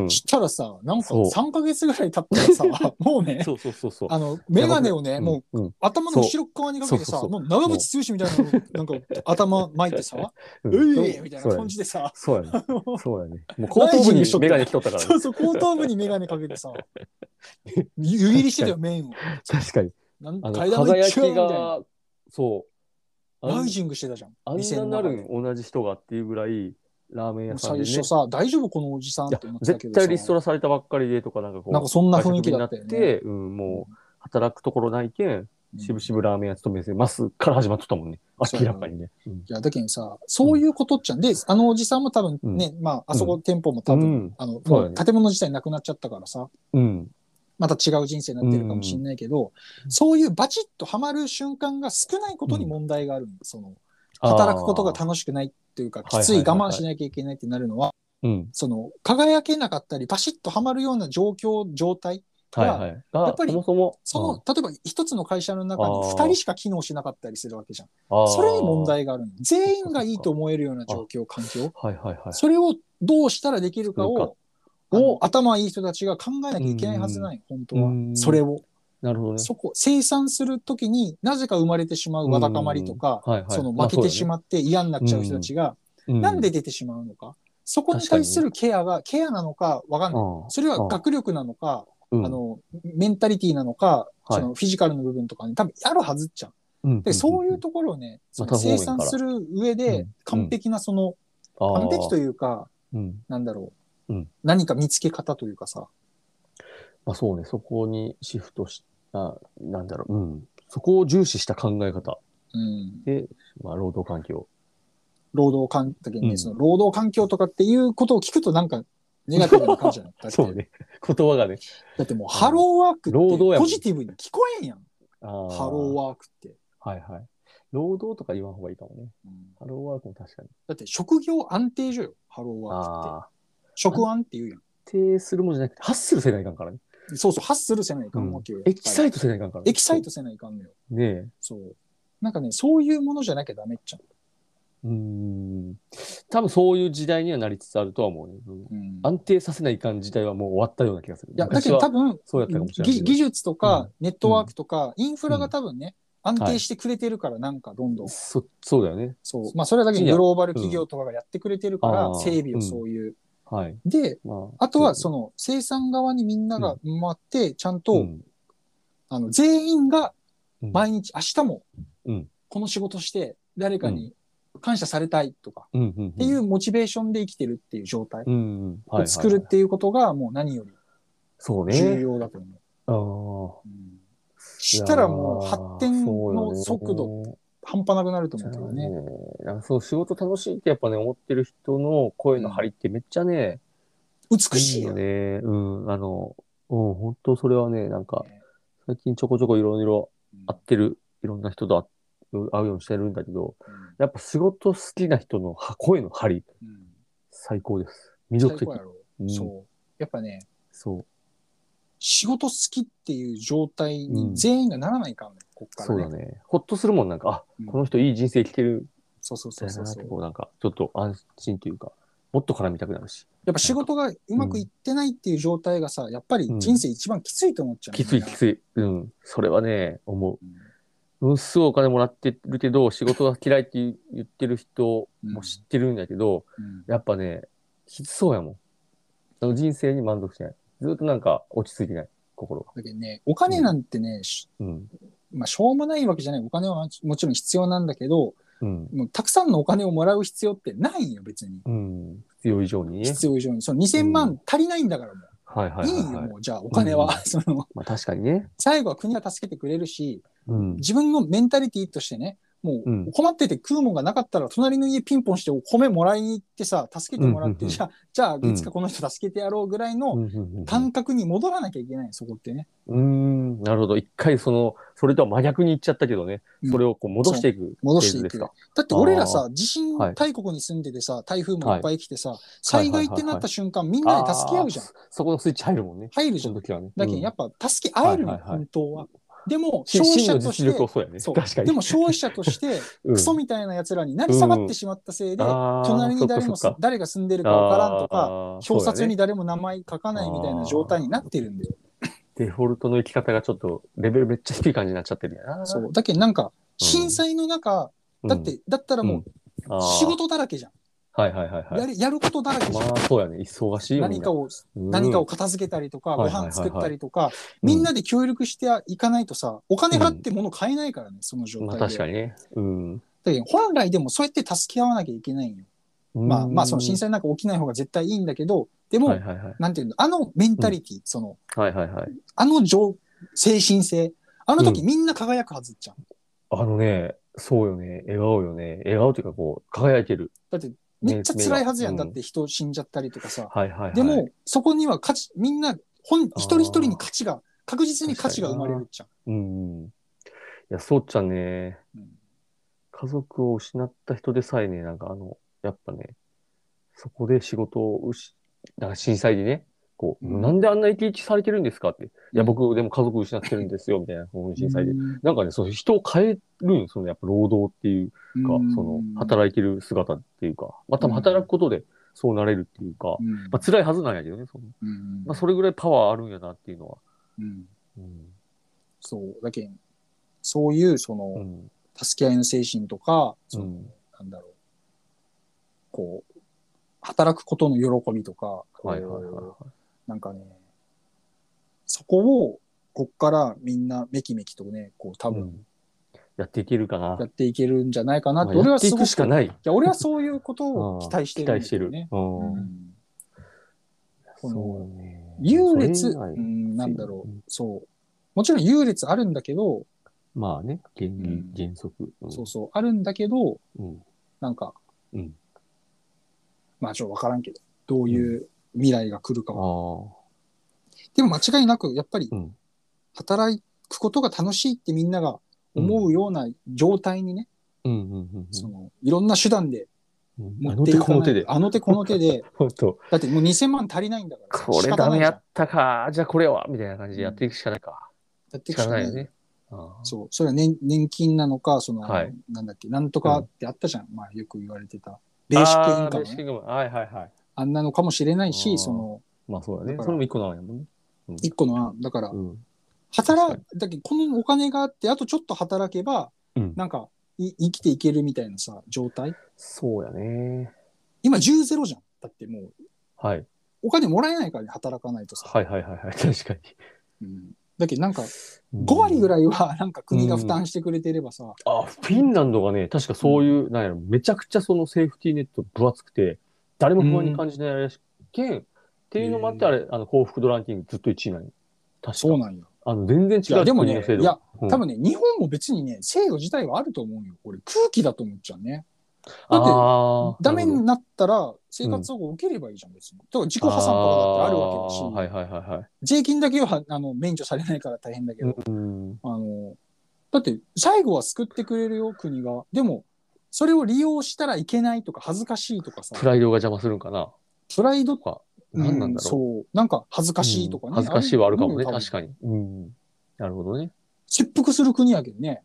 Speaker 2: ね。
Speaker 1: ん。
Speaker 2: したらさ、なんか
Speaker 1: そう
Speaker 2: 3ヶ月ぐらい経ったらさ、
Speaker 1: (laughs)
Speaker 2: もうね、
Speaker 1: そうそうそうそう。
Speaker 2: あの、メガネをね、
Speaker 1: うん
Speaker 2: もう、
Speaker 1: うん
Speaker 2: 頭の後ろっ側にかけてさ、
Speaker 1: そうそう
Speaker 2: もう長渕剛みたいなのを、なんか頭巻いてさ、
Speaker 1: (laughs) う
Speaker 2: うんいみたいな感じでさ、
Speaker 1: そうやね。そうやね。もう後頭部にメガネきとったから、
Speaker 2: そ
Speaker 1: ね
Speaker 2: う。そう、後頭部にメガネかけ
Speaker 1: (laughs)
Speaker 2: てさ、湯切りしてたよ、麺を。
Speaker 1: 確かに。
Speaker 2: なん
Speaker 1: あ
Speaker 2: か
Speaker 1: の、
Speaker 2: 階段も
Speaker 1: 輝
Speaker 2: 一応
Speaker 1: き
Speaker 2: みたいな。
Speaker 1: が、そう。あ
Speaker 2: ライ
Speaker 1: ん
Speaker 2: ジングしてたじゃん。
Speaker 1: あん
Speaker 2: 店
Speaker 1: な
Speaker 2: の
Speaker 1: な
Speaker 2: 中で
Speaker 1: る同じ人がっていうぐらい、ラーメン屋さん
Speaker 2: 最
Speaker 1: でね。
Speaker 2: 初さ、大丈夫このおじさん
Speaker 1: いや
Speaker 2: って思ってたけ
Speaker 1: 絶
Speaker 2: どさ
Speaker 1: 対リストラされたばっかりでとか、なんかこう、
Speaker 2: なんかそんな雰囲気だった
Speaker 1: 会
Speaker 2: よ
Speaker 1: 社
Speaker 2: ね
Speaker 1: クビになって、うん、もう、働くところないけん、しぶしぶラーメン屋勤めてますから始まってたもんね。
Speaker 2: そう
Speaker 1: 明
Speaker 2: や
Speaker 1: らか
Speaker 2: な
Speaker 1: にね。うん
Speaker 2: いや、だけどさ、そういうことっちゃんで、あのおじさんも多分ね、まあ、あそこ店舗も多分、
Speaker 1: うん
Speaker 2: あの、
Speaker 1: そうだね
Speaker 2: もう建物自体なくなっちゃったからさ、
Speaker 1: うん。
Speaker 2: また違う人生になってるかもしれないけど、そういうバチッとハマる瞬間が少ないことに問題があるんだ、その、働くことが
Speaker 1: し
Speaker 2: 楽しくないっていうか、
Speaker 1: あー
Speaker 2: きつい
Speaker 1: はいは
Speaker 2: 我
Speaker 1: いはいはい
Speaker 2: 慢しなきゃいけないってなるのは、
Speaker 1: うん。
Speaker 2: その、輝けなかったり、バシッとハマるような状況、状態、
Speaker 1: はいはい。が
Speaker 2: やっぱり
Speaker 1: そもそも、
Speaker 2: その、例えば一つの会社の中に
Speaker 1: あー
Speaker 2: 二人しか機能しなかったりするわけじゃん。
Speaker 1: うん
Speaker 2: それに問。題があるの全員がいいと思えるような状況、環境。
Speaker 1: あーはいはいはい。
Speaker 2: それをどうしたらできるかを、
Speaker 1: うん
Speaker 2: を頭いい人たちが考えなきゃいけないはずない、本当
Speaker 1: う
Speaker 2: は。
Speaker 1: ん
Speaker 2: それを。
Speaker 1: なるほどね。
Speaker 2: そこ、生産するときになぜか生まれてしまうわだかまりとか、
Speaker 1: うんはいはい
Speaker 2: その
Speaker 1: まあ
Speaker 2: 負けてしまって嫌になっちゃう人たちが、
Speaker 1: な
Speaker 2: なんで出てしまうのか。そこに対するケアが、ケアなのかわかんない。
Speaker 1: あ
Speaker 2: それは
Speaker 1: うん
Speaker 2: 学力なのか、
Speaker 1: うん
Speaker 2: あの、メンタリティなのか、
Speaker 1: はい
Speaker 2: そのフィジカルの部分とかに多分あるはずっちゃん。
Speaker 1: うん
Speaker 2: で、そういうところをね、その
Speaker 1: また方
Speaker 2: 生
Speaker 1: 面
Speaker 2: 産
Speaker 1: から
Speaker 2: する上
Speaker 1: う
Speaker 2: で
Speaker 1: ん、
Speaker 2: 完璧なその、完璧というか、
Speaker 1: うんうん
Speaker 2: なんだろう、
Speaker 1: うん
Speaker 2: 何か見つけ方というかさ、
Speaker 1: まあ、そうね、そこにシフトした、なんだろう、うん。そこを重視した考え方
Speaker 2: うん、
Speaker 1: で、まあ、労働環境。
Speaker 2: 労働環境、ね
Speaker 1: うん
Speaker 2: その労働環境とかっていうことを聞くとなんか、ネガティブな感じじゃないだって
Speaker 1: (laughs) そうね。言葉がね。
Speaker 2: だってもう、ハローワーク
Speaker 1: 労働や
Speaker 2: っ
Speaker 1: もん
Speaker 2: てポジティブに聞こえんやん。
Speaker 1: ハ
Speaker 2: ハローワークって。
Speaker 1: ー。はいはい。労働とか言わん方がいいかもね。
Speaker 2: うん
Speaker 1: ハローワークも確かに。
Speaker 2: だって職業安定所よ、ハローワークって。
Speaker 1: ああ。
Speaker 2: 職安って言うやん。
Speaker 1: 定するもんじゃなくて、発するせないかんからね。
Speaker 2: そうそう、発するせないかんわけよ。
Speaker 1: エキサ
Speaker 2: イ
Speaker 1: イトせないかんから
Speaker 2: ト。
Speaker 1: ね。
Speaker 2: エキサイトせないかんのよ。
Speaker 1: ねえ。
Speaker 2: そう。なんかね、そういうものじゃなきゃダメっちゃ
Speaker 1: うーん。多分そういう時代にはなりつつあるとは思うね。うん
Speaker 2: う。うん、い
Speaker 1: 安定させないかん時代はもう終わったような気がする。
Speaker 2: や、だけ
Speaker 1: 昔
Speaker 2: ど
Speaker 1: は
Speaker 2: 多分、
Speaker 1: そうやったかもしれないけ
Speaker 2: 技
Speaker 1: ど。
Speaker 2: 技術と
Speaker 1: う
Speaker 2: か
Speaker 1: ん
Speaker 2: ネットワークとかインフラが多分ね、安
Speaker 1: は
Speaker 2: 定
Speaker 1: い
Speaker 2: してくれてるから、なんかどんどん。
Speaker 1: そそうだよね。
Speaker 2: そう。まあ、それだけ
Speaker 1: いや
Speaker 2: グローバル企業とかがやってくれてるか
Speaker 1: う
Speaker 2: ら、
Speaker 1: ん
Speaker 2: 整備
Speaker 1: あ
Speaker 2: を
Speaker 1: ー
Speaker 2: そういう。
Speaker 1: はい。
Speaker 2: で、
Speaker 1: まあ、
Speaker 2: あとはその生産側にみんなが回って、ちゃんと、
Speaker 1: うん
Speaker 2: あの、全員が
Speaker 1: うん
Speaker 2: 毎日、明日も
Speaker 1: うん、
Speaker 2: この仕事して、誰かに感謝されたいとか、
Speaker 1: うんうんうん、
Speaker 2: っていうモチベーションで生きてるっていう状態
Speaker 1: うんうんはいはいは
Speaker 2: を
Speaker 1: い
Speaker 2: 作るっていうことが、もう何より
Speaker 1: そう
Speaker 2: 重
Speaker 1: ね。
Speaker 2: 要だと思う。
Speaker 1: あー
Speaker 2: うんしたらもう
Speaker 1: いやー
Speaker 2: 発展の
Speaker 1: そう
Speaker 2: 速
Speaker 1: よ
Speaker 2: 度
Speaker 1: ね
Speaker 2: 半端なくなると思うけ
Speaker 1: そ
Speaker 2: ど
Speaker 1: うね
Speaker 2: ね。。
Speaker 1: なんかそう仕事楽しいってやっぱね思ってる人の声の張りってめっちゃね、
Speaker 2: 美しいよ
Speaker 1: よ
Speaker 2: ね。
Speaker 1: ね。うん、あの、うん、本当それはね、なんか
Speaker 2: ね
Speaker 1: 最近ちょこちょこいろいろ
Speaker 2: うん
Speaker 1: 会ってる、いろんな人と会う会うようにしてるんだけど、やっぱ仕事好きな人のは声の張り、
Speaker 2: うん
Speaker 1: 最高です。魅
Speaker 2: 最
Speaker 1: 力的
Speaker 2: 高。やろ。
Speaker 1: うん
Speaker 2: そう。やっぱね、
Speaker 1: そう。
Speaker 2: 仕事好きっていう状態
Speaker 1: うん
Speaker 2: に全員がならないかんね、こっから
Speaker 1: そうだ
Speaker 2: ね。
Speaker 1: ね。ほっとするもん、なんか、あ、
Speaker 2: うん
Speaker 1: この人いい人生生きてる
Speaker 2: そうそうそ
Speaker 1: だよ
Speaker 2: うそ
Speaker 1: な
Speaker 2: う
Speaker 1: っ
Speaker 2: そ
Speaker 1: て、
Speaker 2: う。
Speaker 1: こうなんか、ちょっと安心というか、もっと絡みたくなるし、
Speaker 2: やっぱ仕事がうまくいってないっていう状態がさ、やっぱり人生一番きついと思っちゃう、
Speaker 1: きついきつい。うん。それはね、思
Speaker 2: うん
Speaker 1: う。うん、すごいお金もらってるけど、仕事が嫌いって言う言ってる人も知ってるんだけど、
Speaker 2: うん
Speaker 1: やっぱね、きつそうやもん。あの人生に満足しない。ずっとなんか落ち着いてない、心が。
Speaker 2: だけどね、お金なんてね、し
Speaker 1: うん。
Speaker 2: まあ、しょうもないわけじゃない。お金はもちろん必要なんだけど、
Speaker 1: うん。
Speaker 2: もうたくさんのお金をもらう必要ってないんよ、別に。
Speaker 1: うん。必要以上にね。
Speaker 2: 必要以上に。その2000
Speaker 1: う
Speaker 2: 万足りないんだからも
Speaker 1: はいは
Speaker 2: う。
Speaker 1: い
Speaker 2: いい
Speaker 1: はい
Speaker 2: よ、
Speaker 1: はい。
Speaker 2: もう。じゃあお金は。その、
Speaker 1: まあ確かにね。
Speaker 2: 最後は国が助けてくれるし、
Speaker 1: うん。
Speaker 2: 自分のメンタリティとしてね、も
Speaker 1: うん
Speaker 2: う困ってて食うもんがなかったら、隣の家ピンポンしてお米もらいに行ってさ、助けてもらっ
Speaker 1: うんうんう
Speaker 2: て、
Speaker 1: ん
Speaker 2: じゃあ、じゃ
Speaker 1: う
Speaker 2: あ、
Speaker 1: ん
Speaker 2: いつかこの人助けてやろうぐらい
Speaker 1: うん
Speaker 2: の
Speaker 1: うん
Speaker 2: 感覚に戻らなきゃいけない、そこってね。
Speaker 1: うん、うーんなるほど。一回その、それとは真逆に言っちゃったけどね
Speaker 2: う。ん
Speaker 1: それをこう戻していく
Speaker 2: 戻
Speaker 1: フェ
Speaker 2: し
Speaker 1: ー
Speaker 2: て
Speaker 1: ズです
Speaker 2: いく。だ
Speaker 1: か。
Speaker 2: って俺ら
Speaker 1: あ
Speaker 2: さ、地震
Speaker 1: はい
Speaker 2: 大国に住んでてさ、台風もいっぱい来てさ、災害ってなった瞬間、みん
Speaker 1: あ
Speaker 2: なで助け合うじゃん
Speaker 1: ー。そそこのスイッチ入るもんね。
Speaker 2: 入るじ
Speaker 1: そ
Speaker 2: ゃん
Speaker 1: の。時はね。
Speaker 2: だけど
Speaker 1: うん
Speaker 2: やっぱ助け合えるの、
Speaker 1: はいはいはい
Speaker 2: 本当は。でも
Speaker 1: 真
Speaker 2: 消費
Speaker 1: 真
Speaker 2: 者
Speaker 1: の
Speaker 2: とし
Speaker 1: 実力を
Speaker 2: て、
Speaker 1: そうやね。
Speaker 2: そう
Speaker 1: 確かに。
Speaker 2: でも消費者として、
Speaker 1: (laughs) うん、
Speaker 2: クソみたいな奴らに成り下がってしまったせいで、
Speaker 1: あー
Speaker 2: 隣に誰
Speaker 1: そ
Speaker 2: も
Speaker 1: っかそっか
Speaker 2: 誰が住んでるかわからんとか、
Speaker 1: あー
Speaker 2: 表札
Speaker 1: そ
Speaker 2: に
Speaker 1: うだね
Speaker 2: 誰も名前書かないみたいな状態になってるんだよ。
Speaker 1: デフォルトの生き方がちょっとレベルめ (laughs) っちゃ低い感じになっちゃってるやな。
Speaker 2: そう。だけどなんか、震災の中、
Speaker 1: うん
Speaker 2: だって、だったらも
Speaker 1: あ
Speaker 2: う
Speaker 1: ー
Speaker 2: 仕事だらけじゃん。
Speaker 1: はいはいはいは
Speaker 2: や
Speaker 1: い。
Speaker 2: るやることだらけじ
Speaker 1: ま
Speaker 2: ゃん。
Speaker 1: あそうやね。忙しいよみ
Speaker 2: 何
Speaker 1: んな
Speaker 2: かを、
Speaker 1: うん
Speaker 2: 何かを片付けたりとか、
Speaker 1: は
Speaker 2: ご
Speaker 1: いはいはいは
Speaker 2: 飯
Speaker 1: い
Speaker 2: 作ったりとか、みんなで協力していかないとさ、お金払って物買えないからね、その状
Speaker 1: まあ
Speaker 2: 態
Speaker 1: 確
Speaker 2: で
Speaker 1: か。にね。うん。
Speaker 2: だけど本来でもそうやって助け合わなきゃいけないんよ。まあまあその震
Speaker 1: 査
Speaker 2: 災なんか起きない方が絶対いいんだけど、でも、
Speaker 1: はいはいはい。
Speaker 2: なんていうの、あのメンタリティ、その、
Speaker 1: はいはいはい。
Speaker 2: あの情、精神性、あの時
Speaker 1: うん
Speaker 2: みんな輝くはずっちゃん。
Speaker 1: あのね、そうよね。笑顔よね。笑顔というかこう、輝いてる。
Speaker 2: だってめっちゃ
Speaker 1: ね
Speaker 2: 辛いはずやん、
Speaker 1: 目がう
Speaker 2: だ
Speaker 1: ん
Speaker 2: って人死んじゃったりとかさ。
Speaker 1: はいはいはい。
Speaker 2: でも、そこには価値、みんな、本、一人一人に価値が、確実に価値が生まれるっちゃ
Speaker 1: う
Speaker 2: ん。
Speaker 1: ん。いや、そうちゃんね、
Speaker 2: うん
Speaker 1: 家族を失った人でさえね、なんかあの、やっぱね、そこで仕事をうし、なんか震災でね、こう、
Speaker 2: うん
Speaker 1: なんであんな生き生きされてるんですかって、いや、
Speaker 2: うん
Speaker 1: 僕でも家族失ってるんです
Speaker 2: (laughs)
Speaker 1: よ、みたいな、この震災で。
Speaker 2: うん
Speaker 1: なんかね、その人を変えるんよそのやっぱ労働っていうか、その働いてる姿っていうか、まあ多分働くことでそうなれるっていうか、
Speaker 2: うん
Speaker 1: まあ辛いはずなんやけどね、その
Speaker 2: うん
Speaker 1: まあそれぐらいパワーあるんやなっていうのは。
Speaker 2: うん
Speaker 1: うん。
Speaker 2: そう、だけんそういう、そうの、
Speaker 1: ん。
Speaker 2: 助け合いの精神とか、
Speaker 1: う
Speaker 2: その
Speaker 1: ん。
Speaker 2: なんだろう、こう、働くことの喜びとか、
Speaker 1: はいはいはいは
Speaker 2: なんかね、そこを、こっからみんなめきめきとね、こう多
Speaker 1: い。う
Speaker 2: 分
Speaker 1: んやっていけるかな。
Speaker 2: やっていけるんじゃないかなって、
Speaker 1: まあ
Speaker 2: 俺
Speaker 1: や
Speaker 2: は
Speaker 1: って
Speaker 2: す
Speaker 1: い
Speaker 2: ごく
Speaker 1: くしか
Speaker 2: い
Speaker 1: ない。
Speaker 2: や、俺はそういうこ
Speaker 1: (laughs)
Speaker 2: とを期待してるん
Speaker 1: 期
Speaker 2: だ
Speaker 1: 待して
Speaker 2: よ
Speaker 1: る。
Speaker 2: ね。
Speaker 1: う
Speaker 2: うんん
Speaker 1: そ
Speaker 2: この
Speaker 1: うね
Speaker 2: 優劣、
Speaker 1: そうれ以外
Speaker 2: ん、なんだろ
Speaker 1: う。
Speaker 2: うんそう。もちろん優劣あるんだけど、
Speaker 1: まあね、原理
Speaker 2: うん、
Speaker 1: 原則。うん
Speaker 2: そうそう、あるんだけど、
Speaker 1: うん
Speaker 2: なんか、
Speaker 1: うん
Speaker 2: まあちょっとわからんけど、どういう未来が来るか
Speaker 1: あ
Speaker 2: は。
Speaker 1: あ。
Speaker 2: でも間違いなく、やっぱり
Speaker 1: うん
Speaker 2: 働くことが楽しいってみんなが思うような状態にね、
Speaker 1: うんうんうん
Speaker 2: その、いろんな手段で
Speaker 1: うん。
Speaker 2: 持
Speaker 1: あ
Speaker 2: っ
Speaker 1: の
Speaker 2: てい
Speaker 1: 手
Speaker 2: かない
Speaker 1: この手で。
Speaker 2: あの手この手で、 (laughs)
Speaker 1: 本当。
Speaker 2: だってもう2000万足りないんだから。
Speaker 1: これ
Speaker 2: 仕方
Speaker 1: ダ
Speaker 2: な
Speaker 1: メ
Speaker 2: いじゃ
Speaker 1: や
Speaker 2: ん
Speaker 1: ったか。じゃあこれはみたいな感じでやっていくしかないか。
Speaker 2: やって
Speaker 1: し
Speaker 2: いく
Speaker 1: か
Speaker 2: しか
Speaker 1: な
Speaker 2: ないい
Speaker 1: よ。ね。ああ
Speaker 2: そう。それは年年金なのか、その、
Speaker 1: はい
Speaker 2: なんだっけ、なんとかってあったじゃん。まあよく言われてた。ベーシックイン
Speaker 1: あー
Speaker 2: カ
Speaker 1: ベ
Speaker 2: ム
Speaker 1: ーシックイ
Speaker 2: ね、
Speaker 1: ンカム。はいはいはい。
Speaker 2: あんなのかもしれない
Speaker 1: あ
Speaker 2: し、
Speaker 1: ー
Speaker 2: その、
Speaker 1: まあそうだね。
Speaker 2: だから
Speaker 1: それも一個なのやもんね。
Speaker 2: 一個の案、だから、
Speaker 1: うん。
Speaker 2: 働く、だけどこのお金があって、あとちょっと働けば、
Speaker 1: うん
Speaker 2: なんかい、生きていけるみたいなさ、状態。
Speaker 1: そうやね。
Speaker 2: 今10ゼロじゃん。だってもう、
Speaker 1: はい。
Speaker 2: お金もらえないからね、働かないとさ。
Speaker 1: はいはいはいはい。確か
Speaker 2: うんだけどなんか、
Speaker 1: に。
Speaker 2: 5割ぐ
Speaker 1: い。
Speaker 2: らいは、 (laughs) なんか国が負担してくれてればさ、
Speaker 1: あ、フィンランドがね、確かそういう、なんやろ、めちゃくちゃそのセーフティーネット分厚くて、誰も不安に感じないらしけん、っていうのもあって、あれ、あの幸福度ランキングずっと1位なの。確か
Speaker 2: そうなんよ。
Speaker 1: あの、全然
Speaker 2: い
Speaker 1: 違
Speaker 2: や、
Speaker 1: う。
Speaker 2: でもね
Speaker 1: 国の制、度
Speaker 2: いや、
Speaker 1: うん
Speaker 2: 多分ね、日本も別にね、制度自体はあると思うよ。俺、空気だと思っちゃうね。だって
Speaker 1: あー
Speaker 2: ダメ
Speaker 1: なる
Speaker 2: になったら、生活保護受ければいいじゃん、別に。だから自己
Speaker 1: ほ
Speaker 2: 破
Speaker 1: ど
Speaker 2: 産とかだってあるわけだし、
Speaker 1: あーはいはいはいはい。
Speaker 2: 税金だけはあの免除されないから大変だけど、
Speaker 1: うん。
Speaker 2: あの、だって最後は救ってくれるよ、国が。でも、それを利用したらいけないとか、恥ずかしいとかさ、
Speaker 1: プライドが邪魔するんかな。
Speaker 2: プライド、
Speaker 1: 何なんだろう。
Speaker 2: うんそう、なんか恥ずかしいとか
Speaker 1: う
Speaker 2: ね。
Speaker 1: ん恥ずかしいはあるかもね、
Speaker 2: 多分
Speaker 1: 確かに。うん。なるほどね。
Speaker 2: 切腹する国やけどね。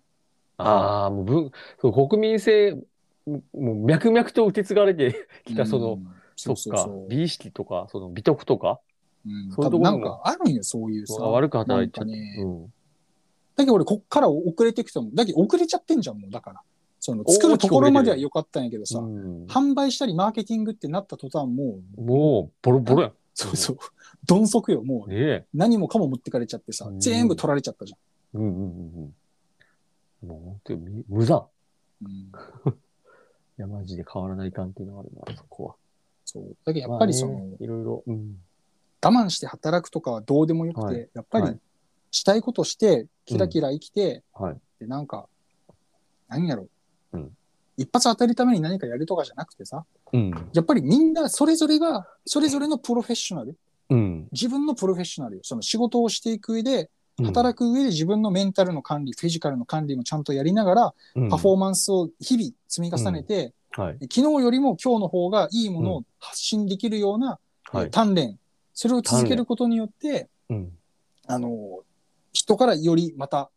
Speaker 1: ああ、もう文、そう、国民性、ももう脈々と受け継がれてきた、その、
Speaker 2: うん、
Speaker 1: そ
Speaker 2: そ
Speaker 1: っ
Speaker 2: うそうそ
Speaker 1: か
Speaker 2: う、
Speaker 1: 美意識とか、その美徳とか、
Speaker 2: うん、
Speaker 1: そうい
Speaker 2: 多
Speaker 1: うところ
Speaker 2: 分
Speaker 1: も
Speaker 2: なんかあるんよ、そういうさ。
Speaker 1: 悪く働いちゃっ
Speaker 2: なんか
Speaker 1: て。
Speaker 2: ね
Speaker 1: うん。
Speaker 2: だけど俺、こっから遅れていくと思う。だけど遅れちゃってんじゃん、もう。だから。その、作るところまでは良かったんやけどさ、
Speaker 1: うん
Speaker 2: 販売したりマーケティングってなった途端、もう、
Speaker 1: もう、ボロボロやん。
Speaker 2: そうそう、どん底よ、もう。
Speaker 1: ねえ。
Speaker 2: 何もかも持ってかれちゃってさ
Speaker 1: う、ん
Speaker 2: 全部取られちゃったじ
Speaker 1: うんうんうんうん。もう本当にみ無残。
Speaker 2: ゃん。うん、
Speaker 1: いや、マジで変わらないかんっていうのがあるな、そこは。
Speaker 2: そう。だけどやっぱりその、
Speaker 1: まあねいろいろ。うん。
Speaker 2: 我慢して働くとかはどうでもよくて、
Speaker 1: はい
Speaker 2: やっぱ
Speaker 1: は
Speaker 2: り
Speaker 1: い
Speaker 2: したいことして、キラキラ生きて、
Speaker 1: はい。
Speaker 2: で、なんか、何やろ
Speaker 1: う
Speaker 2: う、
Speaker 1: ん
Speaker 2: 一発当たるために何かやるとかじゃなくてさ、
Speaker 1: うん。
Speaker 2: やっぱりみんなそれぞれが、それぞれのプロフェッショナル、
Speaker 1: うん。
Speaker 2: 自分のプロフェッショナルよ。その仕事をしていく上で、
Speaker 1: く、
Speaker 2: 働く上で自分のメンタルの管理、フィジカルの管理もちゃんとやりながら、パフォーマンスを日々積み重ねて、
Speaker 1: ーはい。
Speaker 2: 昨日よりも今日の方がいいものを発信できるような、
Speaker 1: は
Speaker 2: えー
Speaker 1: い。
Speaker 2: 鍛錬、それを続けることによって、
Speaker 1: うん。
Speaker 2: あの、人からよりまた、
Speaker 1: うん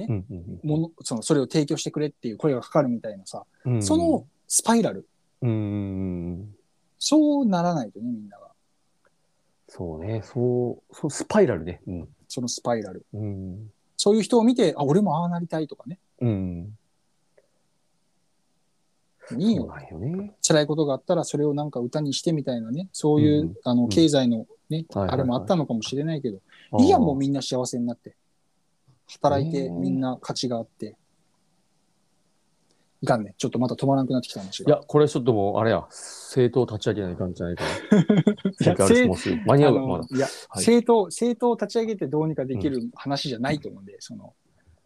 Speaker 1: うん
Speaker 2: もの、その、それを提供してくれっていう声がかかるみたいなさ、
Speaker 1: うん。
Speaker 2: そのスパイラル、
Speaker 1: うん、うんうん。
Speaker 2: そうならないとね、みんなが。
Speaker 1: そうね、そう、そう、スパイラルね。うん。
Speaker 2: そのスパイラル。
Speaker 1: うん。
Speaker 2: そういう人を見て、あ、俺もああなりたいとかね。
Speaker 1: うん。
Speaker 2: いい
Speaker 1: そ
Speaker 2: よ
Speaker 1: う。なんよね。
Speaker 2: 辛いことがあったらそれをなんか歌にしてみたいなね、そういう、
Speaker 1: うん
Speaker 2: あの経済のね、
Speaker 1: はいはいはい
Speaker 2: あれもあったのかもしれないけど、いやもうみんな幸せになって、働いて
Speaker 1: ねえ
Speaker 2: みんな価値があって、いかんね、ちょっとまた止まらなくなってきた話
Speaker 1: い
Speaker 2: が。
Speaker 1: や、これちょっともう、あれや、政党立ち上げないかんじゃないかな。
Speaker 2: (laughs) い
Speaker 1: 政
Speaker 2: や
Speaker 1: 党あれしてますよ間に
Speaker 2: あ
Speaker 1: 合うか、まだ
Speaker 2: の。い
Speaker 1: は
Speaker 2: や
Speaker 1: い
Speaker 2: 政党、政党を立ち上げてどうにかできる話じゃないと思うんで、その、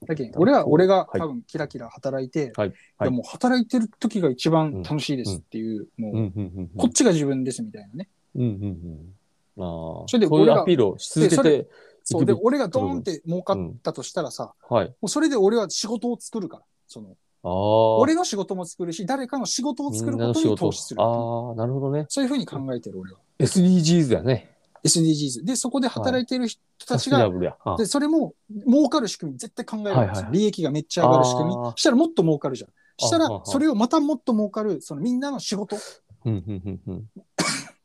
Speaker 2: だけど俺
Speaker 1: なる
Speaker 2: は、
Speaker 1: ほど
Speaker 2: 俺が
Speaker 1: はい
Speaker 2: 多分キラキラ働いて、
Speaker 1: はいはい
Speaker 2: やもう働いてる時が一番楽しいですっていう、もう、
Speaker 1: うん、うん、う
Speaker 2: こっ
Speaker 1: ん。
Speaker 2: ちが自分ですみたいなね。
Speaker 1: うん、うん、うん。ああ。
Speaker 2: それで
Speaker 1: そうい
Speaker 2: 俺
Speaker 1: う
Speaker 2: ら
Speaker 1: アピールをし続け
Speaker 2: で
Speaker 1: て、
Speaker 2: そうで、俺がドーンって儲かったとしたらさ、
Speaker 1: はい。
Speaker 2: もうそれで俺は仕事を作るから。その、
Speaker 1: ああ。
Speaker 2: 俺の仕事も作るし、誰かの仕事を作ることに投資する
Speaker 1: あ。あー、なるほどね。
Speaker 2: そういうふうに考えてる俺は。
Speaker 1: SDGs やね。
Speaker 2: SDGs。で、そこで働いてる人た
Speaker 1: サステ
Speaker 2: ちが、
Speaker 1: ナブルや。あ
Speaker 2: で、それも儲かる仕組み絶対考えるんですよ、
Speaker 1: はいはいはい
Speaker 2: 利益がめっちゃ上がる仕組み
Speaker 1: あ。ー
Speaker 2: したらもっと儲かるじゃん。した
Speaker 1: あは
Speaker 2: ら
Speaker 1: は、
Speaker 2: それをまたもっと儲かる、そのみんなの仕事、
Speaker 1: うん、うん、うん、うん。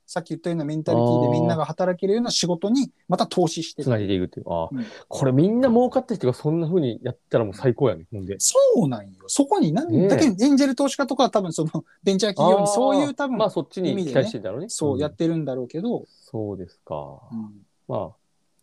Speaker 2: さっき言ったようなメンタリティでみんなが働けるような仕事にまた投資して
Speaker 1: つ
Speaker 2: る。
Speaker 1: なげていくっていう。ああ、
Speaker 2: うん
Speaker 1: これみんな儲かった人がそんな風にやったらもう最高やね。ほんで。
Speaker 2: そうなんよ。そこに何、
Speaker 1: ねえ
Speaker 2: だけどエンジェル投資家とかは多分そのベンチャー企業にそういう多分、
Speaker 1: まあそっちに期待してんだろうね。
Speaker 2: そうや
Speaker 1: ん
Speaker 2: ってるんだろうけど、
Speaker 1: そうですか。
Speaker 2: うん
Speaker 1: ま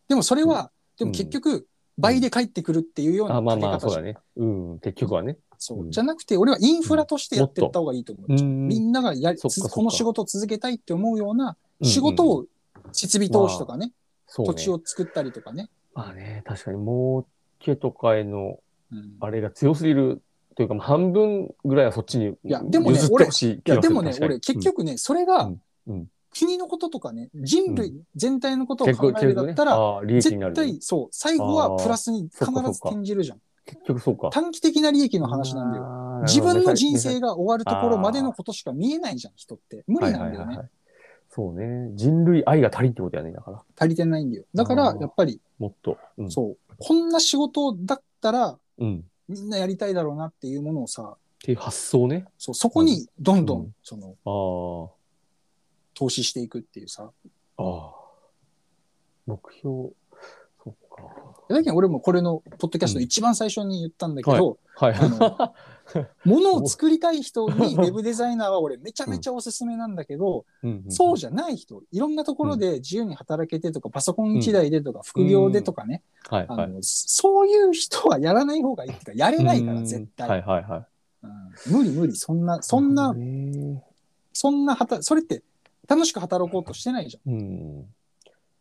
Speaker 2: でもそれは、
Speaker 1: うん
Speaker 2: でも結局倍で返ってくるっていうよう
Speaker 1: あ、
Speaker 2: な
Speaker 1: あまあ
Speaker 2: 立て
Speaker 1: まあ、
Speaker 2: 方
Speaker 1: そう
Speaker 2: じゃ
Speaker 1: だ
Speaker 2: ん
Speaker 1: ね。うん、結局はね。
Speaker 2: そう
Speaker 1: うん
Speaker 2: じゃなくて俺はインフラとしてやっていった方がいいと思う。
Speaker 1: うん。
Speaker 2: みんながやり
Speaker 1: そっかそっか
Speaker 2: この仕事を続けたいって思うような
Speaker 1: うん
Speaker 2: 仕事、
Speaker 1: うん
Speaker 2: を設備投資とかね、
Speaker 1: そうね
Speaker 2: 土地を作ったりとかね。
Speaker 1: まあね、確かに儲けとかへの
Speaker 2: うん
Speaker 1: あれが強すぎるというか、まあ半分ぐらいはそっちに
Speaker 2: いやでもね
Speaker 1: 譲ってほしい
Speaker 2: い
Speaker 1: 気
Speaker 2: や
Speaker 1: がす
Speaker 2: で
Speaker 1: る。
Speaker 2: もね、
Speaker 1: 確かに
Speaker 2: 俺結、局ね、それが
Speaker 1: うんうん
Speaker 2: 国のこととかね、人類全体のこと
Speaker 1: うん
Speaker 2: を考えるんだ
Speaker 1: 結局ね
Speaker 2: ったら、
Speaker 1: ああ利益にな
Speaker 2: 絶
Speaker 1: る。
Speaker 2: 対そう、最後はプラスに必ず
Speaker 1: あーそっかそっか
Speaker 2: 転じるじゃん。
Speaker 1: 結局そうか。
Speaker 2: 短期的な利益の話なんだよ。
Speaker 1: よ
Speaker 2: 自分の人生が終わるところまでのことしか見えないじゃん、人って。無理なんだよね。
Speaker 1: そうね。人類愛が足りんってことやね。だから、
Speaker 2: 足りてないんだよ。だから
Speaker 1: あ、ー
Speaker 2: やっぱり、
Speaker 1: もっと。うん。
Speaker 2: そう、こんな仕事だったら、
Speaker 1: うん。っ
Speaker 2: みんなやりたいだろうなっていうものをさ、
Speaker 1: ていう発想ね。
Speaker 2: そうそこにどんど、
Speaker 1: うん
Speaker 2: その、
Speaker 1: ああ。
Speaker 2: 投資していくっていうさ。
Speaker 1: ああ。目標、そっか。
Speaker 2: だけど俺もこれの、ポッドキャストの一番最初に言ったんだけ
Speaker 1: うん
Speaker 2: ど、
Speaker 1: はい。
Speaker 2: あの物を作りたい人にウェブデザイナーは俺めちゃめちゃおすすめなんだけど、
Speaker 1: (laughs) うんうん
Speaker 2: そうじゃない人、いろんなところで自由に働けてとか、パソコン一台でとか、副業でとかね、
Speaker 1: はいは
Speaker 2: あ
Speaker 1: い。
Speaker 2: の、そういう人はやらない方がいいっていうか、やれないから
Speaker 1: うん
Speaker 2: 絶対。
Speaker 1: はいはいはい。
Speaker 2: うん無理無理、そんな、そんな、
Speaker 1: ね
Speaker 2: そんな働、それって楽しく働こうとしてないじゃん。
Speaker 1: うん。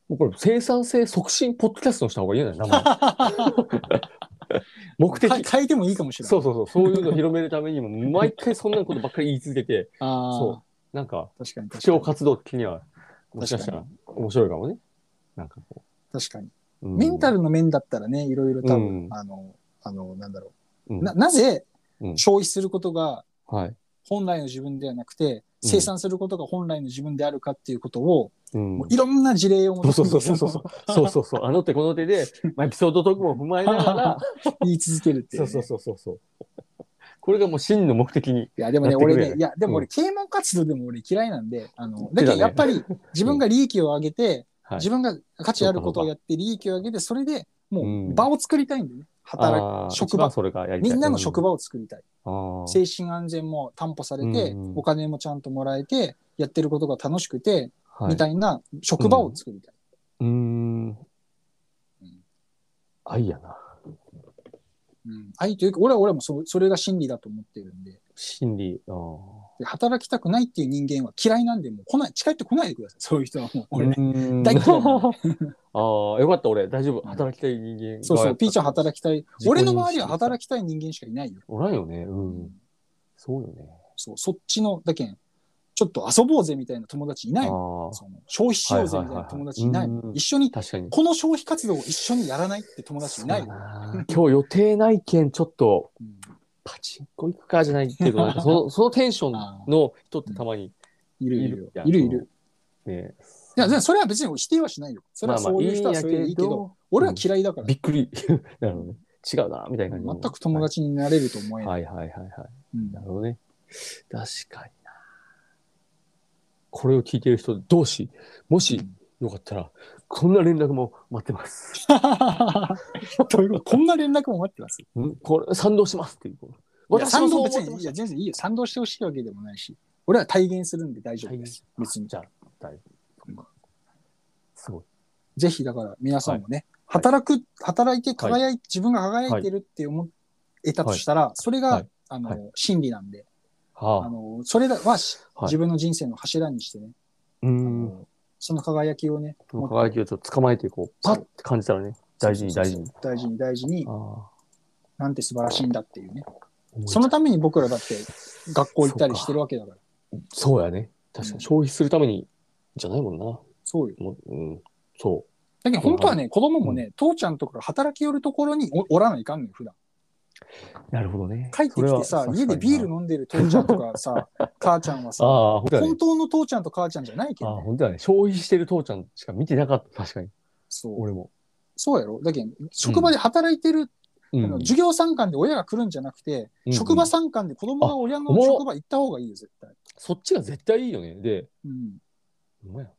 Speaker 1: もうこれ生産性促進ポッドキャストにした方がいいよね、名
Speaker 2: (laughs)
Speaker 1: 前目的。
Speaker 2: か変えてもいいかもしれない。
Speaker 1: そうそうそう、そういうのを広めるため
Speaker 2: (laughs)
Speaker 1: にも、毎回そんなことばっかり言い続けて、
Speaker 2: あー
Speaker 1: そなんか、
Speaker 2: 確かに
Speaker 1: 視
Speaker 2: 確か
Speaker 1: 聴
Speaker 2: に。
Speaker 1: 活動的には、もしかしたら面白いかもね。なんかこ
Speaker 2: 確かに。
Speaker 1: う。うん
Speaker 2: メンタルの面だったらね、いろいろ多分、
Speaker 1: うん
Speaker 2: あの、あの、なんだろ
Speaker 1: う
Speaker 2: う。
Speaker 1: ん
Speaker 2: な、なぜ
Speaker 1: うん
Speaker 2: 消費することが
Speaker 1: はい。
Speaker 2: 本来の自分ではなくて、
Speaker 1: うん
Speaker 2: 生産することが本来の自分であるかっていうことを、
Speaker 1: うん
Speaker 2: もういろんな事例を
Speaker 1: そう
Speaker 2: も
Speaker 1: そ
Speaker 2: と
Speaker 1: う
Speaker 2: に
Speaker 1: そうそうそう。そうそうそう。あの手この手で、まあ、エピソードトークも踏まえながら、
Speaker 2: (laughs) 言い続けるっていう
Speaker 1: そう
Speaker 2: ね。
Speaker 1: そうそうそうそう。これがもう真の目的に。
Speaker 2: いや、でもね、
Speaker 1: やってく
Speaker 2: 俺
Speaker 1: れ
Speaker 2: ね、いや、でも俺、
Speaker 1: う
Speaker 2: 啓蒙活動でも俺嫌いなんで、あの、
Speaker 1: 言
Speaker 2: だ
Speaker 1: ってたね
Speaker 2: けどやっぱり自分が利益を上げて、
Speaker 1: はい、
Speaker 2: 自分が価値あることをやって利益を上げて、それでも
Speaker 1: うん
Speaker 2: う場を作りたいんだよね。働
Speaker 1: あー
Speaker 2: 職
Speaker 1: 一
Speaker 2: 場
Speaker 1: 番それがやり
Speaker 2: く。
Speaker 1: たい
Speaker 2: みんなの職場を作りたい。
Speaker 1: うんあー
Speaker 2: 精神安全も担保されて
Speaker 1: うん、
Speaker 2: お金もちゃんともらえて、やってることが楽しくて、
Speaker 1: はい
Speaker 2: みたいな職場を作りたい。
Speaker 1: うーん
Speaker 2: ん。
Speaker 1: 愛やな。
Speaker 2: うん。愛というか、俺は俺はもうそそれが真理だと思ってるんで、
Speaker 1: 心理。あー
Speaker 2: で働きたくないっていう人間は嫌いなんで、もう来ない、近寄ってこないでください。そういう人はもう、俺
Speaker 1: うーん
Speaker 2: 大嫌いなの
Speaker 1: あ (laughs) あ、よかった、俺。大丈夫。働きたい人間が。
Speaker 2: そうそう、ピーちゃん働きたい。俺の周り
Speaker 1: 自己認
Speaker 2: は
Speaker 1: 識
Speaker 2: 働きたい人間しかいないよ。
Speaker 1: おらんよね。うん。そうよね。
Speaker 2: そう、そっちの、だけん、ちょっと遊ぼうぜみたいな友達い
Speaker 1: あ
Speaker 2: ないもん
Speaker 1: あー、
Speaker 2: その消費しようぜみたいな友達いないもん
Speaker 1: はいはいはいうん
Speaker 2: 一緒に、
Speaker 1: 確かに。
Speaker 2: この消費活動を一緒にやらないって友達いない
Speaker 1: そう
Speaker 2: もん
Speaker 1: だな今日予定ないけん、ちょっと。
Speaker 2: うん
Speaker 1: パチンコ行くかじゃないけど、
Speaker 2: (laughs)
Speaker 1: なんかそのそのテンションの人ってたまに、
Speaker 2: いるいるよ
Speaker 1: いる
Speaker 2: いるいる。
Speaker 1: ね、
Speaker 2: いや、でもそれは別に否定はしないよ。それはそういう人はそれでいいけ
Speaker 1: まあまあ
Speaker 2: ど、俺は嫌いだから、
Speaker 1: びっくり。 (laughs) なるほどね。違うな、みたいな感じの。
Speaker 2: 全く友達になれると思えない。
Speaker 1: はいはいはいはい。
Speaker 2: うん
Speaker 1: なるほどね。確かにな。これを聞いてる人同士、もしよかったら、こんな連絡も待って (laughs) ます。
Speaker 2: ということこんな連絡も待ってます。
Speaker 1: うん、これ賛同しますっていう。
Speaker 2: いや
Speaker 1: 私も
Speaker 2: 賛
Speaker 1: そう
Speaker 2: 同
Speaker 1: 思ってま
Speaker 2: 別に、い
Speaker 1: す
Speaker 2: や、全然いいよ。賛同してほしいわけでもないし、俺は体現するんで大丈夫です。別に。
Speaker 1: じゃあ、大丈夫か。すごい。
Speaker 2: ぜひだから皆さんもね、働く、働いて輝い、自分が輝いてるって思えたとしたら、それが、
Speaker 1: はい
Speaker 2: あの、
Speaker 1: は
Speaker 2: 真理なんで、あ
Speaker 1: はあ。
Speaker 2: の、それらはし、
Speaker 1: はい
Speaker 2: 自分の人生の柱にしてね、
Speaker 1: う
Speaker 2: あ
Speaker 1: ん。
Speaker 2: のその輝きをね、
Speaker 1: その輝きをちょっと捕まえていこう。パ
Speaker 2: そう
Speaker 1: ッて感じたらね、大事に
Speaker 2: そう
Speaker 1: 大
Speaker 2: そ
Speaker 1: 事
Speaker 2: うそう
Speaker 1: に。
Speaker 2: 大事に大事に
Speaker 1: あ、あ
Speaker 2: なんて素晴らしいんだっていうね。
Speaker 1: 思い
Speaker 2: そのために僕らだって学校行ったりしてるわけだから。
Speaker 1: そうやね。確かに消費するためにじゃないもんな。
Speaker 2: そうよ。
Speaker 1: もううん、そ
Speaker 2: だけど本当はね、子供もね、父ちゃんとか働き寄るところにおおらないかんのよ、普段。
Speaker 1: う。なるほどね。
Speaker 2: 帰ってきてさ、家でビール
Speaker 1: の。
Speaker 2: 飲んでる父ちゃんとかさ、
Speaker 1: (laughs)
Speaker 2: 母ちゃんは
Speaker 1: あ
Speaker 2: さ、
Speaker 1: あ、本当やね
Speaker 2: 本。当の父ちゃんと母ちゃんじゃないけ
Speaker 1: ああ、
Speaker 2: どね。
Speaker 1: 本当やね。消費してる父ちゃんしか見てなかった。確かに。
Speaker 2: そう。
Speaker 1: 俺も。
Speaker 2: そうやろだけど、職場で働いてる、
Speaker 1: う
Speaker 2: あの
Speaker 1: ん。
Speaker 2: 授業参観で親が来るんじゃなくて、
Speaker 1: うん
Speaker 2: 職場参観で子供が親の
Speaker 1: あおもろ
Speaker 2: 職場行った方がいいよ、絶対。
Speaker 1: そっちが絶対いいよね。で、
Speaker 2: うん。
Speaker 1: ほんまや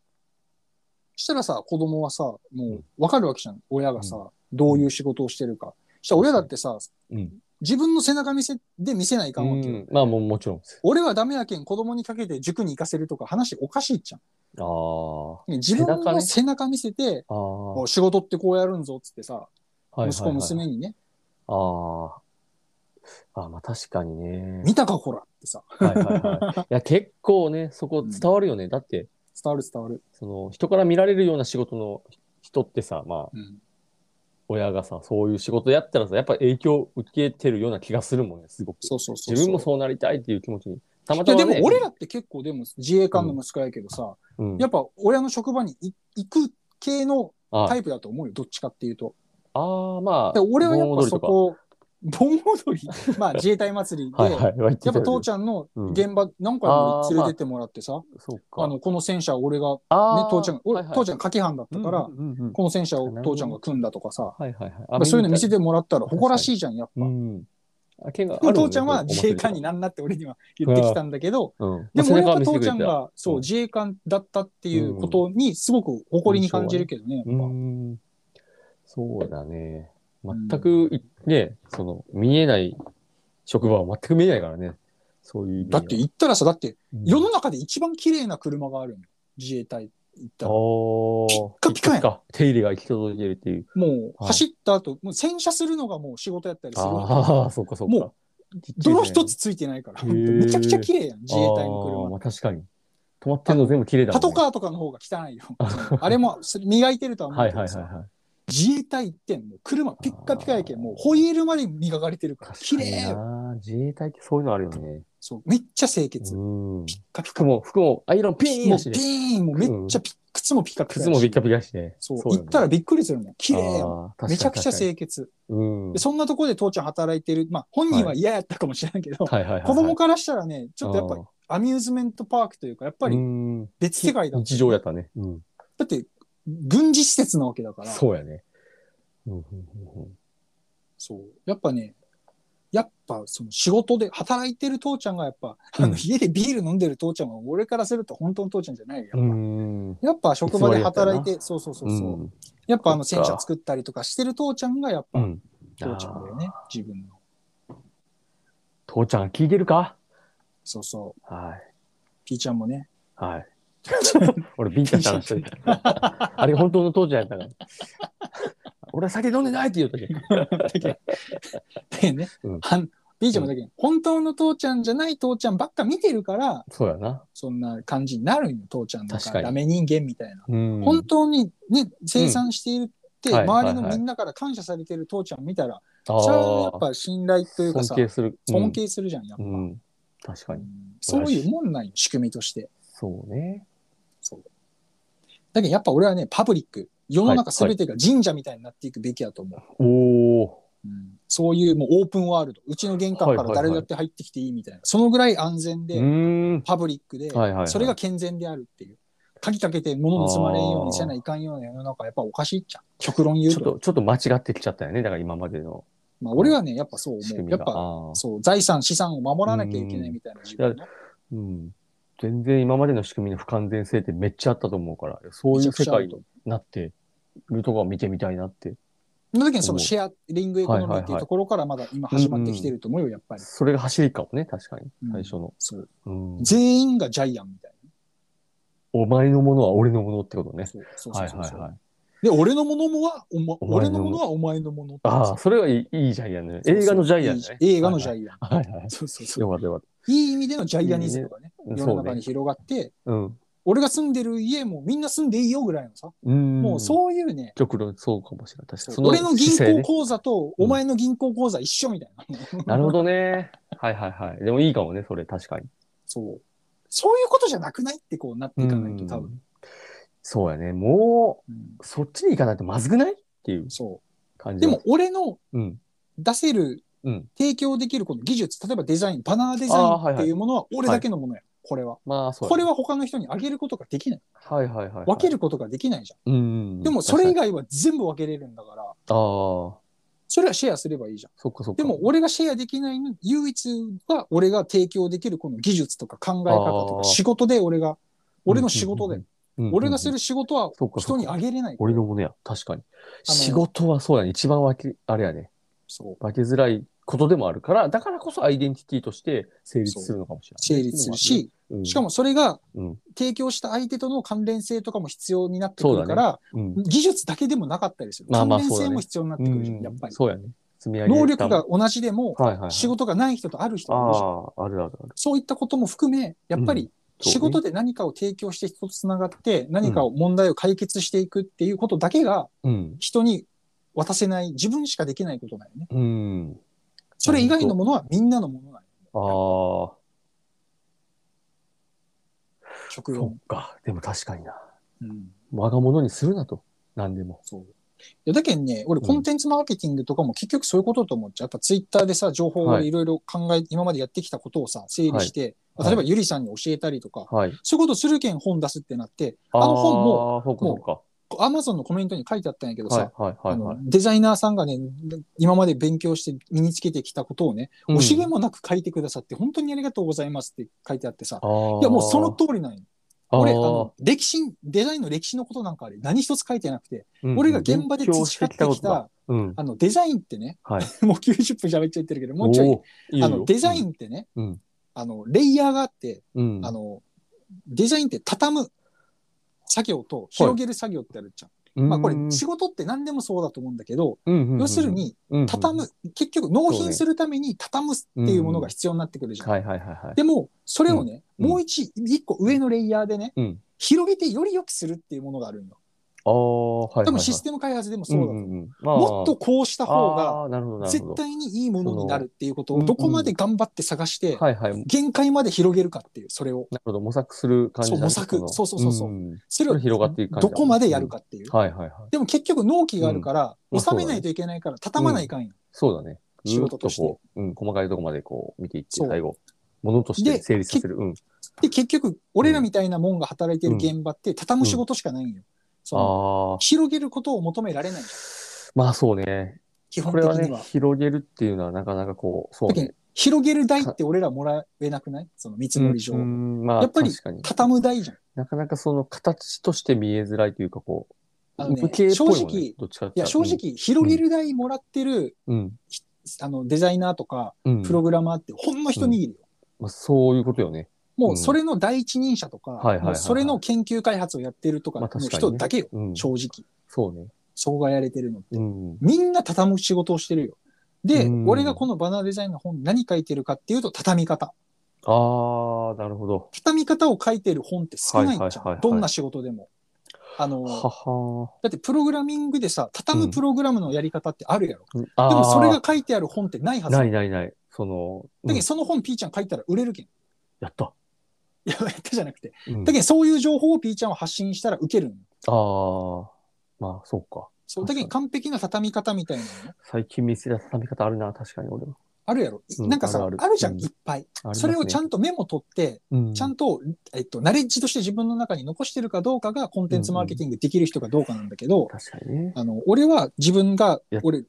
Speaker 2: したらさ、子供はさ、もう分かるわけじゃん。親がさ、どういう仕事をしてるか。したら親だってさ、
Speaker 1: うん。
Speaker 2: 自分の背中見せで見せないかんわけよ。
Speaker 1: うんまあもうもちろんです。
Speaker 2: 俺はダメやけん、子供にかけて塾に行かせるとか話おかしいっちゃん。
Speaker 1: ああ。
Speaker 2: ね自分
Speaker 1: 背中
Speaker 2: の
Speaker 1: ね
Speaker 2: 背中見せて、
Speaker 1: ああ。
Speaker 2: もう仕事ってこうやるんぞっつってさ、
Speaker 1: はいはいはい
Speaker 2: 息子娘にね、
Speaker 1: ああ。あまあ確かにね。
Speaker 2: 見たかほらってさ、
Speaker 1: はいはい
Speaker 2: (laughs)
Speaker 1: はい。いや結構ね、そこ伝わるよね。だって、
Speaker 2: 伝わる伝わる。
Speaker 1: その人から見られるような仕事の人ってさ、まあ
Speaker 2: うん、
Speaker 1: 親がさ、そういう仕事やったらさ、やっぱ影響受けてるような気がするもんね、すごく。
Speaker 2: そうそうそうそう。
Speaker 1: 自分もそうなりたいっていう気持ちに。たま
Speaker 2: い
Speaker 1: た
Speaker 2: や
Speaker 1: ま、
Speaker 2: で
Speaker 1: ね。
Speaker 2: も俺らって結構でも自衛官の息子やけどさ、
Speaker 1: うん、
Speaker 2: やっぱ親の職場にい行く系の
Speaker 1: あ
Speaker 2: タイプだと思うよ、どっちかっていうと。
Speaker 1: ああ、ま
Speaker 2: で
Speaker 1: あ。
Speaker 2: 俺はやっぱ
Speaker 1: 盆踊りと
Speaker 2: そ
Speaker 1: か
Speaker 2: こ、盆踊り、
Speaker 1: (laughs)
Speaker 2: まあ自衛隊祭りで、
Speaker 1: はいはい。やっ
Speaker 2: やっぱ父ちゃんの現場何回も連れてってもらってさ、
Speaker 1: ゃん。そうか。
Speaker 2: あ、の、この戦車を俺が、ね、
Speaker 1: あ
Speaker 2: 父ちゃんが、俺父ちゃ
Speaker 1: ん
Speaker 2: ん掛け班だったから、
Speaker 1: うんうんうん
Speaker 2: この戦車を父ちゃんが組んだとかさ、
Speaker 1: はいはいはい
Speaker 2: まあ
Speaker 1: あ。
Speaker 2: そういうの見せ
Speaker 1: て。
Speaker 2: てもらったら誇らしいじゃん、やっぱ。
Speaker 1: うん。あ、剣が
Speaker 2: でも
Speaker 1: あるもね
Speaker 2: 父ちゃんは自衛官に、なんなって俺には言ってきたんだけど、でも俺は父ちゃんがそう
Speaker 1: うん
Speaker 2: 自衛官だったっていうことにすごく誇りに感じるけどね、やっ
Speaker 1: う
Speaker 2: ぱ。
Speaker 1: ん。そうだね。全くい、ね、その、見えない職場は全く見えないからね。そういう意味で
Speaker 2: だ
Speaker 1: は。
Speaker 2: って言ったらさ、だって
Speaker 1: うん、
Speaker 2: 世の中で一番綺麗な車があるのよ自衛隊行ったら。
Speaker 1: おー
Speaker 2: ピッカピカやん
Speaker 1: か。手入れが行き届いてるっていう。
Speaker 2: もう
Speaker 1: はい
Speaker 2: 走った後、もう洗車するのがもう仕事やったりするわけ
Speaker 1: ああ、そうかそうか。
Speaker 2: も泥一つついてないから、
Speaker 1: へー
Speaker 2: 本当めちゃくちゃ綺麗やん、自衛隊の
Speaker 1: あー
Speaker 2: 車
Speaker 1: まあ、確かに。止まってるの全部綺麗だもん
Speaker 2: パ
Speaker 1: ね
Speaker 2: トカーとかの方が汚
Speaker 1: (laughs)
Speaker 2: いよ。あれも磨いてるとは思う
Speaker 1: はい
Speaker 2: け
Speaker 1: はい
Speaker 2: ど
Speaker 1: はい
Speaker 2: さ、
Speaker 1: はい。
Speaker 2: 自衛隊行ってんの、車ピッカピカやけん、もうホイールまで磨かれてるから、綺麗
Speaker 1: 確
Speaker 2: よ。
Speaker 1: かにな自衛隊ってそういうのあるよね。
Speaker 2: そう、めっちゃ清潔。
Speaker 1: うん。
Speaker 2: カピカ
Speaker 1: 服も、服も、アイロンピーン
Speaker 2: も
Speaker 1: や
Speaker 2: う
Speaker 1: し
Speaker 2: ピ
Speaker 1: ね。
Speaker 2: ーン、もうめっちゃピ、靴もピカピカやし。
Speaker 1: 靴もビッカビカして。
Speaker 2: そう、
Speaker 1: よ
Speaker 2: 行
Speaker 1: ね
Speaker 2: ったらびっくりするもん。綺麗やん。
Speaker 1: あー
Speaker 2: めちゃくちゃ
Speaker 1: 確かに
Speaker 2: 清潔。
Speaker 1: うん
Speaker 2: でそんなところで父ちゃん働いてる。まあ、本人は嫌やったかもしれないけど、
Speaker 1: はいはいはいはい。
Speaker 2: 子供からしたらね、ちょっとやっぱり
Speaker 1: やっ
Speaker 2: アミューズメントパークというか、やっぱ
Speaker 1: ぱ
Speaker 2: り別世界だ。
Speaker 1: 日常やったね。うん。
Speaker 2: だって、軍事施設なわけだから、
Speaker 1: そうやね。うんうんうんうん
Speaker 2: そう。やっぱね、やっぱその仕事で働いてる父ちゃんがやっぱ、
Speaker 1: うん
Speaker 2: あの家でビール飲んでる父ちゃんは俺からすると本当の父ちゃんじゃないよ。やっぱ,、
Speaker 1: うん。
Speaker 2: やっぱ職場で働いて、そうそうそうそう、
Speaker 1: うん
Speaker 2: やっぱあの戦車作ったりとかしてる父ちゃんがやっ
Speaker 1: う
Speaker 2: ぱ
Speaker 1: ん。
Speaker 2: 父ちゃんだよね、自分の。
Speaker 1: 父ちゃん聞いてるか
Speaker 2: そうそう。
Speaker 1: はい。
Speaker 2: ピーちゃん
Speaker 1: (laughs)
Speaker 2: もね。
Speaker 1: はい。俺、ビンタした話しといた。あれ、本当の父ちゃんやったから。俺は酒飲んでないって言うとき。
Speaker 2: だけどね、
Speaker 1: うん
Speaker 2: はん、ピーちゃんもだけど、本当の父ちゃんじゃない父ちゃんばっか見てるから、
Speaker 1: そうやな。
Speaker 2: そんな感じになるんよ、父ちゃんだ
Speaker 1: 確
Speaker 2: か。
Speaker 1: からに
Speaker 2: ダメ人間みたいな。
Speaker 1: うん
Speaker 2: 本当にね、生産しているって、
Speaker 1: うんはい
Speaker 2: 周り
Speaker 1: はい
Speaker 2: の
Speaker 1: はい
Speaker 2: みんなから感謝されてる父ちゃん見たら、
Speaker 1: あー
Speaker 2: それはやっぱ信頼というかさ、
Speaker 1: 尊
Speaker 2: 尊
Speaker 1: 敬する。
Speaker 2: 敬するじゃん、やっ
Speaker 1: う
Speaker 2: ぱ。
Speaker 1: ん。うん確か
Speaker 2: う
Speaker 1: に。
Speaker 2: んそういうもんなんよ、仕組みとして。
Speaker 1: そうね。
Speaker 2: そうだけどやっぱ俺はね、パブリック、世の中
Speaker 1: はいはい
Speaker 2: 全てが神社みたいになっていくべきやと思う。
Speaker 1: おお。
Speaker 2: うんそういうもうオープンワールド、うちの玄関か
Speaker 1: はい
Speaker 2: ら
Speaker 1: はいはい
Speaker 2: 誰だって入ってきていいみたいな、そのぐらい安全
Speaker 1: う
Speaker 2: で、
Speaker 1: ーん。
Speaker 2: パブリックで、
Speaker 1: はいはいはい
Speaker 2: それが健全であるっていう。鍵かけて物盗まれんようにせないかんような世の中やっぱおかしいっちゃう。極論言う
Speaker 1: ちょ
Speaker 2: と
Speaker 1: っ。と、ちょっと間違ってきちゃったよね。だから今までの
Speaker 2: まあ俺はね、やっぱそう
Speaker 1: 仕
Speaker 2: 思
Speaker 1: 組み
Speaker 2: う。や
Speaker 1: が。
Speaker 2: っぱ
Speaker 1: あー
Speaker 2: そう、財産、資産を守らなきゃいけないみたいな自分の。
Speaker 1: うん。全然今までの仕組みの不完全性ってめっちゃあったと思うから、そういう世界になってるとこを見てみたいなって。
Speaker 2: その時にそのシェアリングエコノミーっていうところからまだ今始まってきてると思うよ、やっぱり。
Speaker 1: それが走りかもね、確かに。最初の。
Speaker 2: そう。
Speaker 1: うん。
Speaker 2: 全員がジャイアンみたい
Speaker 1: お前のものは俺のものってこと
Speaker 2: な。
Speaker 1: ね。
Speaker 2: そうそうそ
Speaker 1: は
Speaker 2: う
Speaker 1: い
Speaker 2: そう
Speaker 1: はいはい。
Speaker 2: で、俺のものもはお、ま、
Speaker 1: お前
Speaker 2: 俺
Speaker 1: のも
Speaker 2: の
Speaker 1: の
Speaker 2: ものはお前のものって
Speaker 1: ああ、それはいいいいジャイアンね。映画のジャイアンね。
Speaker 2: いい映画のジ
Speaker 1: イ
Speaker 2: ャイアン。
Speaker 1: アン。はいはい。
Speaker 2: そうそうそう。
Speaker 1: よかったよかっ
Speaker 2: いい意味でのジャイアニズムがね、
Speaker 1: た。
Speaker 2: 世
Speaker 1: そ
Speaker 2: の
Speaker 1: う
Speaker 2: 中に
Speaker 1: ね。
Speaker 2: 広がって、
Speaker 1: うん。
Speaker 2: 俺が住んでる家もみんな住んでいいよぐらいのさ、
Speaker 1: うん。
Speaker 2: もうそういうね、
Speaker 1: 極論そうかもしれない。確かに。
Speaker 2: 俺の銀
Speaker 1: 姿勢
Speaker 2: 行
Speaker 1: ね
Speaker 2: 口座とお前の銀行口座一緒みたいな。 (laughs)
Speaker 1: なるほどね。はいはいはい。でもいいかもね、それ確かに。
Speaker 2: そう。そういうことじゃなくないってこうなっていかないと多
Speaker 1: う
Speaker 2: 分。
Speaker 1: んそうやね。も
Speaker 2: うん
Speaker 1: う、そっちに行かないとまずくないっていう
Speaker 2: そ
Speaker 1: 感
Speaker 2: う。
Speaker 1: じ
Speaker 2: で
Speaker 1: が
Speaker 2: も、俺の
Speaker 1: うん。
Speaker 2: 出せる、
Speaker 1: うん
Speaker 2: 提供できるこの技術、例えばデザイン、バナーデザイ
Speaker 1: あーはい
Speaker 2: ンっ
Speaker 1: はい
Speaker 2: ていうものは俺だけのものや。これは。
Speaker 1: まあ、そう
Speaker 2: これ
Speaker 1: は、
Speaker 2: は他の人にあげることができない。
Speaker 1: はいはいはいはい。
Speaker 2: 分けることができないじゃ
Speaker 1: うんうんうん。
Speaker 2: ん。でも、それ以
Speaker 1: 確
Speaker 2: 外は全部分けれるんだから、
Speaker 1: かにああ、
Speaker 2: それはシェアすればいいじゃん。
Speaker 1: そっかそっか。
Speaker 2: でも、俺がシェアできないの、唯一は俺が提供できるこの技術とか考え方と
Speaker 1: あー
Speaker 2: か仕事で俺が、俺の仕事
Speaker 1: う
Speaker 2: で
Speaker 1: んうん
Speaker 2: 俺がす
Speaker 1: うん
Speaker 2: る仕事は
Speaker 1: そうかそう
Speaker 2: 人
Speaker 1: か
Speaker 2: にあげれない。
Speaker 1: 俺のものや、確かに。仕事はそうやね。一番分け、あれやね。
Speaker 2: そう。
Speaker 1: 分けづらいことでもあるから、だからこそアイデンティティとして成立するのかもしれな
Speaker 2: 成
Speaker 1: い。
Speaker 2: 立するし、
Speaker 1: うん、
Speaker 2: しかもそれが
Speaker 1: うん、
Speaker 2: 提供した相手との関連性とかも必要になってくるから、
Speaker 1: うん、
Speaker 2: 技術だけでもなかったりする。
Speaker 1: まあまあ
Speaker 2: 関連
Speaker 1: そうだ
Speaker 2: 性
Speaker 1: ね
Speaker 2: も必要になって
Speaker 1: う
Speaker 2: くるじゃん、
Speaker 1: ん
Speaker 2: やっぱり。
Speaker 1: そうやね。積み上げ
Speaker 2: 能
Speaker 1: れた
Speaker 2: 力が同じでも、
Speaker 1: はいはいはい、
Speaker 2: 仕事がない人とある人もいるじゃん
Speaker 1: ああ、あるあるある。
Speaker 2: そういったことも含め、やっぱり
Speaker 1: そうね
Speaker 2: 仕事で何かを提供して人とつながって、何かを問題を解決していくっていうことだけが
Speaker 1: うん。
Speaker 2: 人に渡せない、自分しかできないことだよね。
Speaker 1: うん。
Speaker 2: それ以外のものはみんなのものなの。
Speaker 1: ああ。
Speaker 2: 職
Speaker 1: そ
Speaker 2: 業。
Speaker 1: っか。でも確かにな。
Speaker 2: うん。
Speaker 1: 我が物にするなと。何でも。
Speaker 2: そう。いやだけどね、俺コンテンツマーケティングとかも結局そういうことだと思っちゃう。やっぱツイッターでさ、情報をいろいろ考え、今までやってきたことをさ、整理して、
Speaker 1: はい
Speaker 2: 例えばゆりさんに教えたりとか、
Speaker 1: はい。
Speaker 2: そういうことするけん本出すってなって、あの本も、
Speaker 1: あー、そうかそうか。
Speaker 2: アマゾンのコメントに書いてあったんやけどさ、
Speaker 1: はいはいはいは
Speaker 2: あの
Speaker 1: い。
Speaker 2: デザイナーさんがね、今まで勉強して身につけてきたことをね、惜しげ
Speaker 1: も、
Speaker 2: もなく書いてくださって、本当にありがとうございますって書いてあってさ、
Speaker 1: あー
Speaker 2: いやもうその、通りなんよ。俺、あの
Speaker 1: あ、
Speaker 2: 歴史、デザインの歴史のことなんかあれ、何一つ書いてなくて、
Speaker 1: ー
Speaker 2: 俺が現場で培ってき。
Speaker 1: うんうん勉強してきことだ
Speaker 2: た、
Speaker 1: うん。
Speaker 2: あの、デザインってね、
Speaker 1: はい。
Speaker 2: (laughs) もう90分喋っちゃってるけど、もうちょい、
Speaker 1: おーい
Speaker 2: あの、デザイ
Speaker 1: ン、
Speaker 2: ンってね、
Speaker 1: うん
Speaker 2: あの、レイヤーがあって、
Speaker 1: うんうん
Speaker 2: あの、デザインって畳む作業と広げる作業ってあるじゃん。まあこれ
Speaker 1: うん
Speaker 2: 仕事って何でもそうだと思うんだけど、
Speaker 1: うんうんうん
Speaker 2: 要するに
Speaker 1: うんうん
Speaker 2: 畳む、結局納品するために畳むっていうものが必要になってくるじゃん。
Speaker 1: はいはいはいはい。
Speaker 2: でも、それをね、
Speaker 1: うん
Speaker 2: もう一、一個上のレイヤーでね、
Speaker 1: うん
Speaker 2: 広げてより良くするっていうものがあるんよ。
Speaker 1: ああ、はいはいはい。
Speaker 2: 多分システム開発でもそうだと思う。もっと
Speaker 1: 来
Speaker 2: こうした方が、
Speaker 1: なるほどなるほ
Speaker 2: 絶
Speaker 1: ど
Speaker 2: 対にいいものになるっていうこと
Speaker 1: そ
Speaker 2: を、
Speaker 1: の
Speaker 2: どこまで頑張って探して、
Speaker 1: はいはい。なる
Speaker 2: 限界まで広げるかっていう、それを。
Speaker 1: ほど、模索する感じなんですね
Speaker 2: そう模索そうそうそうそうんそれ
Speaker 1: そ
Speaker 2: を
Speaker 1: れ広がっていく感じ
Speaker 2: ど
Speaker 1: だ
Speaker 2: こまでやるかっていう。
Speaker 1: はいはいはい。
Speaker 2: でも結局納期があるから、
Speaker 1: うんまあ
Speaker 2: 収めないといけないから、畳まないかんよ。
Speaker 1: そうだね。
Speaker 2: 仕事として
Speaker 1: ずーっこう、うん、細かいとこまでこう見ていって、
Speaker 2: そう
Speaker 1: 最後、ものとして
Speaker 2: で
Speaker 1: 整理させる。うん。
Speaker 2: で、結局、俺らみたいなもんが働いてる現場って、畳む仕事しかないんよ。その
Speaker 1: ああ。
Speaker 2: 広げることを求められない。
Speaker 1: まあそうね。
Speaker 2: 基本
Speaker 1: こ
Speaker 2: 的
Speaker 1: れは
Speaker 2: に
Speaker 1: ね
Speaker 2: は。、
Speaker 1: 広げるっていうのはなかなかこう、そう
Speaker 2: だけ
Speaker 1: ね
Speaker 2: ど。広げる代って俺らもらえなくないその見積もり上。
Speaker 1: うん、まあ
Speaker 2: やっぱり
Speaker 1: 確かに。
Speaker 2: 畳む代じゃん。
Speaker 1: なかなかその形として見えづらいというか、こ
Speaker 2: あ
Speaker 1: う、
Speaker 2: のね
Speaker 1: 無形っぽいもんね
Speaker 2: 正直い
Speaker 1: どっちかって
Speaker 2: や、正直、広げる代もらってる、
Speaker 1: うん。
Speaker 2: あの、デザイナーとか、
Speaker 1: うん。
Speaker 2: プログラマーって、ほんの一握りよ。
Speaker 1: まあそういうことよね。
Speaker 2: も
Speaker 1: うん
Speaker 2: う、それの第一人者とか、
Speaker 1: はいはいはい
Speaker 2: もうそれの研究開発をやってるとか
Speaker 1: ま
Speaker 2: の
Speaker 1: あ確かにね
Speaker 2: 人だけよ。
Speaker 1: うん。
Speaker 2: 正直。
Speaker 1: そうね。
Speaker 2: そうがやれてるのって。
Speaker 1: うん。
Speaker 2: みんな畳む仕事をしてるよ。で、
Speaker 1: うん
Speaker 2: 俺がこのバナーデザインの本何書いてるかっていうと、畳み方。
Speaker 1: ああ、なるほど。
Speaker 2: 畳み方を書いてる本って少ないん
Speaker 1: はい
Speaker 2: じ
Speaker 1: は
Speaker 2: ゃ
Speaker 1: いはいは
Speaker 2: ん。
Speaker 1: い
Speaker 2: どんな仕事でも。あの、
Speaker 1: はは
Speaker 2: だってプログラミングでさ、畳むプログラムのやり方ってあるやろ。
Speaker 1: ー。で
Speaker 2: でもそれが書いてある本ってないはず。だ
Speaker 1: な
Speaker 2: け
Speaker 1: いないない。その、うん
Speaker 2: どその本 P ちゃん書いたら売れるけん。い
Speaker 1: やった。
Speaker 2: や、やったじゃなくて。
Speaker 1: うん
Speaker 2: だけどそういう情報を P ちゃんは発信したら受けるんよ
Speaker 1: ああ、まあそうか。
Speaker 2: そう、だけど完璧な畳み方みたいなのね。
Speaker 1: 最近見せた畳み方あるな、確かに俺は。
Speaker 2: あるやろ。
Speaker 1: うん
Speaker 2: なんかさ、
Speaker 1: あるあ
Speaker 2: あ
Speaker 1: る
Speaker 2: るじゃ、
Speaker 1: うんん
Speaker 2: いっぱい。
Speaker 1: あります
Speaker 2: そ
Speaker 1: ね
Speaker 2: れをちゃんとメモ取って、
Speaker 1: うん
Speaker 2: ちゃんと、えっと、ナレッジとして自分の中に残してるかどうかがコンテンツマーケティングできる人かどうかなんだけど、
Speaker 1: 確かにね。
Speaker 2: あの、俺は自分が
Speaker 1: いや、
Speaker 2: 俺、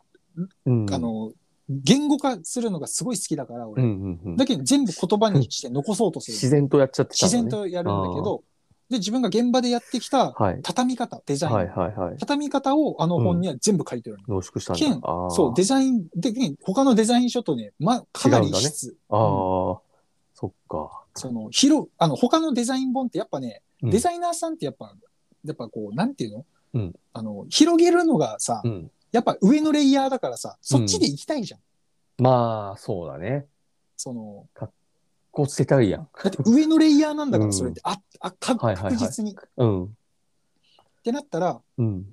Speaker 1: うん
Speaker 2: あ、の、言語化するのがすごい好きだから、
Speaker 1: う
Speaker 2: 俺。
Speaker 1: んうんうん、
Speaker 2: だけど全部言葉にして残そうとす
Speaker 1: 自
Speaker 2: る。
Speaker 1: 然とやっちゃってた
Speaker 2: 自
Speaker 1: のね
Speaker 2: 然とやるんだけど、で、自分が現場でやってきた
Speaker 1: はい。
Speaker 2: 畳み方、デザイン。
Speaker 1: はいはいはい。
Speaker 2: 畳み方をあの本には全部書いてる
Speaker 1: 濃
Speaker 2: の。
Speaker 1: 縮した
Speaker 2: け
Speaker 1: ん
Speaker 2: ん
Speaker 1: だ。ああ。
Speaker 2: そう、デザイン的に他のデザイン書とね、ま、かなり異質。
Speaker 1: ああ、そっか。
Speaker 2: その、広、あの、他のデザイン本ってやっぱね、
Speaker 1: うん
Speaker 2: デザイナーさんってやっぱ、やっぱこう、なんていうの、
Speaker 1: うん
Speaker 2: あの、広げるのがさ、
Speaker 1: うん。
Speaker 2: やっぱ上のレイヤーだからさ、そっちで行きたいじゃん。
Speaker 1: まあ、そうだね。
Speaker 2: その、
Speaker 1: こう捨てたいやん。
Speaker 2: だって上のレイヤーなんだか
Speaker 1: う
Speaker 2: ら、
Speaker 1: ん
Speaker 2: それって、あ、あ、か
Speaker 1: はいはいはい
Speaker 2: 確実に。
Speaker 1: うん。
Speaker 2: ってなったら、
Speaker 1: うん。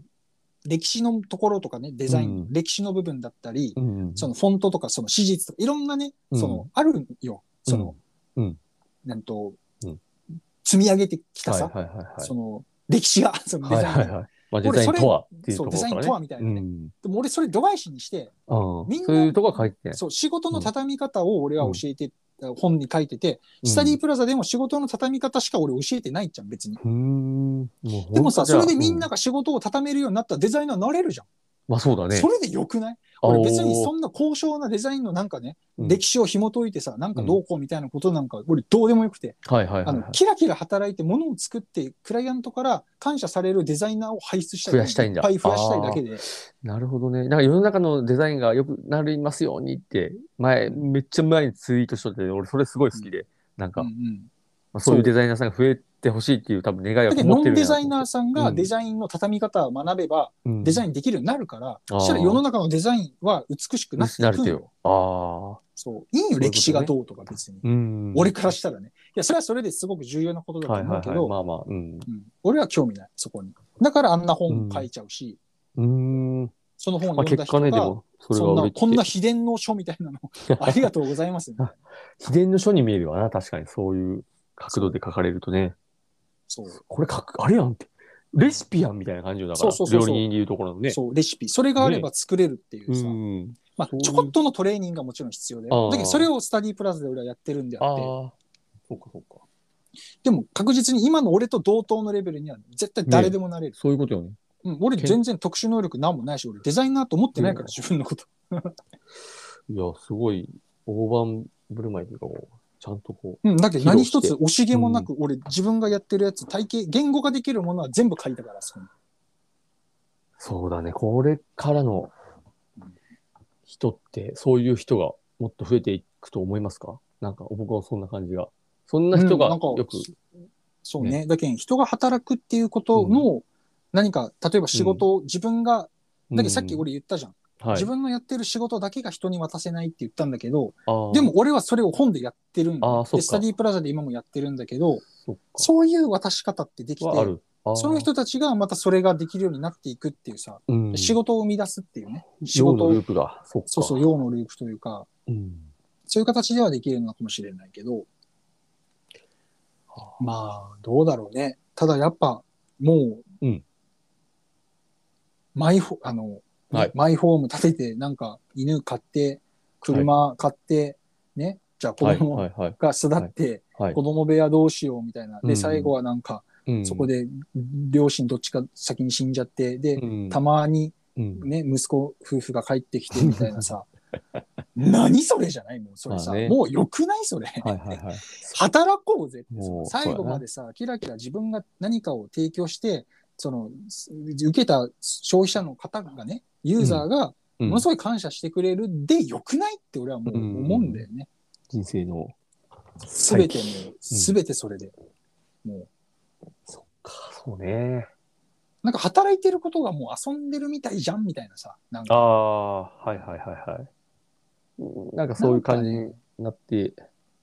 Speaker 2: 歴史のところとかね、デザイン、
Speaker 1: うん
Speaker 2: 歴史の部分だったり、
Speaker 1: うん。
Speaker 2: そのフォントとか、その史実とか、いろんなね、
Speaker 1: うん
Speaker 2: その、あるよ。その、
Speaker 1: うんうん
Speaker 2: なんと、
Speaker 1: うん
Speaker 2: 積み上げてきた
Speaker 1: はい
Speaker 2: さ、
Speaker 1: はいはいはい。
Speaker 2: その、歴史が、そのデ
Speaker 1: は
Speaker 2: ザ
Speaker 1: い
Speaker 2: インが。
Speaker 1: はいはい。まあ、デザインとはっていうと
Speaker 2: そう、
Speaker 1: こ
Speaker 2: デ
Speaker 1: ろから
Speaker 2: ザイン
Speaker 1: ね。
Speaker 2: とはみたいなね。
Speaker 1: うん
Speaker 2: でも俺それ度外視にして、
Speaker 1: あー
Speaker 2: みんな
Speaker 1: そういうとこは書いてない。
Speaker 2: そう、仕事の畳み方を俺は教えて、本に書いてて、スタディープラザでも仕事の畳み方しか俺教えてないじゃん、別に。
Speaker 1: うん。うーんもうほんと
Speaker 2: でもさ、
Speaker 1: じゃ
Speaker 2: そ
Speaker 1: あ
Speaker 2: れでみんなが仕事を畳めるようになったらデザイナーになれるじゃん。
Speaker 1: まあそうだね
Speaker 2: そ。れでよくない俺別にそんな高尚なデザインのなんかね、
Speaker 1: うん
Speaker 2: 歴史を紐解いてさ、なんかどうこうみたいなことなんか、俺どうでもよくて、
Speaker 1: あーはいはいは
Speaker 2: あ
Speaker 1: いはい
Speaker 2: の、。キラキラ働いて物を作って、クライアントから感謝されるデザイナーを輩出したい。
Speaker 1: 増やしたいんだ
Speaker 2: っぱい増やしたいだけで。
Speaker 1: なるほどね。なんか世の中のデザインが良くなりますようにって、前、めっちゃ前にツイートしとって、俺それすごい好きで、なんか、
Speaker 2: うんう
Speaker 1: ま
Speaker 2: ん
Speaker 1: あ、そういうデザイナーさんが増えてほしいっていう多分願い
Speaker 2: だ
Speaker 1: が
Speaker 2: け
Speaker 1: こ
Speaker 2: ど
Speaker 1: も
Speaker 2: ノ
Speaker 1: って
Speaker 2: ン
Speaker 1: る
Speaker 2: デザイナー
Speaker 1: ー、
Speaker 2: さんがデザインの畳み方を学べば、
Speaker 1: うん
Speaker 2: デザインできるようになるから、
Speaker 1: あー
Speaker 2: そしたら世の中のデザインは美しくなってい
Speaker 1: な
Speaker 2: く
Speaker 1: る
Speaker 2: ん
Speaker 1: て
Speaker 2: よ。
Speaker 1: よ。ああ。
Speaker 2: そう。いいよ、歴史がどうとか別に。
Speaker 1: うん。
Speaker 2: 俺からしたらね。いや、それはそれですごく重要なことだと
Speaker 1: はい
Speaker 2: 思
Speaker 1: は
Speaker 2: う
Speaker 1: い
Speaker 2: け
Speaker 1: はい。
Speaker 2: ど
Speaker 1: ま、あまあ、うん。
Speaker 2: うん俺は興味ない、そこに。だからあんな本書いちゃうし、
Speaker 1: うーん。
Speaker 2: その本を
Speaker 1: まあ
Speaker 2: 読ん
Speaker 1: 結
Speaker 2: だ人
Speaker 1: 果ね、で
Speaker 2: が、
Speaker 1: も、それが
Speaker 2: そん
Speaker 1: 俺
Speaker 2: な、こんな
Speaker 1: って
Speaker 2: 秘伝の書みたい
Speaker 1: (laughs)
Speaker 2: なの、ありがとうございます、ね。
Speaker 1: 秘伝の書に見えるわな、確かに。そういう角度で書かれるとね。
Speaker 2: そう。
Speaker 1: これ書く、あれやんって。レシピやんみたいな感じよだから、
Speaker 2: そうそうそうそう
Speaker 1: 料理人でいうところのね。
Speaker 2: そう、レシピ。それがあれば作れるっていうさ。
Speaker 1: ん。そ
Speaker 2: まあ
Speaker 1: う、いう
Speaker 2: ちょこっとのトレーニングがもちろん必要で。だ
Speaker 1: あー
Speaker 2: けど、それをスタディプラスで俺はやってるんで
Speaker 1: あ
Speaker 2: あ
Speaker 1: あ
Speaker 2: って。。
Speaker 1: そうかそうか。
Speaker 2: でも、確実に今の俺と同等のレベルには絶対誰でもなれる。
Speaker 1: そういうことよね。
Speaker 2: うん、俺全然特殊能力なんもないし、俺デザイナーと思ってないから、自分のこと。
Speaker 1: いや、すごい、大盤振る舞いというか、こうちゃんとこ
Speaker 2: うん、だけど
Speaker 1: 披露
Speaker 2: 何
Speaker 1: して
Speaker 2: 一つ惜しげもなく、俺自分がやってるやつ、体系、言語化できるものは全部書いたから、その
Speaker 1: う、そうだね、これからの人って、そういう人がもっと増えていくと思いますかなんか、僕はそんな感じが。そんな人
Speaker 2: うん
Speaker 1: が
Speaker 2: なんか
Speaker 1: よく、
Speaker 2: そうね。だけど人が働くっていうことの、何か、例えば仕事を自分が、だけどさっき
Speaker 1: うん、
Speaker 2: 俺言ったじゃん。
Speaker 1: はい
Speaker 2: 自、分のやってる仕事だけが人に渡せないって言ったんだけど、
Speaker 1: あー
Speaker 2: で、も俺はそれを本でやってるん
Speaker 1: あー
Speaker 2: だ
Speaker 1: そっか
Speaker 2: で、スタディプラザで今もやってるんだけど、
Speaker 1: そっか
Speaker 2: そういう渡し方ってできて、
Speaker 1: はある。あー
Speaker 2: その、人たちがまたそれができるようになっていくっていうさ、
Speaker 1: うん、
Speaker 2: 仕事を生み出すっていうね、仕
Speaker 1: 用
Speaker 2: 事
Speaker 1: のル
Speaker 2: を
Speaker 1: ー、プが、そっか。
Speaker 2: そうそう、用のループというか、
Speaker 1: うん
Speaker 2: そういう形ではできるのかもしれないけど、まあ、どうだろうね。ただやっぱ、もう、
Speaker 1: うん
Speaker 2: マイホ、あの、
Speaker 1: はい
Speaker 2: マイホーム建てて、なんか犬買って、車買って、ね、じゃあ子
Speaker 1: はい
Speaker 2: 供
Speaker 1: はいはい。
Speaker 2: が育って、
Speaker 1: はい
Speaker 2: 子供部屋どうしようみたいな。
Speaker 1: う
Speaker 2: で、
Speaker 1: ん
Speaker 2: 最後はなんか、
Speaker 1: うん
Speaker 2: そこ、で両親どっちか先に死んじゃって、で
Speaker 1: う、ん、
Speaker 2: たまに
Speaker 1: うん、
Speaker 2: ね、息子夫婦が帰ってきてみたいな
Speaker 1: (laughs)
Speaker 2: さ、何それじゃないもうそれさ、
Speaker 1: まあね
Speaker 2: もう良くないそれ。
Speaker 1: はいはいはい。
Speaker 2: 働こうぜって
Speaker 1: もう
Speaker 2: 最後までさ、キラキラ自分が何かを提供して、その、す受けた消費者の方がね、ユーザーが
Speaker 1: うん
Speaker 2: ものすごい感謝してくれるで、よくないって俺はもう思うんだよね。
Speaker 1: 人生の、
Speaker 2: すべてもう、
Speaker 1: うん
Speaker 2: すべてそれで。もう、
Speaker 1: そっか、そうね。
Speaker 2: なんか働いてることがもう遊んでるみたいじゃんみたいなさ、なん
Speaker 1: あ
Speaker 2: か。
Speaker 1: あ、はいはいはいはいうん。なんかそういう感じになって、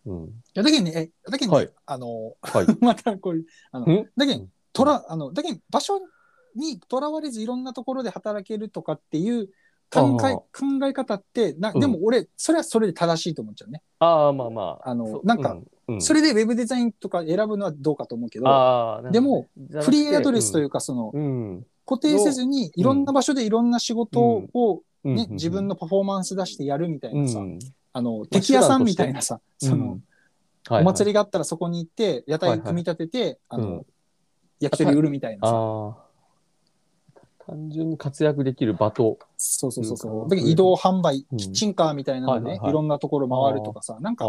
Speaker 1: うん。
Speaker 2: いやだけどね、えだけどね、
Speaker 1: はい
Speaker 2: あの、
Speaker 1: はい。
Speaker 2: (laughs) またこういう、あの
Speaker 1: ん、
Speaker 2: だけど、とら、あの、だけど場所にとらわれずいろんなところで働けるとかっていう考え、
Speaker 1: ああ
Speaker 2: 考え方って、な、
Speaker 1: うん
Speaker 2: でも俺、それはそれで正しいと思っちゃうね。
Speaker 1: ああ、まあまあ。
Speaker 2: あの
Speaker 1: そ
Speaker 2: なんか、
Speaker 1: ううん
Speaker 2: それでウェブデザインとか選ぶのはどうかと思うけど、
Speaker 1: ああ、
Speaker 2: でも、フリーアドレスといううか、その、
Speaker 1: ん。うん。
Speaker 2: 固定せずに、いろんな場所でいろんな仕事を、
Speaker 1: うん
Speaker 2: ね、自分
Speaker 1: の、
Speaker 2: のパフォーマンス出してやるみたいうなさ、
Speaker 1: ん。
Speaker 2: あの、敵屋さんみたいなさ、その、お祭
Speaker 1: り
Speaker 2: りがあったらそこに行って、屋台組み立てて、あ
Speaker 1: う
Speaker 2: の
Speaker 1: ん、
Speaker 2: 焼き鳥売るみたいなさ、
Speaker 1: ああ。単純に活躍できる場と。
Speaker 2: そうそうそうそ
Speaker 1: うん
Speaker 2: う。だけど移動販売、
Speaker 1: うん
Speaker 2: キッチンカーみたいなので、ね
Speaker 1: はい
Speaker 2: い
Speaker 1: はいはい
Speaker 2: ろんなところ回るとかさ、なん
Speaker 1: ああ
Speaker 2: か、。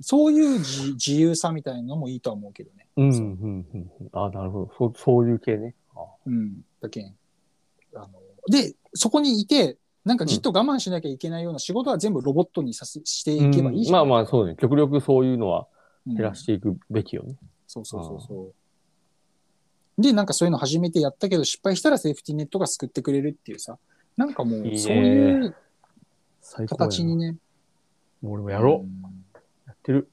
Speaker 2: そういう自自由さみたいなのもいいとは思うけどね。
Speaker 1: うん、うん、うんうん。ああ、なるほど。そう、そういう系ね。ああ
Speaker 2: うん。だけんあので、そこにいて、なんかじっと我慢しなきゃいけないような仕事は全部ロボットにさせしていけばいいじゃん。
Speaker 1: まあまあ、そうね。極力そういうのは
Speaker 2: うん
Speaker 1: 減らしていくべきよね。
Speaker 2: そうそうそうそう。で、なんかそういうの初めてやったけど、失敗したらセーフティーネットが救ってくれるっていうさ、なんかも
Speaker 1: いいね
Speaker 2: う、そういう
Speaker 1: 最高やな
Speaker 2: 形にね。
Speaker 1: もう俺もやろう。
Speaker 2: うん。
Speaker 1: やってる。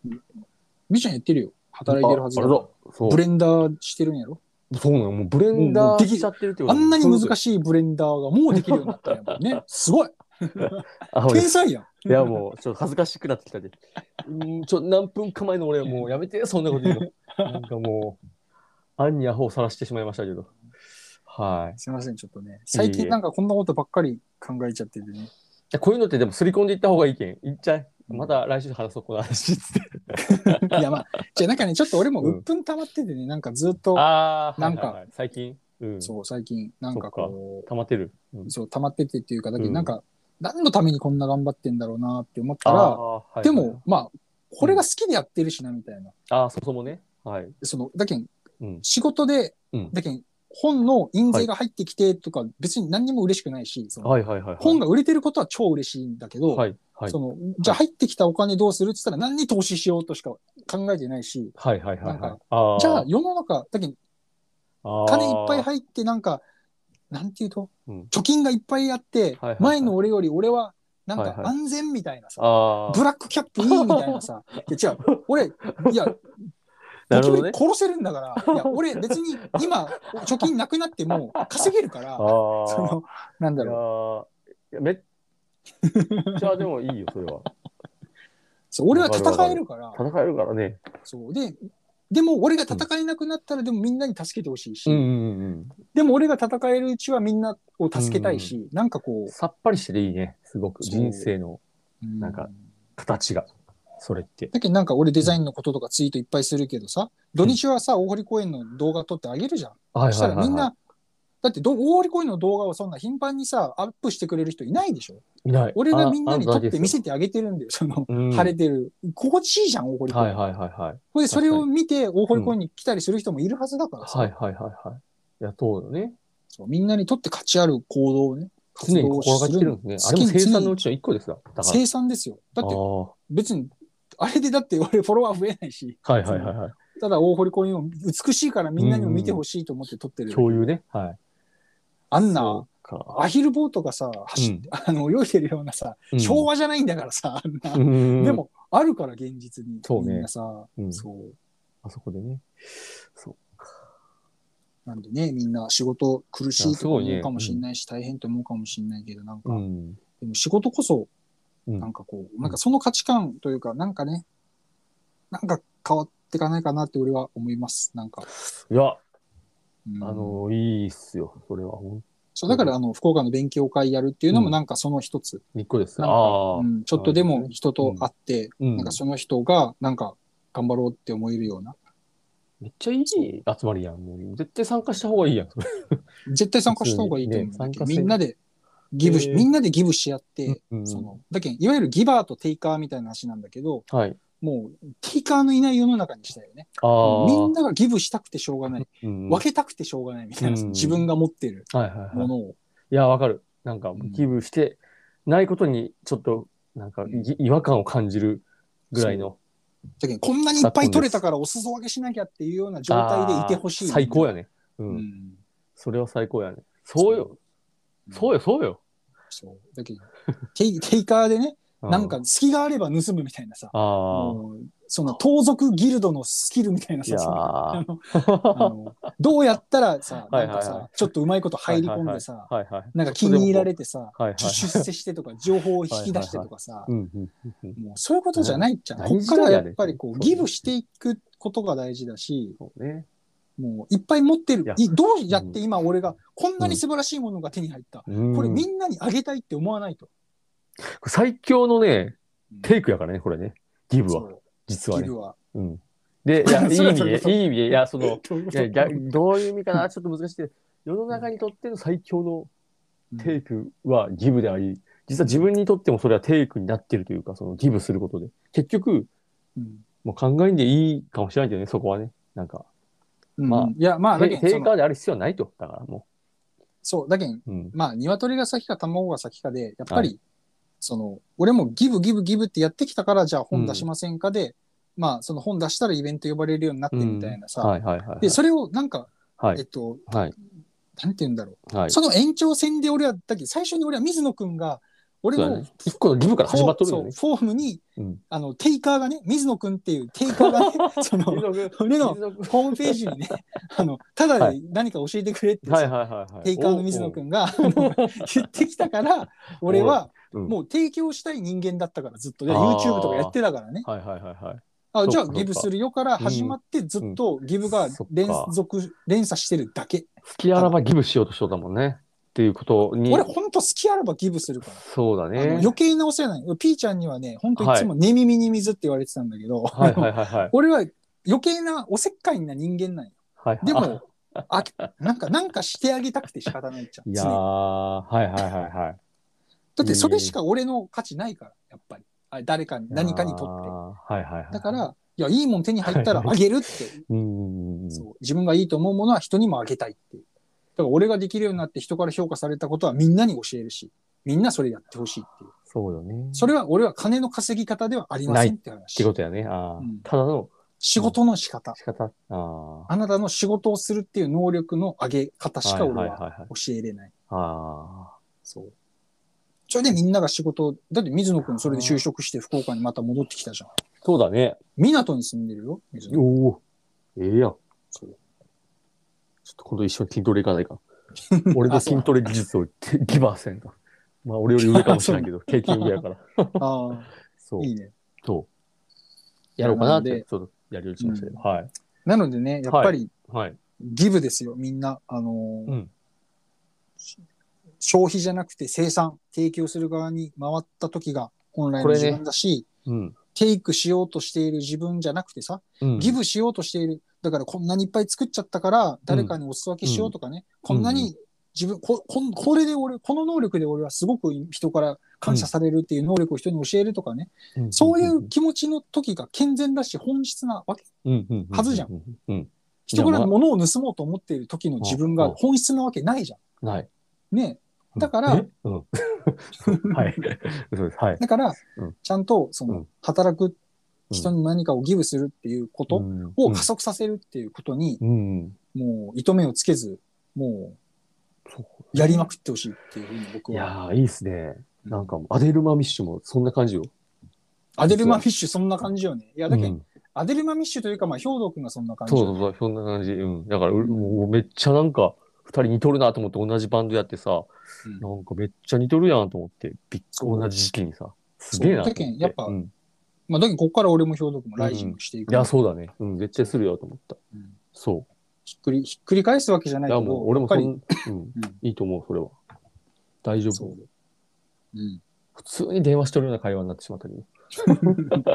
Speaker 2: みーちゃんやってるよ。働いてるはず
Speaker 1: あ
Speaker 2: だ
Speaker 1: あれ
Speaker 2: から
Speaker 1: だ。そう
Speaker 2: ブ。レンダーしてるんやろ
Speaker 1: そうなの。もうブレンダ
Speaker 2: もうで
Speaker 1: ー
Speaker 2: き
Speaker 1: しちゃってるってこと
Speaker 2: あんなに難
Speaker 1: い。
Speaker 2: しいブレンダーがもうできるようになったんやもんね。
Speaker 1: (laughs)
Speaker 2: すごい
Speaker 1: あ、俺、
Speaker 2: 天
Speaker 1: い
Speaker 2: 才やん。
Speaker 1: やもう、ちょっと恥ずかしくなってきたで。うん、ちょ、何分か前の俺はもうやめ
Speaker 2: (laughs)
Speaker 1: て、そんなこと言うの。なんかもう、あんにアホをさらしてしまいましたけど。はい。い
Speaker 2: すいません、ちょっとね。最近なんかこんなことばっかり考えちゃっててね。
Speaker 1: やこういうのってでも、すり込んでいった方がいいけん。いっちゃい。また来週話そう、この話っつって。
Speaker 2: いや、まあ、じゃあなんかね、ちょっと俺も
Speaker 1: うん
Speaker 2: 鬱憤溜まっててね、なんかずっと、
Speaker 1: ああ、
Speaker 2: なん
Speaker 1: は
Speaker 2: か
Speaker 1: いはいはい最近。うん、
Speaker 2: そう、最近、なんかこ
Speaker 1: 溜まってる。うん
Speaker 2: う、そう、溜まっててっていうか、だけど、
Speaker 1: うん
Speaker 2: なんか、何のためにこんな頑張ってんだろうなって思った
Speaker 1: あ
Speaker 2: ら、
Speaker 1: あ、はい
Speaker 2: でも、、まあ、これが好きでやってるしな、みたいな。
Speaker 1: ああ、そもそもね。はい。
Speaker 2: その、だけん、
Speaker 1: うん。
Speaker 2: 仕事で
Speaker 1: うん、
Speaker 2: だけん、本の印税が入ってきてとか、別に何にも嬉しくないし、その、
Speaker 1: はいはいはいはい。
Speaker 2: 本が売れてることは超嬉しいんだけど、
Speaker 1: はいはい。
Speaker 2: その、じゃあ入ってきたお金どうするって言ったら何に投資しようとしか考えてないし、
Speaker 1: はいはいはい
Speaker 2: な
Speaker 1: は
Speaker 2: ん
Speaker 1: い
Speaker 2: か。
Speaker 1: あー
Speaker 2: じゃあ世の中、だけど
Speaker 1: あー
Speaker 2: 金いっぱい入って、なんか、なんていうと、
Speaker 1: うん
Speaker 2: 貯金がいっぱいあって
Speaker 1: はいはい、
Speaker 2: 前の俺より俺は、なん
Speaker 1: はいは
Speaker 2: か
Speaker 1: い
Speaker 2: 安全みたいなさ、
Speaker 1: あー
Speaker 2: ブラックキャップいいみたい
Speaker 1: (laughs)
Speaker 2: なさ、いや違う、俺、いや、
Speaker 1: なるほど
Speaker 2: ゴキブ
Speaker 1: ね
Speaker 2: リ。殺せるん
Speaker 1: (laughs)
Speaker 2: だから、いや、俺別に今、貯金なくなっても稼げるから、
Speaker 1: ああ。
Speaker 2: その、なんだろう、
Speaker 1: いやーいやめっちゃでもいいよ、それは。 (laughs)
Speaker 2: そう俺は戦えるから、
Speaker 1: 戦えるからね。
Speaker 2: そうで、でも俺が戦えなくなったら、でもみんなに助けてほしいし、
Speaker 1: うんうんうん
Speaker 2: でも俺が戦えるうちはみんなを助けたいし、なんかこ
Speaker 1: うん。さっぱりしてていいね、すごく。
Speaker 2: そう
Speaker 1: 人生の
Speaker 2: う、
Speaker 1: なんか形が。それって。
Speaker 2: だけどなんか俺デザインのこととかツイートいっぱいするけどさ、土日はさ、大堀公園の動画撮ってあげるじゃん。
Speaker 1: は
Speaker 2: そ
Speaker 1: い
Speaker 2: した
Speaker 1: はい
Speaker 2: ら
Speaker 1: はい
Speaker 2: みん
Speaker 1: は
Speaker 2: な、だってど大堀公園の動画をそんな頻繁にさ、アップしてくれる人いないでしょ。
Speaker 1: い。いない。
Speaker 2: 俺がみんなに撮
Speaker 1: あ
Speaker 2: って見せてあげてるんだよ、その、
Speaker 1: うん
Speaker 2: 晴れてる。心地いいじゃん、大堀公園。
Speaker 1: はいはいはいはい。
Speaker 2: それでそれを見て大堀公園に来たりする人もいるはずだからさ、
Speaker 1: はいはいはいはい。いや、そうよね。
Speaker 2: そうみんなにとって価値ある行動をね、
Speaker 1: 常に心がけてるんですね。あれも生産のうちの一個ですよ。だから。
Speaker 2: 生産ですよ。だって
Speaker 1: あー
Speaker 2: 別に、あれでだって俺フォロワー増えないし、
Speaker 1: はいはいはいは
Speaker 2: ただ大堀公園を美しいからみんなにも見てほしいと思って撮って
Speaker 1: い。
Speaker 2: る。
Speaker 1: 共有ね。はい。
Speaker 2: あん
Speaker 1: そ
Speaker 2: な、
Speaker 1: うか。
Speaker 2: アヒルボートがさ、走って、あの、泳いでるようなさ、
Speaker 1: うん
Speaker 2: 昭和じゃないんだからさ、あんな。
Speaker 1: うん
Speaker 2: でも、あるから現実に。
Speaker 1: そうね
Speaker 2: みんなさ、
Speaker 1: うん
Speaker 2: そう。
Speaker 1: あそこでね。そう。
Speaker 2: なんでね、みんな仕事苦しいと思
Speaker 1: いやすごいね
Speaker 2: うかもしれないし、大変と思うかもしれないけど、なんか、
Speaker 1: うん。
Speaker 2: でも仕事こそ、
Speaker 1: うん
Speaker 2: なんかこう、なんかその価値観というか、なんかね、なんか変わっていかないかなって俺は思います。なんか。
Speaker 1: いや、
Speaker 2: うん
Speaker 1: あの、いいっすよ。それは。ほん
Speaker 2: そう、だから、あの、福岡の勉強会やるっていうの
Speaker 1: う
Speaker 2: も
Speaker 1: ん
Speaker 2: なんかその一つ。
Speaker 1: 一個です。
Speaker 2: な
Speaker 1: あ
Speaker 2: んか
Speaker 1: あ
Speaker 2: う。ん、ちょっとでも人と会って、
Speaker 1: うん
Speaker 2: なんかその人が、なんか頑張ろうって思えるような。
Speaker 1: めっちゃいい集まりやん。もう絶対参加した方がいいやん。それ
Speaker 2: 絶対参加した方がいいと思う、
Speaker 1: ね参加
Speaker 2: み
Speaker 1: 制
Speaker 2: んなでギブし、
Speaker 1: へー
Speaker 2: みんなでギブし合って、
Speaker 1: うん
Speaker 2: その、だけんいわゆるギバーとテイカーみたいな話なんだけど、
Speaker 1: はい。
Speaker 2: もう、テイカーのいない世の中にしたいよね。
Speaker 1: ああ。
Speaker 2: みんながギブしたくてしょうがない。
Speaker 1: うん
Speaker 2: 分けたくてしょうがないみたいな、
Speaker 1: うん
Speaker 2: 自分が持ってる
Speaker 1: はいはいは
Speaker 2: も
Speaker 1: い。
Speaker 2: のを。
Speaker 1: いや、わかる。なんか
Speaker 2: ん、
Speaker 1: 寄付してないことに、ちょっと、なんか、ぎ違和感を感じるぐらいの。
Speaker 2: だけど、こんなにいっぱい取れたからお裾分けしなきゃっていうような状態でいてほしい、
Speaker 1: あー最高
Speaker 2: や。
Speaker 1: やね。う。
Speaker 2: うんん。
Speaker 1: それは最高やね。そうよ。そう
Speaker 2: よ。
Speaker 1: よ、そうよ。
Speaker 2: そう。だけど、テイテイカーでね、
Speaker 1: う
Speaker 2: なんか、、隙があれば盗むみたいなさ、
Speaker 1: ああ。
Speaker 2: もうその盗賊ギルドのスキルみたいない
Speaker 1: や
Speaker 2: さ、その
Speaker 1: ー
Speaker 2: あの
Speaker 1: (laughs)
Speaker 2: あのど (laughs) うやったらさ、
Speaker 1: は
Speaker 2: ないん
Speaker 1: はいは
Speaker 2: か
Speaker 1: い
Speaker 2: さ、ちょっとうまいこと入り込んでさ、
Speaker 1: はいはい。
Speaker 2: なんか気に入られてさ、
Speaker 1: はいはい。
Speaker 2: ちょ出世してとか、情報を引き出してとかさ
Speaker 1: う、んうんうんうん。
Speaker 2: もうそういうことじゃないじゃん。
Speaker 1: 大
Speaker 2: こっ
Speaker 1: 事
Speaker 2: か
Speaker 1: だよ
Speaker 2: ら
Speaker 1: ね
Speaker 2: やっぱりこ、
Speaker 1: そうう
Speaker 2: ギブしていくことが大事だし、
Speaker 1: そうね。
Speaker 2: もういっぱい持ってる
Speaker 1: いや。
Speaker 2: いどうやって今俺がこんなに素晴らしいものが手に入った。これみ
Speaker 1: うん
Speaker 2: んなにあげたいって思わないと。
Speaker 1: 最強のね、
Speaker 2: イ
Speaker 1: テイクやからね、これね。ギブは、
Speaker 2: は。
Speaker 1: 実は
Speaker 2: ギ
Speaker 1: ね。
Speaker 2: ブは。
Speaker 1: うん。で、いや、いい
Speaker 2: (laughs) そ
Speaker 1: 意
Speaker 2: う
Speaker 1: 味
Speaker 2: そう
Speaker 1: で、
Speaker 2: そう
Speaker 1: いい意味で、いや、
Speaker 2: (laughs)
Speaker 1: その、
Speaker 2: どういうこ
Speaker 1: い
Speaker 2: と
Speaker 1: や逆どういう意味かな、 (laughs) ちょっと難しいけど。世の中にとっての最強のテイクはギブであり、実は自分にとってもそれはテイクになってるというか、そのギブすることで。結局、
Speaker 2: うん
Speaker 1: もう考えんでいいかもしれないけどね、そこはね。なんか、
Speaker 2: うん
Speaker 1: まあ
Speaker 2: いや、まあ、だけ
Speaker 1: テ
Speaker 2: どそ
Speaker 1: イカ
Speaker 2: の
Speaker 1: ーである必要はないと。だからも
Speaker 2: そう、だけど
Speaker 1: う。うん。
Speaker 2: まあ、鶏が先か卵が先かで、やっぱり、
Speaker 1: は
Speaker 2: その、俺もギブギブギブってやってきたから、じゃあ本出しませんかで、まあ、その本出したらイベント呼ばれるようになってみたいなさ、
Speaker 1: はいはいはいはい。
Speaker 2: で、それをなんか、
Speaker 1: はい
Speaker 2: えっと、
Speaker 1: はい
Speaker 2: なんて言うんだろう、
Speaker 1: はい。
Speaker 2: その延長線で俺は、だけど最初に俺は水野くんが、俺
Speaker 1: そうだ
Speaker 2: の
Speaker 1: ね。一個の義務から
Speaker 2: フ
Speaker 1: 始ま
Speaker 2: ォ
Speaker 1: っと
Speaker 2: ー
Speaker 1: るよ
Speaker 2: そう
Speaker 1: (laughs) ね。
Speaker 2: フォームに、
Speaker 1: うん
Speaker 2: あの、テイカーがね、水野くんっていうテイカ
Speaker 1: (laughs)
Speaker 2: ーがね、その、俺のホームページにね、あの、ただで何か教えてくれってさ、
Speaker 1: はいはいはいはい。
Speaker 2: テイカーの水野くんがあの言ってきた
Speaker 1: (laughs)
Speaker 2: から、俺はもう提供したい人間だったからずっと、で
Speaker 1: あー
Speaker 2: YouTube とかやってたからね。
Speaker 1: はいはいはいはい。
Speaker 2: あじゃあ
Speaker 1: そうか
Speaker 2: ギブするよから始まってずっとギブが連続、連鎖してるだけ。
Speaker 1: 好きあらばギブしようとしとったもんね。っていうことに。
Speaker 2: 俺ほんと好きあればギブするから。
Speaker 1: そうだ
Speaker 2: あの
Speaker 1: ね。
Speaker 2: 余計なお世話ない。ピーちゃんにはね、ほんといつも寝耳に水って言われてたんだけど、 (laughs)。
Speaker 1: はいはいはいはい
Speaker 2: 俺は余計なおせっかいな人間なんよ。
Speaker 1: はいはい
Speaker 2: で
Speaker 1: あ
Speaker 2: も、あなんか、なんかしてあげたくて仕方ないじゃん。
Speaker 1: い
Speaker 2: 常
Speaker 1: やー、
Speaker 2: に
Speaker 1: はいはいはいはい。
Speaker 2: だってそれしか俺の価値ないから、やっぱり。あ誰かに、何かにとって。
Speaker 1: って。はいはいはい。
Speaker 2: だか、ら、いや、いいもん手に入ったら
Speaker 1: (laughs)
Speaker 2: あげるって、
Speaker 1: うん。
Speaker 2: そう自分がいいと思うものは人にもあげたいっていう。だから俺ができるようになって人から評価されたことはみんなに教えるし、みんなそれやってほしいっていう。
Speaker 1: そうよね。
Speaker 2: それは俺は金の稼ぎ方ではありませんって
Speaker 1: って
Speaker 2: 話。
Speaker 1: ことやね。ああ、
Speaker 2: うん
Speaker 1: ただの
Speaker 2: 仕事の仕方。
Speaker 1: 仕方。ああ。
Speaker 2: あなたの仕事をするっていう能力の上げ方しか
Speaker 1: は
Speaker 2: 俺
Speaker 1: いはい
Speaker 2: は
Speaker 1: はいはい。
Speaker 2: 教えれない。
Speaker 1: あ
Speaker 2: そう。それでみんなが仕事を、だって水野くんそれで就職して福岡にまた戻ってきたじゃん。
Speaker 1: あ。そうだね。
Speaker 2: 港に住んでるよ、水野。
Speaker 1: おお。ええやん。ち
Speaker 2: そう
Speaker 1: ょっと今度一緒に筋トレ行かない
Speaker 2: (laughs)
Speaker 1: か。俺の筋トレ技術をてギバーせんか。まあ俺より上かもしれな
Speaker 2: (laughs)
Speaker 1: いけど、経験上やから。
Speaker 2: ああ、
Speaker 1: そう
Speaker 2: い。いね。
Speaker 1: そう。やろうかなっ
Speaker 2: なの
Speaker 1: て
Speaker 2: で、
Speaker 1: ちょっとやりようしましたけど。はい。
Speaker 2: なのでね、やっぱり
Speaker 1: はい。
Speaker 2: ギブですよ、みんな。あのー
Speaker 1: うん。
Speaker 2: 消費じゃなくて生産、提供する側に回った時が本来の自分だし、
Speaker 1: うん。
Speaker 2: テイクしようとしている自分じゃなくてさ、
Speaker 1: うん
Speaker 2: ギブしようとしている。だからこんなにいっぱい作っちゃったから、誰かにお裾分けしようとかね、こんなに自分、こ、こんこれで俺、この能力で俺はすごく人から感謝されるっていう能力を人に教えるとかね、そういう気持ちの時が健全だし本質なわけ。
Speaker 1: うん
Speaker 2: はずじゃん。
Speaker 1: うんうんうん。
Speaker 2: 人から物を盗もうと思っている時の自分が本質なわけないじゃ
Speaker 1: ない。
Speaker 2: ん。ねだから
Speaker 1: え、うん。
Speaker 2: (laughs)
Speaker 1: はい。そうです。はい。
Speaker 2: だから
Speaker 1: うん、
Speaker 2: ちゃんと、そうの
Speaker 1: ん、
Speaker 2: 働く人に何かをギブするっていうことを加
Speaker 1: す。
Speaker 2: 速させるっていうことに、
Speaker 1: うん。
Speaker 2: もう、糸目をつけず、も
Speaker 1: そう
Speaker 2: う、やりまくってほしいっていうふうに僕
Speaker 1: い
Speaker 2: は。
Speaker 1: やー、いいっすね。なんかもう、アデルマミッシュもそんな感じよ。
Speaker 2: アデルマフィッシュそんな感じよね。いや、だけ
Speaker 1: う
Speaker 2: ど
Speaker 1: ん
Speaker 2: アデルマフィッシュというか、まあ、兵道くんがそんな感じ
Speaker 1: そう
Speaker 2: よ。
Speaker 1: そうそう、そんな感じ。うん。だから、うもうめっちゃなんか、二人似とるなと思って同じバンドやってさ、
Speaker 2: うん
Speaker 1: なんかめっちゃ似とるやんと思って、びっ
Speaker 2: そう
Speaker 1: 同じ時期にさ、すげえなと思
Speaker 2: そうだけんやっぱ
Speaker 1: うんい
Speaker 2: まあ、だけど、ここから俺も兵道くんもライジングしていく。
Speaker 1: や、そうだね。うん、絶対するよと思った。
Speaker 2: うん
Speaker 1: そ
Speaker 2: ひっくり、ひっくり返すわけじゃ
Speaker 1: う。
Speaker 2: ないいけ
Speaker 1: や、も
Speaker 2: ど、
Speaker 1: う、俺
Speaker 2: や
Speaker 1: も
Speaker 2: っぱ
Speaker 1: そ
Speaker 2: り、
Speaker 1: ん、うん、いいと思う、それは。大丈
Speaker 2: そ
Speaker 1: 夫
Speaker 2: う。うん。
Speaker 1: 普通に電話してるような会話になってしまったけど。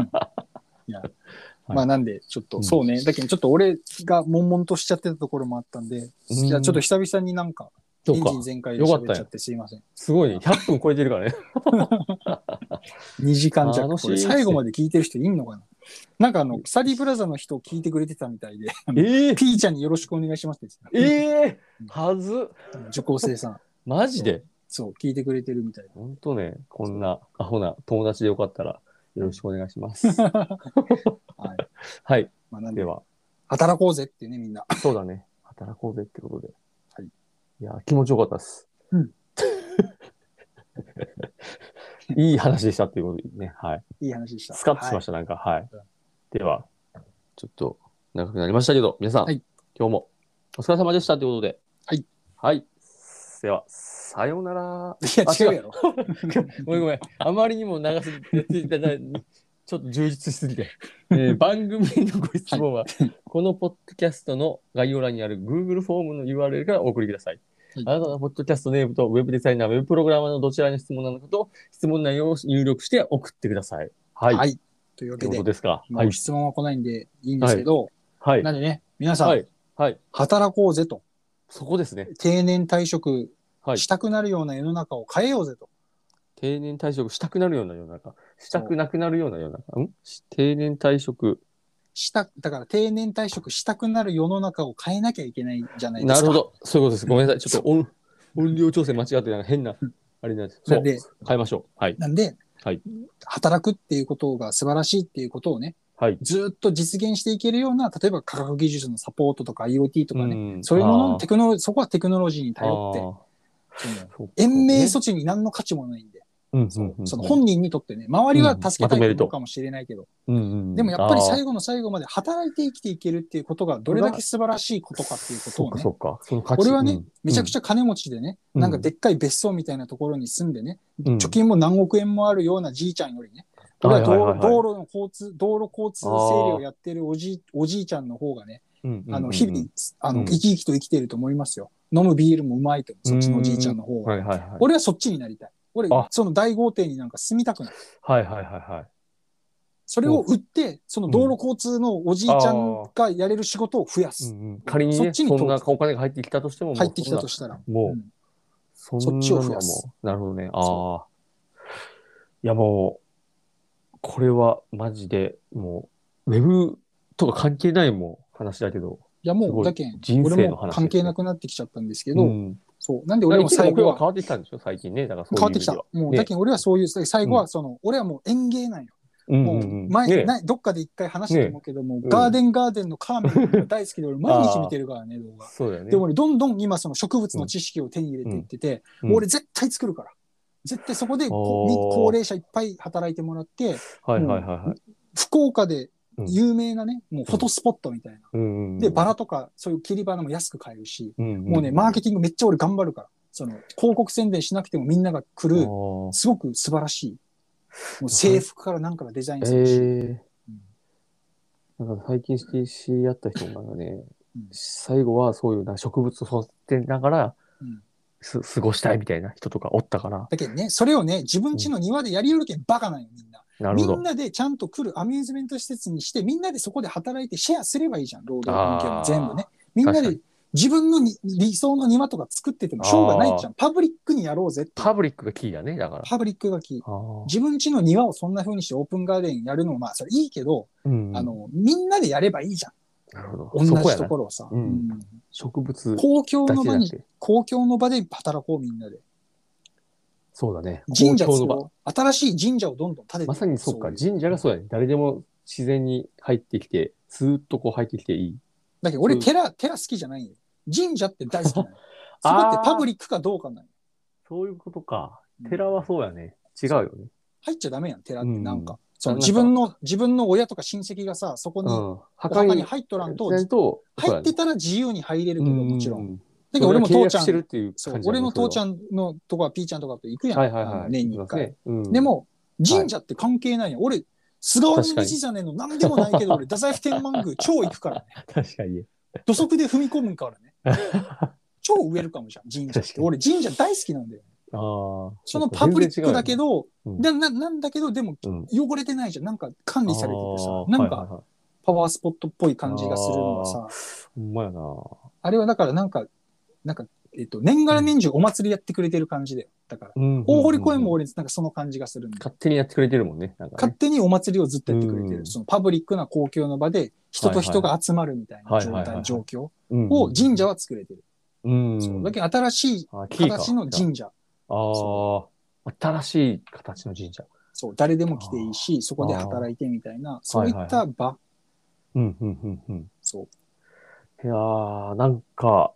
Speaker 1: はい
Speaker 2: まあなんで、ちょっ
Speaker 1: う
Speaker 2: と、
Speaker 1: ん
Speaker 2: そうね。だけど、ちょっと俺が悶々としちゃってたところもあったんで、いや、ちょっと久々になんか、エ
Speaker 1: そ
Speaker 2: ン
Speaker 1: う
Speaker 2: ジ
Speaker 1: か
Speaker 2: ン。全開で喋っちゃってすいません。
Speaker 1: すごいね。100分超えてるから
Speaker 2: (laughs)
Speaker 1: ね。
Speaker 2: 2時間弱。
Speaker 1: 楽しい
Speaker 2: これ最後まで聞いてる人いんのかななんかあの、キサリブラザの人を聞いてくれてたみたいで、
Speaker 1: ええ
Speaker 2: ピーちゃんによろしくお願いしますって言って
Speaker 1: ええはず。
Speaker 2: た受講生さん。
Speaker 1: マジで。
Speaker 2: そう、聞いてくれてるみたいで。
Speaker 1: ほんとね、こんなアホな友達でよかったらよろしくお願いします。
Speaker 2: はい。
Speaker 1: はい。
Speaker 2: まあなん
Speaker 1: で
Speaker 2: で、
Speaker 1: は、
Speaker 2: 働こうぜってね、みんな。 (laughs)
Speaker 1: そうだね。働こうぜってことで。
Speaker 2: はい。
Speaker 1: いや、気持ちよかったです。
Speaker 2: うん。
Speaker 1: (laughs) いい話でしたっていうことでね。はい。
Speaker 2: いい話でした。
Speaker 1: スカッとしま
Speaker 2: し
Speaker 1: した、なんか。はい
Speaker 2: うん。
Speaker 1: では、ちょっと長くなりましたけど、皆さん、
Speaker 2: はい
Speaker 1: 今日もお疲れ様でしたということで。
Speaker 2: はい。
Speaker 1: はい。では、さようなら。
Speaker 2: た。いや、違うやろ。 (laughs)
Speaker 1: ごめんごめん。あまりにも長すぎて、ちょっと充実しすぎて。えー番組のご質問は、このポッドキャストの概要欄にある Google フォームの URL からお送りください。
Speaker 2: はい
Speaker 1: あなたのポッドキャストネームとウェブデザイナー、ウェブプログラマーのどちらの質問なのかと、質問内容を入力して送ってください。はい。
Speaker 2: はい。というわ
Speaker 1: とい
Speaker 2: け
Speaker 1: うこ
Speaker 2: で
Speaker 1: と、ですか。
Speaker 2: も。
Speaker 1: はいう
Speaker 2: 質問は来ないんでいいんですけど、
Speaker 1: はい。
Speaker 2: なんでね、皆さ
Speaker 1: は
Speaker 2: ん、
Speaker 1: い。はい。
Speaker 2: 働こうぜと。
Speaker 1: そこですね。
Speaker 2: 定年退職
Speaker 1: はい
Speaker 2: し。たくなるような世の中を変えようぜと。
Speaker 1: 定年退職したくなるような世の中。したくなくなるような世の中。んし定年退職。
Speaker 2: した、だから定年退職したくなる世の中を変えなきゃいけないじゃないで
Speaker 1: な
Speaker 2: すか。
Speaker 1: るほ。ど。そういうことです。ごめん
Speaker 2: (laughs)
Speaker 1: なさい。ちょっと音音量調整間違って、なんか変な、あれなんです。そ
Speaker 2: なん
Speaker 1: う。
Speaker 2: で、
Speaker 1: 変えましょう。はい。
Speaker 2: なんで、
Speaker 1: はい
Speaker 2: 働くっていうことが素晴らしいっていうことをね、
Speaker 1: はい。
Speaker 2: ずっと実現していけるような、例えば科学技術のサポートとか IoT とかね、
Speaker 1: ね
Speaker 2: そういうものの
Speaker 1: に
Speaker 2: テクノ、そこはテクノロジーに頼って、
Speaker 1: って
Speaker 2: 延命措置に何の価値もないんで、その本人にとってね、周りは助けた
Speaker 1: うんまと
Speaker 2: い
Speaker 1: める
Speaker 2: こととかもしれないけど、
Speaker 1: 本
Speaker 2: でもやっぱり最後の最後まで働いて生きていけるっていうことがどれだけ素晴らしいことかっていうことをね
Speaker 1: そ、っか、そっか。
Speaker 2: 俺はねめちゃく
Speaker 1: ゃ
Speaker 2: ちゃ金持ちでね、
Speaker 1: うん
Speaker 2: なんかでっかい別荘みたいなところに住んでね、貯
Speaker 1: 貯
Speaker 2: 金も何億円もあるようなじいちゃんよりね、俺は道路道路の交通、道路交通整理をやってるおじいおじいちゃんの方がね、
Speaker 1: 路
Speaker 2: あの、日々、あ
Speaker 1: う
Speaker 2: の、
Speaker 1: ん
Speaker 2: 生き生きと生きてると思いますよ。飲むビールもうまいと思う、そっちのおじいちゃんの方が。
Speaker 1: はいはいはい。
Speaker 2: 俺はそっちになりたい。俺
Speaker 1: あ、
Speaker 2: その大豪邸になんか住みたくない。
Speaker 1: はいはいはいはい。
Speaker 2: それを売って、その道路交通のおじいちゃんがやれる仕事を増やす。
Speaker 1: うんうん仮に
Speaker 2: そ
Speaker 1: ね
Speaker 2: っ
Speaker 1: そ
Speaker 2: ちに投資
Speaker 1: んなお金が入ってきたとしてももう
Speaker 2: 入ってきたと
Speaker 1: し
Speaker 2: したら。
Speaker 1: ても
Speaker 2: う
Speaker 1: うんそんな
Speaker 2: そっちを増や
Speaker 1: のは
Speaker 2: す
Speaker 1: もうなるほどねああ
Speaker 2: そ
Speaker 1: いやもうこれはマジでもうウェブとか関係ないもん話だけど
Speaker 2: いや、も
Speaker 1: すご
Speaker 2: う、
Speaker 1: い
Speaker 2: だけん、
Speaker 1: 人
Speaker 2: 俺
Speaker 1: 生
Speaker 2: も
Speaker 1: の話ですね
Speaker 2: 関係なくなってきちゃったんですけ
Speaker 1: け
Speaker 2: ど、
Speaker 1: うん、
Speaker 2: そう。なんで
Speaker 1: 俺も
Speaker 2: 俺も最
Speaker 1: 最
Speaker 2: 後
Speaker 1: 後は
Speaker 2: は
Speaker 1: 変わってきたんでしょ最近ねだからそういう
Speaker 2: 変わってきた。もう、
Speaker 1: ね
Speaker 2: だけん俺はそういう、最後はその、俺はもう園芸なんよ。もう前、
Speaker 1: ね
Speaker 2: ないどっかで一回話したと思うけども、
Speaker 1: うん
Speaker 2: ガーデンガーデンのカーメンが大好きで俺毎日見てるからね、動画。
Speaker 1: そうだよね
Speaker 2: で俺どんどん今その植物の知識を手に入れていってて、
Speaker 1: うん
Speaker 2: もう俺絶対作るから。絶対そこでこ
Speaker 1: おー
Speaker 2: み高齢者いっぱい働いてもらって、
Speaker 1: はいはいはいはい
Speaker 2: 福岡で有名なね、もうフォトスポットみたいな。
Speaker 1: うんうんうん
Speaker 2: で、バラとかそういう切り花も安く買えるし、
Speaker 1: うんうん
Speaker 2: もうね、マーケティングめっちゃ俺頑張るから。その広告宣伝しなくてもみんなが来
Speaker 1: あ
Speaker 2: る、
Speaker 1: ー
Speaker 2: すごく素晴らしい。もう制服からなんからデザインするし。
Speaker 1: ええなんか最近知り合った人がね、
Speaker 2: うん
Speaker 1: 最後はそういうな植物を育てながら、
Speaker 2: うん
Speaker 1: す過ごしたいみたいな人とかおったから、
Speaker 2: だけどね、それをね、自分家の庭でやりよるけんバカなんよ、みんな。
Speaker 1: なる
Speaker 2: み
Speaker 1: ほ
Speaker 2: ん
Speaker 1: ど。
Speaker 2: なでちゃんと来るアミューズメント施設にして、みんなでそこで働いてシェアすればいいじゃん、労働環境も全部ね。みんな
Speaker 1: 確か
Speaker 2: で自分のに理想の庭とか作っててもしょうがないじゃん。パブリックにやろうぜって。
Speaker 1: パブリックがキーだね、だから。
Speaker 2: パブリックがき。
Speaker 1: あー
Speaker 2: 自分家の庭をそんな風にしてオープンガーデンやるのもまあそれいいけど、
Speaker 1: うん、
Speaker 2: あの、みんなでやればいいじゃん。
Speaker 1: なるほ
Speaker 2: 同
Speaker 1: ど。そこ
Speaker 2: じ
Speaker 1: や
Speaker 2: と
Speaker 1: な
Speaker 2: こ。ろをさ。
Speaker 1: うん
Speaker 2: うん
Speaker 1: 植物
Speaker 2: 公共
Speaker 1: だ
Speaker 2: の
Speaker 1: けじ
Speaker 2: 場
Speaker 1: ゃなく
Speaker 2: に、
Speaker 1: て。
Speaker 2: 公共の場で働こうみんなで。
Speaker 1: そうだね。
Speaker 2: 神社
Speaker 1: 公共の場。
Speaker 2: を、新しい神社をどんどん建てていく
Speaker 1: まさにそうか、
Speaker 2: いう
Speaker 1: 神社がそうだね。誰でも自然に入ってきて、スーッとこう入ってきていい。
Speaker 2: だけど俺
Speaker 1: そう
Speaker 2: 寺、寺好きじゃないよ。神社って大好きなの。そ
Speaker 1: (laughs) あー
Speaker 2: こってパブリックかどうかなの。
Speaker 1: そういうことか。
Speaker 2: うん
Speaker 1: 寺はそうやね。違うよね。
Speaker 2: 入っちゃダメやん、寺ってなん
Speaker 1: う
Speaker 2: か。その
Speaker 1: なんか
Speaker 2: 自分の、自分の親とか親戚がさ、そこに、お
Speaker 1: ん。墓
Speaker 2: 墓に
Speaker 1: に
Speaker 2: 入っとらんと、
Speaker 1: 入と、そう
Speaker 2: 入
Speaker 1: や
Speaker 2: っ
Speaker 1: ね
Speaker 2: てたら自由に入れるけど、もちろ。
Speaker 1: うんうう
Speaker 2: だけど俺も父ちゃ
Speaker 1: それ
Speaker 2: ん、
Speaker 1: が契約してるっていう
Speaker 2: そ
Speaker 1: 感
Speaker 2: う
Speaker 1: じ
Speaker 2: 俺の父ちゃ
Speaker 1: ん。
Speaker 2: んのとか、ピーちゃんとかと行くやん。
Speaker 1: はいはいはい。
Speaker 2: 年に一回。
Speaker 1: ね。うん
Speaker 2: で、も、神社って関係ないやん。俺、菅原道
Speaker 1: 確かに
Speaker 2: 真の何でもないけど、俺、太宰府天満宮超行くからね。
Speaker 1: 確かに。
Speaker 2: 土足で踏み込むからね。
Speaker 1: (laughs)
Speaker 2: 超ウェルカムじゃん、神社っ
Speaker 1: 確
Speaker 2: て。
Speaker 1: かに
Speaker 2: 俺、神社大好きなんだよ。
Speaker 1: ああ。
Speaker 2: そのパブリックだけ
Speaker 1: ど、
Speaker 2: ど、
Speaker 1: うん
Speaker 2: なななんだけど、でも
Speaker 1: うん
Speaker 2: 汚れてないじゃん。なんか管理されてて
Speaker 1: あ
Speaker 2: さ、
Speaker 1: ー
Speaker 2: なん
Speaker 1: はいはい
Speaker 2: か
Speaker 1: はい
Speaker 2: パワースポットっぽい感じがするのがさ、
Speaker 1: ほんまやな。
Speaker 2: あれはだからなんか、なんか、えっと、年がら年中お祭りやってくれてる感じだよ。だから、
Speaker 1: うん
Speaker 2: 大堀公園も。俺、なんかその感じがするんだよ
Speaker 1: 勝手にやってくれてるもんね。なんか
Speaker 2: 勝
Speaker 1: ね。
Speaker 2: 手にお祭りをずっとやってくれて
Speaker 1: う
Speaker 2: る。
Speaker 1: ん
Speaker 2: そのパブリックな公共の場で、人と人が集まるみたいな状
Speaker 1: はいはいは
Speaker 2: 態、
Speaker 1: い
Speaker 2: 状況
Speaker 1: を
Speaker 2: を神社は作れてる。
Speaker 1: うん。
Speaker 2: そうだけど新しい
Speaker 1: あキーか
Speaker 2: 形の神社。
Speaker 1: ああ。新しい形の神社。
Speaker 2: そう、誰でも来ていいし、そこで働いてみたいな、そういった場。
Speaker 1: うん、うん、うん、うん。
Speaker 2: そう、
Speaker 1: いやー、なんか、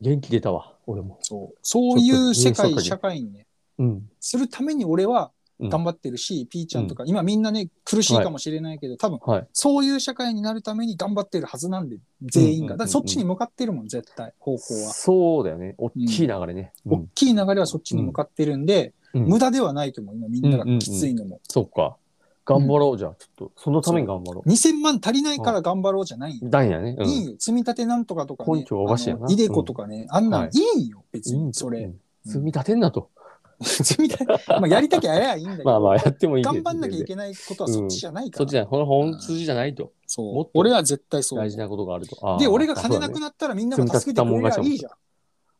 Speaker 1: 元気出たわ、俺も。
Speaker 2: そう。そういう世
Speaker 1: ちょっと見えそう
Speaker 2: 界、
Speaker 1: かに
Speaker 2: 社会にね、
Speaker 1: うん。
Speaker 2: するために俺は
Speaker 1: うん
Speaker 2: 頑張ってるし、ピーちゃんとか、今みんなね、苦しいかもしれないけど、多分、
Speaker 1: はい。
Speaker 2: そういう社会になるために頑張ってるはずなんで、
Speaker 1: う
Speaker 2: 全員が。
Speaker 1: んうんうんうん
Speaker 2: だからそっちに向かってるもん、絶対、方向は。
Speaker 1: そうだよね。おっきい流れね。う
Speaker 2: 大
Speaker 1: ん
Speaker 2: きい流れはそっちに向かってるんで、
Speaker 1: うん
Speaker 2: 無駄ではないと思う、今みんながきついのも。
Speaker 1: そっか。頑張ろう、じゃあ、ちょっと、そのために頑張ろ
Speaker 2: 2000万足りないから頑張ろうじゃないよ。
Speaker 1: う。だんやね。うん。
Speaker 2: いいよ。積み立てなんとかとかね。
Speaker 1: 根拠はおかしいやな
Speaker 2: あのイデコとかね。あんな
Speaker 1: は
Speaker 2: ん
Speaker 1: い
Speaker 2: いいよ。別
Speaker 1: いいん
Speaker 2: に。
Speaker 1: だ
Speaker 2: それ。。
Speaker 1: 積み立てんなと。
Speaker 2: 積み立て。まあ、やりたきゃやりゃいいんだけど。
Speaker 1: (laughs) まあまあ、やってもいい
Speaker 2: 頑張んなきゃい
Speaker 1: ない。
Speaker 2: けないことはそっちじゃないか
Speaker 1: そ
Speaker 2: ら。
Speaker 1: っちじゃない。この本筋じゃないと。
Speaker 2: そう
Speaker 1: もっと
Speaker 2: 俺は絶対そう
Speaker 1: 大
Speaker 2: 思
Speaker 1: 事なことがあると。あ
Speaker 2: う。
Speaker 1: ー
Speaker 2: で、俺が金なくなったらみんなが助けてくれりゃいいじゃん。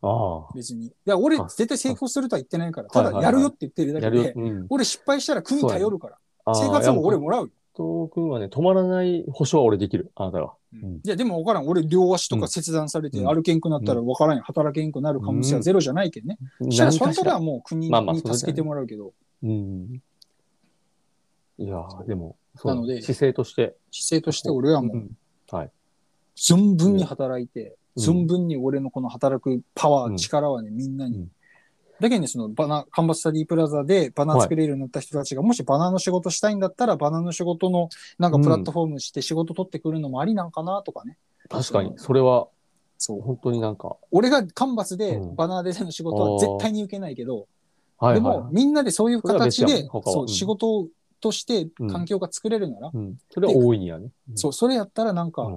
Speaker 1: あ
Speaker 2: 別に。いや、俺
Speaker 1: あ
Speaker 2: 絶対成功するとは言ってないか
Speaker 1: は
Speaker 2: ら。
Speaker 1: い
Speaker 2: た
Speaker 1: はいは
Speaker 2: だ
Speaker 1: い
Speaker 2: やるよって言ってる
Speaker 1: あー。
Speaker 2: だ
Speaker 1: や
Speaker 2: け
Speaker 1: るよ
Speaker 2: で。。
Speaker 1: うん。
Speaker 2: 俺失敗したら国頼るから。
Speaker 1: あー
Speaker 2: 生活保護俺。
Speaker 1: いや
Speaker 2: もらうよ。
Speaker 1: もう君はね、止まらない保証は俺できる。あなたは。
Speaker 2: うん
Speaker 1: うん
Speaker 2: いや、でも分からん。俺両足とか切断されて
Speaker 1: うん
Speaker 2: 歩けんくなったら分からんよ。働けんくなる可能性はゼロじゃ (laughs) ないけどね。そしたら
Speaker 1: 何
Speaker 2: そ
Speaker 1: か
Speaker 2: れ
Speaker 1: し
Speaker 2: から
Speaker 1: ら。
Speaker 2: はもう国
Speaker 1: まあまあ
Speaker 2: に助けてもらうけど、
Speaker 1: うん。いやー、でも、そう
Speaker 2: なので
Speaker 1: 姿勢として。
Speaker 2: 姿勢として俺はも
Speaker 1: う
Speaker 2: うん
Speaker 1: はい。
Speaker 2: 存分に働いて、
Speaker 1: うん
Speaker 2: 存分に俺のこの働くパワー、
Speaker 1: うん
Speaker 2: 力はね、みんなに。
Speaker 1: うん
Speaker 2: だけどね、そのバナ、カンバスタディプラザでバナー作れるようになった人たちが、もしバナーの仕事したいんだったら、バナーの仕事のなんかプラットフォームして仕事取ってくるのもありなんかなとかね。
Speaker 1: 確かに、それは、
Speaker 2: そう。
Speaker 1: 本当になんか、
Speaker 2: 俺がカンバスで
Speaker 1: うん
Speaker 2: バナーデザインの仕事は絶対に受けないけど、
Speaker 1: はい
Speaker 2: で
Speaker 1: はい
Speaker 2: も
Speaker 1: はい。
Speaker 2: みんなでそういう形
Speaker 1: それは別
Speaker 2: で
Speaker 1: や、もん他は
Speaker 2: そうう、
Speaker 1: ん
Speaker 2: 仕事として環境が作れるなら、
Speaker 1: うん、それは大いにやね。うん
Speaker 2: そう、それやったらなんか、
Speaker 1: うん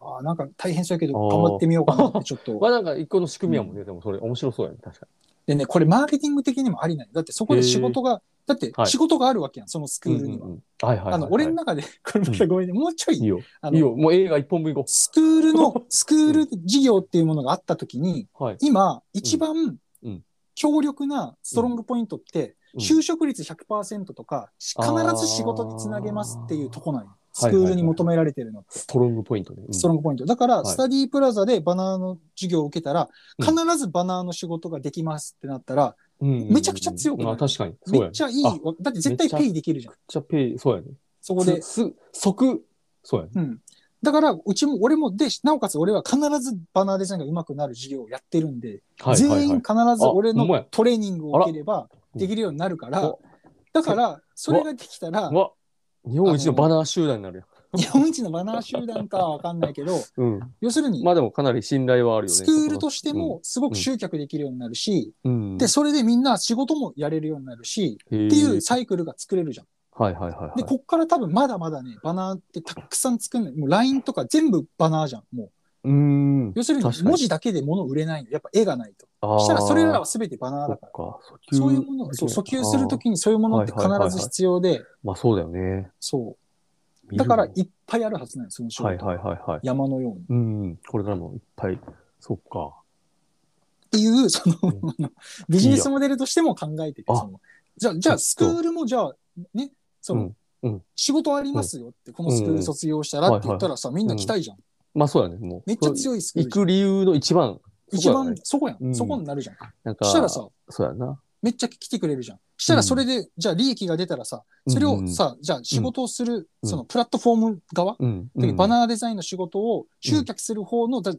Speaker 2: ああ、なんか大変そうやけど、
Speaker 1: あー
Speaker 2: 頑張ってみようかなってちょっ
Speaker 1: ま
Speaker 2: と。
Speaker 1: あなんか一個の仕組みやもんね、でもそれ面白そうやね、確か
Speaker 2: でね、これマーケティング的にもありない。だってそこで仕事がだって
Speaker 1: はい
Speaker 2: 仕事があるわけやん、そのスク
Speaker 1: うんう
Speaker 2: ール
Speaker 1: ん
Speaker 2: には。
Speaker 1: うんはいはいはいはい。
Speaker 2: あの、俺の中で、これまたごめんね、もうちょ
Speaker 1: いい
Speaker 2: い、
Speaker 1: よ。
Speaker 2: あ
Speaker 1: いい
Speaker 2: の、
Speaker 1: よ。もう映画一本分行こ
Speaker 2: スクールの、スクール事業っていうものがあったときに、
Speaker 1: う。はい。
Speaker 2: 今、一番
Speaker 1: うん、
Speaker 2: 強力なストロングポイントって、
Speaker 1: うん
Speaker 2: 就職率100%とか、必ず仕事につなげますっていうとこなんよ。スクールに求められてるのって。
Speaker 1: ストロングポイントね。うん
Speaker 2: ストロングポイント。だから、
Speaker 1: はい
Speaker 2: スタディープラザでバナーの授業を受けたら、
Speaker 1: うん
Speaker 2: 必ずバナーの仕事ができますってなったら、
Speaker 1: うん
Speaker 2: めちゃくちゃ強くなる
Speaker 1: あ確かに。そうやね
Speaker 2: めっちゃいい
Speaker 1: あめっ。
Speaker 2: だって絶対ペイできるじゃん。
Speaker 1: ちゃペイ、そうやね。
Speaker 2: そ
Speaker 1: こ
Speaker 2: こで。
Speaker 1: す、即、そうやね。
Speaker 2: うん。だから、うちも、俺も、で、なおかつ俺は必ずバナーデザインが上手くなる授業をやってるんで、
Speaker 1: はいはいはい
Speaker 2: 全員必ず俺
Speaker 1: あほんま
Speaker 2: の
Speaker 1: や
Speaker 2: トレーニングを受ければ
Speaker 1: うん
Speaker 2: できるようになるか
Speaker 1: う
Speaker 2: ら
Speaker 1: わ、
Speaker 2: だから、それができたら
Speaker 1: う、わ、日本一のバナー集団になるよ。
Speaker 2: 日本一のバナー集団かはわかんない
Speaker 1: (laughs)
Speaker 2: けど、
Speaker 1: うん。
Speaker 2: 要するに
Speaker 1: ま、あでもかなり信頼はあるよね。
Speaker 2: スクールとしてもすごく集客できるようになるし、
Speaker 1: そこは、うん、
Speaker 2: で、それでみんな仕事もやれるようになるし、
Speaker 1: て
Speaker 2: って
Speaker 1: い
Speaker 2: いうサイクルが作れるじゃん。
Speaker 1: はいはいはい、はい。
Speaker 2: で、こっから多分まだまだね、バナーってたくさん作んない。もう LINE とか全部バナーじゃん。もう。
Speaker 1: うーん。
Speaker 2: 要するに
Speaker 1: 確かに
Speaker 2: 文字だけで物売れないよ。やっぱ絵がないと。
Speaker 1: あー
Speaker 2: したらそれらは全てバナー
Speaker 1: そ
Speaker 2: だ
Speaker 1: っ
Speaker 2: から。
Speaker 1: か、訴求。
Speaker 2: そういうものを、そう、訴求すると
Speaker 1: あー。
Speaker 2: きにそういうものって
Speaker 1: はいはいはいはい
Speaker 2: 必ず必要で、
Speaker 1: まあそうだよね。
Speaker 2: そ
Speaker 1: 見る
Speaker 2: う。だ
Speaker 1: も
Speaker 2: か
Speaker 1: ん
Speaker 2: らいっぱいあるはずなんよ、その仕事。
Speaker 1: はいはいはいはい。
Speaker 2: 山のように。っ
Speaker 1: うん。これからもいっぱい。そっか。
Speaker 2: ていう、その、
Speaker 1: う
Speaker 2: あのビジネスモデルとしても考えてて、
Speaker 1: あ
Speaker 2: そのじゃあ、じゃあ、スクールもじゃあ、ね、その、
Speaker 1: うんうん
Speaker 2: 仕事ありますよって、このスクール卒業したらって言ったらさ、みんな来たいじゃん。
Speaker 1: まあそうやね。もう。
Speaker 2: めっちゃ
Speaker 1: い。
Speaker 2: 強いスクールじゃん
Speaker 1: 行く理由の一番。
Speaker 2: 一
Speaker 1: そこだ
Speaker 2: 番
Speaker 1: ね
Speaker 2: そこやん、
Speaker 1: うん
Speaker 2: そこになるじゃん。
Speaker 1: なんか、
Speaker 2: したらさ、
Speaker 1: そうやな。
Speaker 2: めっちゃ来てくれるじゃん。したらそれで、じゃあ利益が出たらさ、それをさ、じゃあ仕事をする、
Speaker 1: うん
Speaker 2: そのプラットフォーム側、
Speaker 1: うん、
Speaker 2: だけどバ
Speaker 1: ー
Speaker 2: ナーデザインの仕事を集客する方の、だ例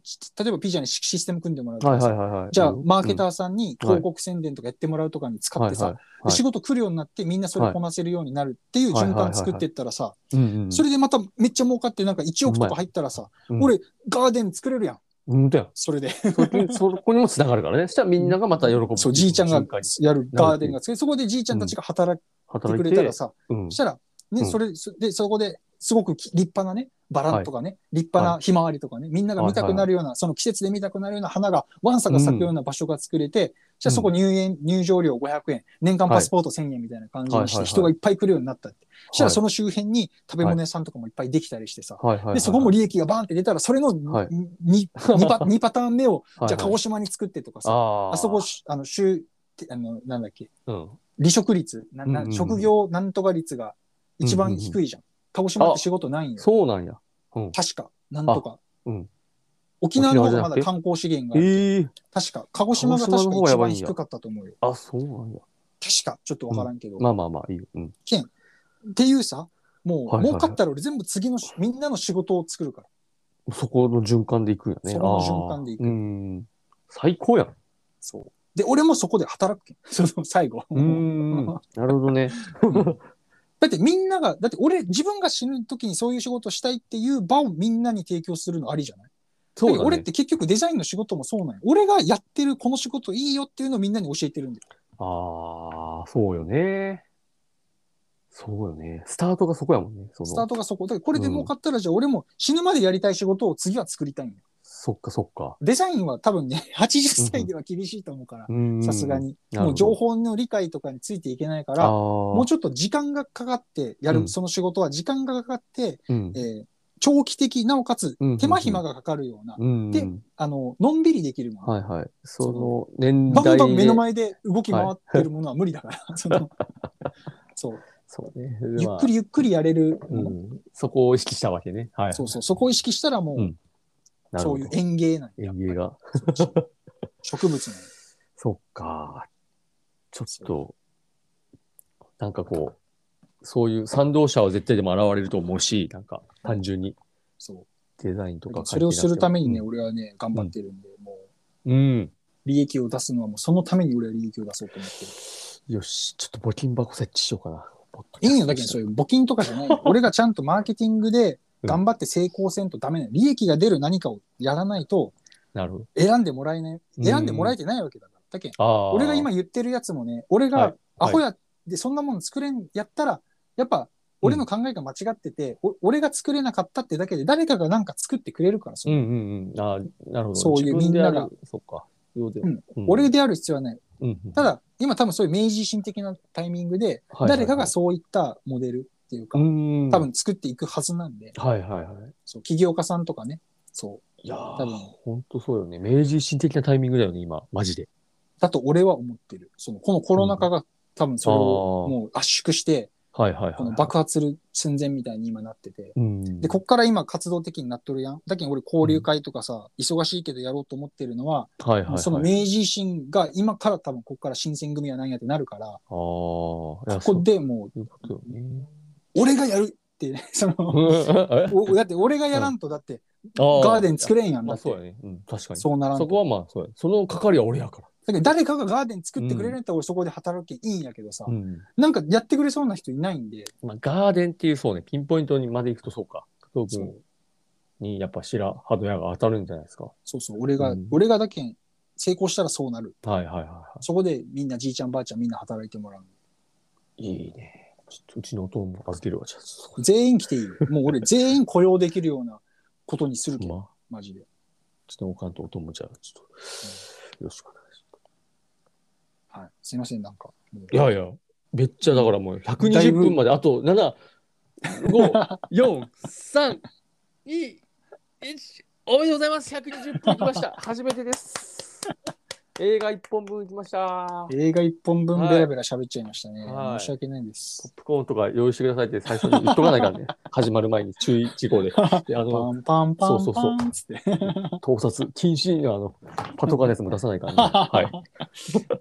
Speaker 2: えばピザにシシステム組んでもらうと
Speaker 1: はい
Speaker 2: かさ、
Speaker 1: はいはいはい。
Speaker 2: じゃあ
Speaker 1: うん
Speaker 2: マーケターさん
Speaker 1: う
Speaker 2: に
Speaker 1: ん
Speaker 2: 広告宣伝とかやってもらうとかに使ってさ、
Speaker 1: はいはいはい
Speaker 2: で仕事来るようになってみんなそれこなせるようになるっていう循環作ってったらさ、
Speaker 1: うんうん、
Speaker 2: それでまためっちゃ儲かってなんか1億とか入ったらさ、
Speaker 1: ほんまや
Speaker 2: 俺ガーデン作れるやん、
Speaker 1: うん、だよ。
Speaker 2: それで。
Speaker 1: そこにそこにもつながるからね。そしたらみんながまた喜ぶ。
Speaker 2: そう、じいちゃんが
Speaker 1: 瞬間に
Speaker 2: やるガーデンがつけそこでじいちゃんたちが働いて
Speaker 1: 働
Speaker 2: く
Speaker 1: いて
Speaker 2: れたらさ、
Speaker 1: うん
Speaker 2: そしたら、ね、
Speaker 1: うん
Speaker 2: それ、そで、そこですごくき立派なね、バラとかね、立派なひまわりとかね、みんなが見たくなるような、その季節で見たくなるような花が、ワンサが咲くような場所が作れて、じゃあそこ入園、入場料500円、年間パスポート1000円みたいな感じにし
Speaker 1: はいはいはいは
Speaker 2: て、
Speaker 1: い
Speaker 2: 人がいっぱい来るようになったって。そした
Speaker 1: は
Speaker 2: ら
Speaker 1: い
Speaker 2: その周辺に食べ物屋さんとかもいっぱいできたりしてさ、
Speaker 1: はいはいはい、
Speaker 2: で、そこも利益がバーンって出たら、それの
Speaker 1: はい
Speaker 2: 2, パ二パターン目を、じゃあ鹿児
Speaker 1: 島
Speaker 2: 島に作ってとかさ、
Speaker 1: あー
Speaker 2: あそこ、あの、州、あの、なんだっけ、
Speaker 1: うん、
Speaker 2: 離職率、な
Speaker 1: うん
Speaker 2: な
Speaker 1: うんうん
Speaker 2: 職業なんとか率が一番低いじゃん。鹿児島って仕事ないんよ。
Speaker 1: そうなんや。うん、
Speaker 2: 確か、なんとか。
Speaker 1: うん
Speaker 2: 沖縄の方がま
Speaker 1: 沖縄じゃなくて
Speaker 2: だ観光資源がある、
Speaker 1: ええー、
Speaker 2: 確か、鹿児島
Speaker 1: 鹿
Speaker 2: が
Speaker 1: 児
Speaker 2: 確
Speaker 1: 島
Speaker 2: か
Speaker 1: の方がや
Speaker 2: 一
Speaker 1: ば
Speaker 2: 番
Speaker 1: いんや
Speaker 2: 低かったと思うよ。
Speaker 1: あ、そうなんや。
Speaker 2: 確か、ちょっとわからんけど。
Speaker 1: まあまあまあ、いいよ。うん、
Speaker 2: っていうさ、もう、
Speaker 1: はいはいはい
Speaker 2: 儲かったら俺全部次のし、みんなの仕事を作るから。
Speaker 1: そこの循環でいくんやね。
Speaker 2: そこの循環でいく
Speaker 1: あーうん。最高やん。
Speaker 2: そう。で、俺もそこで働くけん。 (laughs) その最後。
Speaker 1: うーん。なるほど
Speaker 2: (laughs)
Speaker 1: ね。
Speaker 2: だってみんなが、だって俺、自分が死ぬ時にそういう仕事したいっていう場をみんなに提供するのありじゃない
Speaker 1: そうだね。
Speaker 2: 俺って結局デザインの仕事もそうなんよ俺がやってるこの仕事いいよっていうのをみんなに教えてるんだよ。
Speaker 1: ああ、そうよね。そうよね。スタートがそこやもんね。その
Speaker 2: スタートがそこ。だからこれで儲かったら、じゃあ俺も死ぬまでやりたい仕事を次は作りたいんよ。
Speaker 1: そっかそっか。
Speaker 2: デザインは多分ね、80歳 (laughs) では厳しいと思うから
Speaker 1: う、ーん
Speaker 2: さすが。に。
Speaker 1: なる
Speaker 2: も
Speaker 1: ほ
Speaker 2: う
Speaker 1: ど
Speaker 2: 情報の理解とかについていけないか
Speaker 1: ああ
Speaker 2: ら、も
Speaker 1: も
Speaker 2: うちょっと時間がかかってや
Speaker 1: う
Speaker 2: る、
Speaker 1: ん
Speaker 2: その仕事は時間がかかって、
Speaker 1: ょ、うん
Speaker 2: えー長期的、なおかつ
Speaker 1: うんうんうん
Speaker 2: 手間暇がかかるような、
Speaker 1: うん
Speaker 2: であの、のんびりできるもの。
Speaker 1: はいはい。その年
Speaker 2: バ
Speaker 1: 代
Speaker 2: ン
Speaker 1: で。
Speaker 2: バン目の前で動き回ってるものは無理だから、
Speaker 1: (laughs)
Speaker 2: その、そう。
Speaker 1: そうね。
Speaker 2: ゆ
Speaker 1: ま
Speaker 2: っ
Speaker 1: あ
Speaker 2: くりゆっくりやれる、
Speaker 1: うんそこを意識したわけね。はい。
Speaker 2: そうそう、そこを意識したらもう、
Speaker 1: うんなる
Speaker 2: そ
Speaker 1: ほ
Speaker 2: うい
Speaker 1: ど
Speaker 2: う園芸なんよ
Speaker 1: 園芸が。
Speaker 2: 植物なんよ
Speaker 1: そっか。ちょっと、なんかこう、そういう賛同者は絶対でも現れると思うし、なんか単純に
Speaker 2: そ
Speaker 1: デザインとか
Speaker 2: う。それをするためにね、
Speaker 1: う
Speaker 2: 俺はね、頑張ってるんで、も
Speaker 1: ん。
Speaker 2: う、
Speaker 1: うん
Speaker 2: 利益を出すのはもうそのために俺は利益を出そうと思ってる。
Speaker 1: よし、ちょっと募金箱設置しようかな。
Speaker 2: いいのだけど、そういう募金とかじゃな
Speaker 1: (laughs)
Speaker 2: いよ。俺がちゃんとマーケティングで頑張って成功せんとダメなの利益が出る何かをやらないと
Speaker 1: なるほど。
Speaker 2: 選んでもらえない、選んでもらえてないわけだから。だけん
Speaker 1: ああ。
Speaker 2: 俺が今言ってるやつもね、俺
Speaker 1: は
Speaker 2: が
Speaker 1: い
Speaker 2: アホやでそんなもん作れん、やったら、やっぱ俺の考えが間違ってて、お俺が作れなかったってだけで誰かがなんか作ってくれるから、そ
Speaker 1: うん
Speaker 2: の
Speaker 1: うんうん。ああ、なるほど。
Speaker 2: そういう
Speaker 1: 自分である
Speaker 2: みんなが。
Speaker 1: そっか。必要で
Speaker 2: うん
Speaker 1: うん
Speaker 2: 俺である必要はない。
Speaker 1: うんうん
Speaker 2: ただ、今多分そういう明治維新的なタイミングで、
Speaker 1: はいはいはい
Speaker 2: 誰かがそういったモデルっていうか、
Speaker 1: うん。
Speaker 2: 多分作っていくはずなんで、
Speaker 1: はいはいはい。
Speaker 2: そう、起業家さんとかね、そう、
Speaker 1: いやー
Speaker 2: 多分
Speaker 1: 本当そうよね。明治維新的なタイミングだよね、今、マジで。
Speaker 2: だと俺は思ってる。その、このコロナ禍が多分それを
Speaker 1: あー
Speaker 2: もう圧縮して、
Speaker 1: はいはいはい。
Speaker 2: この爆発する寸前みたいに今なってて。
Speaker 1: うん。
Speaker 2: で、こっから今活動的になっとるやん。だけど俺交流会とかさ、忙しいけどやろうと思ってるのは、
Speaker 1: はいはいはい。
Speaker 2: その明治維新が今から多分こっから新選組は何やってなるから、
Speaker 1: ああ、いや
Speaker 2: ここ
Speaker 1: そう
Speaker 2: でもう、
Speaker 1: いうことよね。 (laughs)
Speaker 2: 俺がやるって (laughs) ね、その、
Speaker 1: え
Speaker 2: おだって俺がやらんとだって、
Speaker 1: あー
Speaker 2: ガーデン作れんやん
Speaker 1: まあ
Speaker 2: だって。そ
Speaker 1: そう
Speaker 2: う
Speaker 1: やね。うん、確かに。
Speaker 2: ならんと
Speaker 1: そこはまあ、そうや。その係は俺やから。
Speaker 2: だけど誰かがガーデン作ってくれるんやったら俺そこで働けいいんやけどさ、
Speaker 1: うん。
Speaker 2: なんかやってくれそうな人いないんで、
Speaker 1: まあ、ガーデンっていう、そうね、ピンポイントにまで行くとそうか。加藤
Speaker 2: そ
Speaker 1: 君
Speaker 2: う
Speaker 1: にやっぱ白ハドヤが当たるんじゃないですか。
Speaker 2: そうそう、俺が、
Speaker 1: うん
Speaker 2: 俺がだけん成功したらそうなる。
Speaker 1: はいはいはいは
Speaker 2: そこでみんなじいちゃんばあちゃんみんな働いてもらう。
Speaker 1: い。いいね。ちょっとうちのおとんも預けるわ、じゃあそこ
Speaker 2: 全員来て
Speaker 1: (laughs)
Speaker 2: いいよ。もう俺全員雇用できるようなことにするけ
Speaker 1: で。
Speaker 2: ど、
Speaker 1: まあ、
Speaker 2: マジで。
Speaker 1: ちょっとおかんとおとんもじゃあ、ちょっと、よろしくお願いします。
Speaker 2: はい。すいません、なんか。もう
Speaker 1: いやいや、めっちゃだからもう
Speaker 2: だい
Speaker 1: 120
Speaker 2: ぶ
Speaker 1: 分まであと7、5、4、3、2、1、おめでとうございます。120分いきま
Speaker 2: (laughs)
Speaker 1: した。初めてです。映画1本分いきました。ポ
Speaker 2: 映画一本分ベラベラ喋っちゃいましたね。
Speaker 1: はい
Speaker 2: 申し訳ないです
Speaker 1: ッ。プコーンとか用意してくださいって最初に言っとかないから (laughs) ね。始まる前に注意事項で。であ
Speaker 2: パ (laughs)
Speaker 1: の、
Speaker 2: ンパンパ
Speaker 1: そう
Speaker 2: ン
Speaker 1: そう
Speaker 2: パ
Speaker 1: そ
Speaker 2: ン
Speaker 1: う
Speaker 2: っつって。
Speaker 1: 盗撮禁止のあの、パトカーのやつも出さない
Speaker 2: (laughs)
Speaker 1: からね。は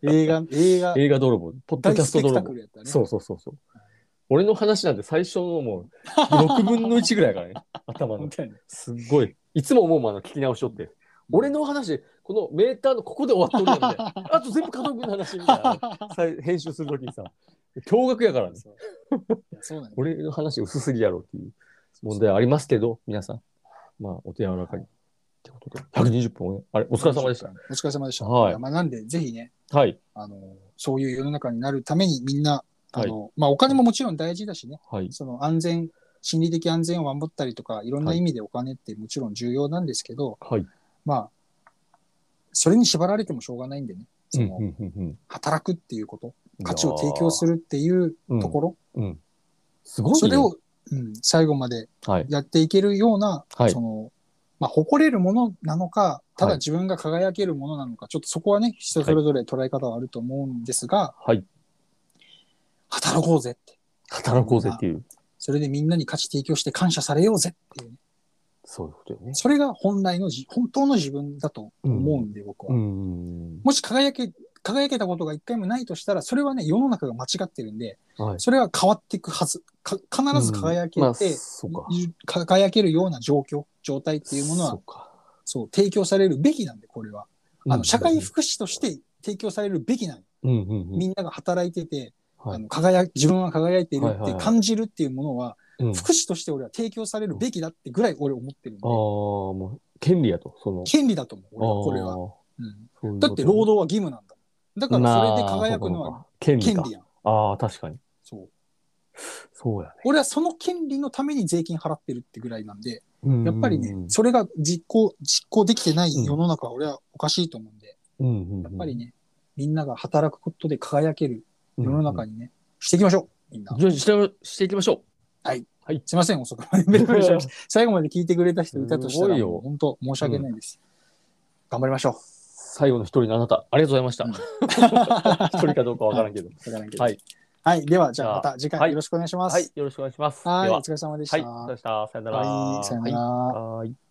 Speaker 2: 映画、映画
Speaker 1: い。、映画泥棒、ポッド
Speaker 2: 大
Speaker 1: キャ
Speaker 2: ス
Speaker 1: スト
Speaker 2: ペク
Speaker 1: 泥
Speaker 2: タ
Speaker 1: 棒
Speaker 2: ク。ルやったね。
Speaker 1: そうそうそうそう。俺の話なんて最初のもう6分の1ぐらい
Speaker 2: (laughs)
Speaker 1: からね、頭の
Speaker 2: 本。当やね
Speaker 1: すっごい。いつも思うもんあの聞き直しとって。俺の話、このメーターのここで終わっとるやん
Speaker 2: (laughs)
Speaker 1: みたいな。あと全部加藤君の話みたいな。さい編集するときにさ、驚愕やからね。
Speaker 2: そういやそうなんだ
Speaker 1: 俺の話薄すぎやろっていう問題はありますけど、皆さん。まあ、お手柔らかに。ってことで、120分をね、あれ、お疲れ様でし。
Speaker 2: お疲れ様でした。
Speaker 1: はい
Speaker 2: やまあ、なんで、ぜひね、
Speaker 1: た。はい。
Speaker 2: あの、そういう世の中になるためにみんな、あ
Speaker 1: はい。
Speaker 2: の、まあ、お金ももちろん大事だしね、
Speaker 1: はい。
Speaker 2: その安全、心理的安全を守ったりとか、いろんな意味でお金ってもちろん重要なんですけど、
Speaker 1: はい。
Speaker 2: まあ、それに縛られてもしょうがないんでね、
Speaker 1: う
Speaker 2: そ
Speaker 1: ん
Speaker 2: の、
Speaker 1: うんうんうん
Speaker 2: 働くっていうこと、価値を提供するっていうところ、
Speaker 1: いやー。うん。すごいね。
Speaker 2: それを、うん、最後まで
Speaker 1: はい。
Speaker 2: やっていけるような、
Speaker 1: はい
Speaker 2: その、まあ、誇れるものなのか、た
Speaker 1: は
Speaker 2: だ
Speaker 1: い
Speaker 2: 自分が輝けるものなのか、ちょっとそこはね、人それぞれ捉え方はあると思うんですが、
Speaker 1: はい。
Speaker 2: 働こうぜって。
Speaker 1: 働こうぜっていう。
Speaker 2: それでみんなに価値提供して感謝されようぜっていうね、
Speaker 1: そういうことよね。
Speaker 2: それが本来のじ、本当の自分だと思うんで、僕は。
Speaker 1: ん。
Speaker 2: もし輝け、輝けたことが一回もないとしたら、それはね、世の中が間違ってるんで、
Speaker 1: はい。
Speaker 2: それは変わっていくはず。か必ず輝け
Speaker 1: うんまあ
Speaker 2: て、
Speaker 1: そうか。
Speaker 2: いか輝けるような状況、状態っていうもの
Speaker 1: そ
Speaker 2: は
Speaker 1: う、か
Speaker 2: そう、提供されるべきなんで、これは。あ
Speaker 1: うん
Speaker 2: の、社会福祉として提供されるべきなの。
Speaker 1: うんうんうん
Speaker 2: みんなが働いてて、
Speaker 1: はい
Speaker 2: あの輝自分は輝いている
Speaker 1: はい
Speaker 2: っ
Speaker 1: はい
Speaker 2: て
Speaker 1: はい
Speaker 2: 感じるっていうものは、
Speaker 1: うん
Speaker 2: 福祉として俺は提供されるべきだってぐらい俺思ってるん
Speaker 1: あ
Speaker 2: で
Speaker 1: あ、、もう、権利やと、その。
Speaker 2: 権利だと思う、俺はこれ
Speaker 1: あ
Speaker 2: は。
Speaker 1: ー
Speaker 2: うん
Speaker 1: そういうこと
Speaker 2: だって労働は義務なんだもん。だからそれで輝くの
Speaker 1: な
Speaker 2: は
Speaker 1: あ権利
Speaker 2: 権
Speaker 1: か。
Speaker 2: 利やん。
Speaker 1: ああ、確かに。
Speaker 2: そう。
Speaker 1: そうや
Speaker 2: 俺はその権利のために税金払ってるってぐらいなんで、
Speaker 1: ね。
Speaker 2: やっぱりね、それが実行、実行できてない世の中は俺はおかしいと思うんで、
Speaker 1: や
Speaker 2: やっぱりね、みんなが働くことで輝ける
Speaker 1: 世
Speaker 2: 世の中にね、していきましょう、みんな。
Speaker 1: じゃあして、していきましょ
Speaker 2: すいません、遅くまでベラベラし
Speaker 1: (laughs)
Speaker 2: ました。最後まで聞いてくれた人いたとした
Speaker 1: すご
Speaker 2: ら、
Speaker 1: いよ
Speaker 2: もう本当申し訳ないです。頑張りましょう
Speaker 1: う。。最後の一人のあなた、ありがとうございました
Speaker 2: うん。
Speaker 1: (laughs) 一人かどうかわからんけ
Speaker 2: (laughs)
Speaker 1: ど。
Speaker 2: わからんけど
Speaker 1: はい。
Speaker 2: はい。では、じ
Speaker 1: じ
Speaker 2: ゃ
Speaker 1: ゃ
Speaker 2: あ
Speaker 1: あ
Speaker 2: また次
Speaker 1: は
Speaker 2: 回
Speaker 1: い
Speaker 2: よろしくお願いします。
Speaker 1: はい、よろしくお願いします。
Speaker 2: はい。
Speaker 1: で
Speaker 2: お
Speaker 1: は
Speaker 2: 疲れ様でした。
Speaker 1: はい、そうでした。さよなら。
Speaker 2: はい。さよなら。
Speaker 1: はい。はい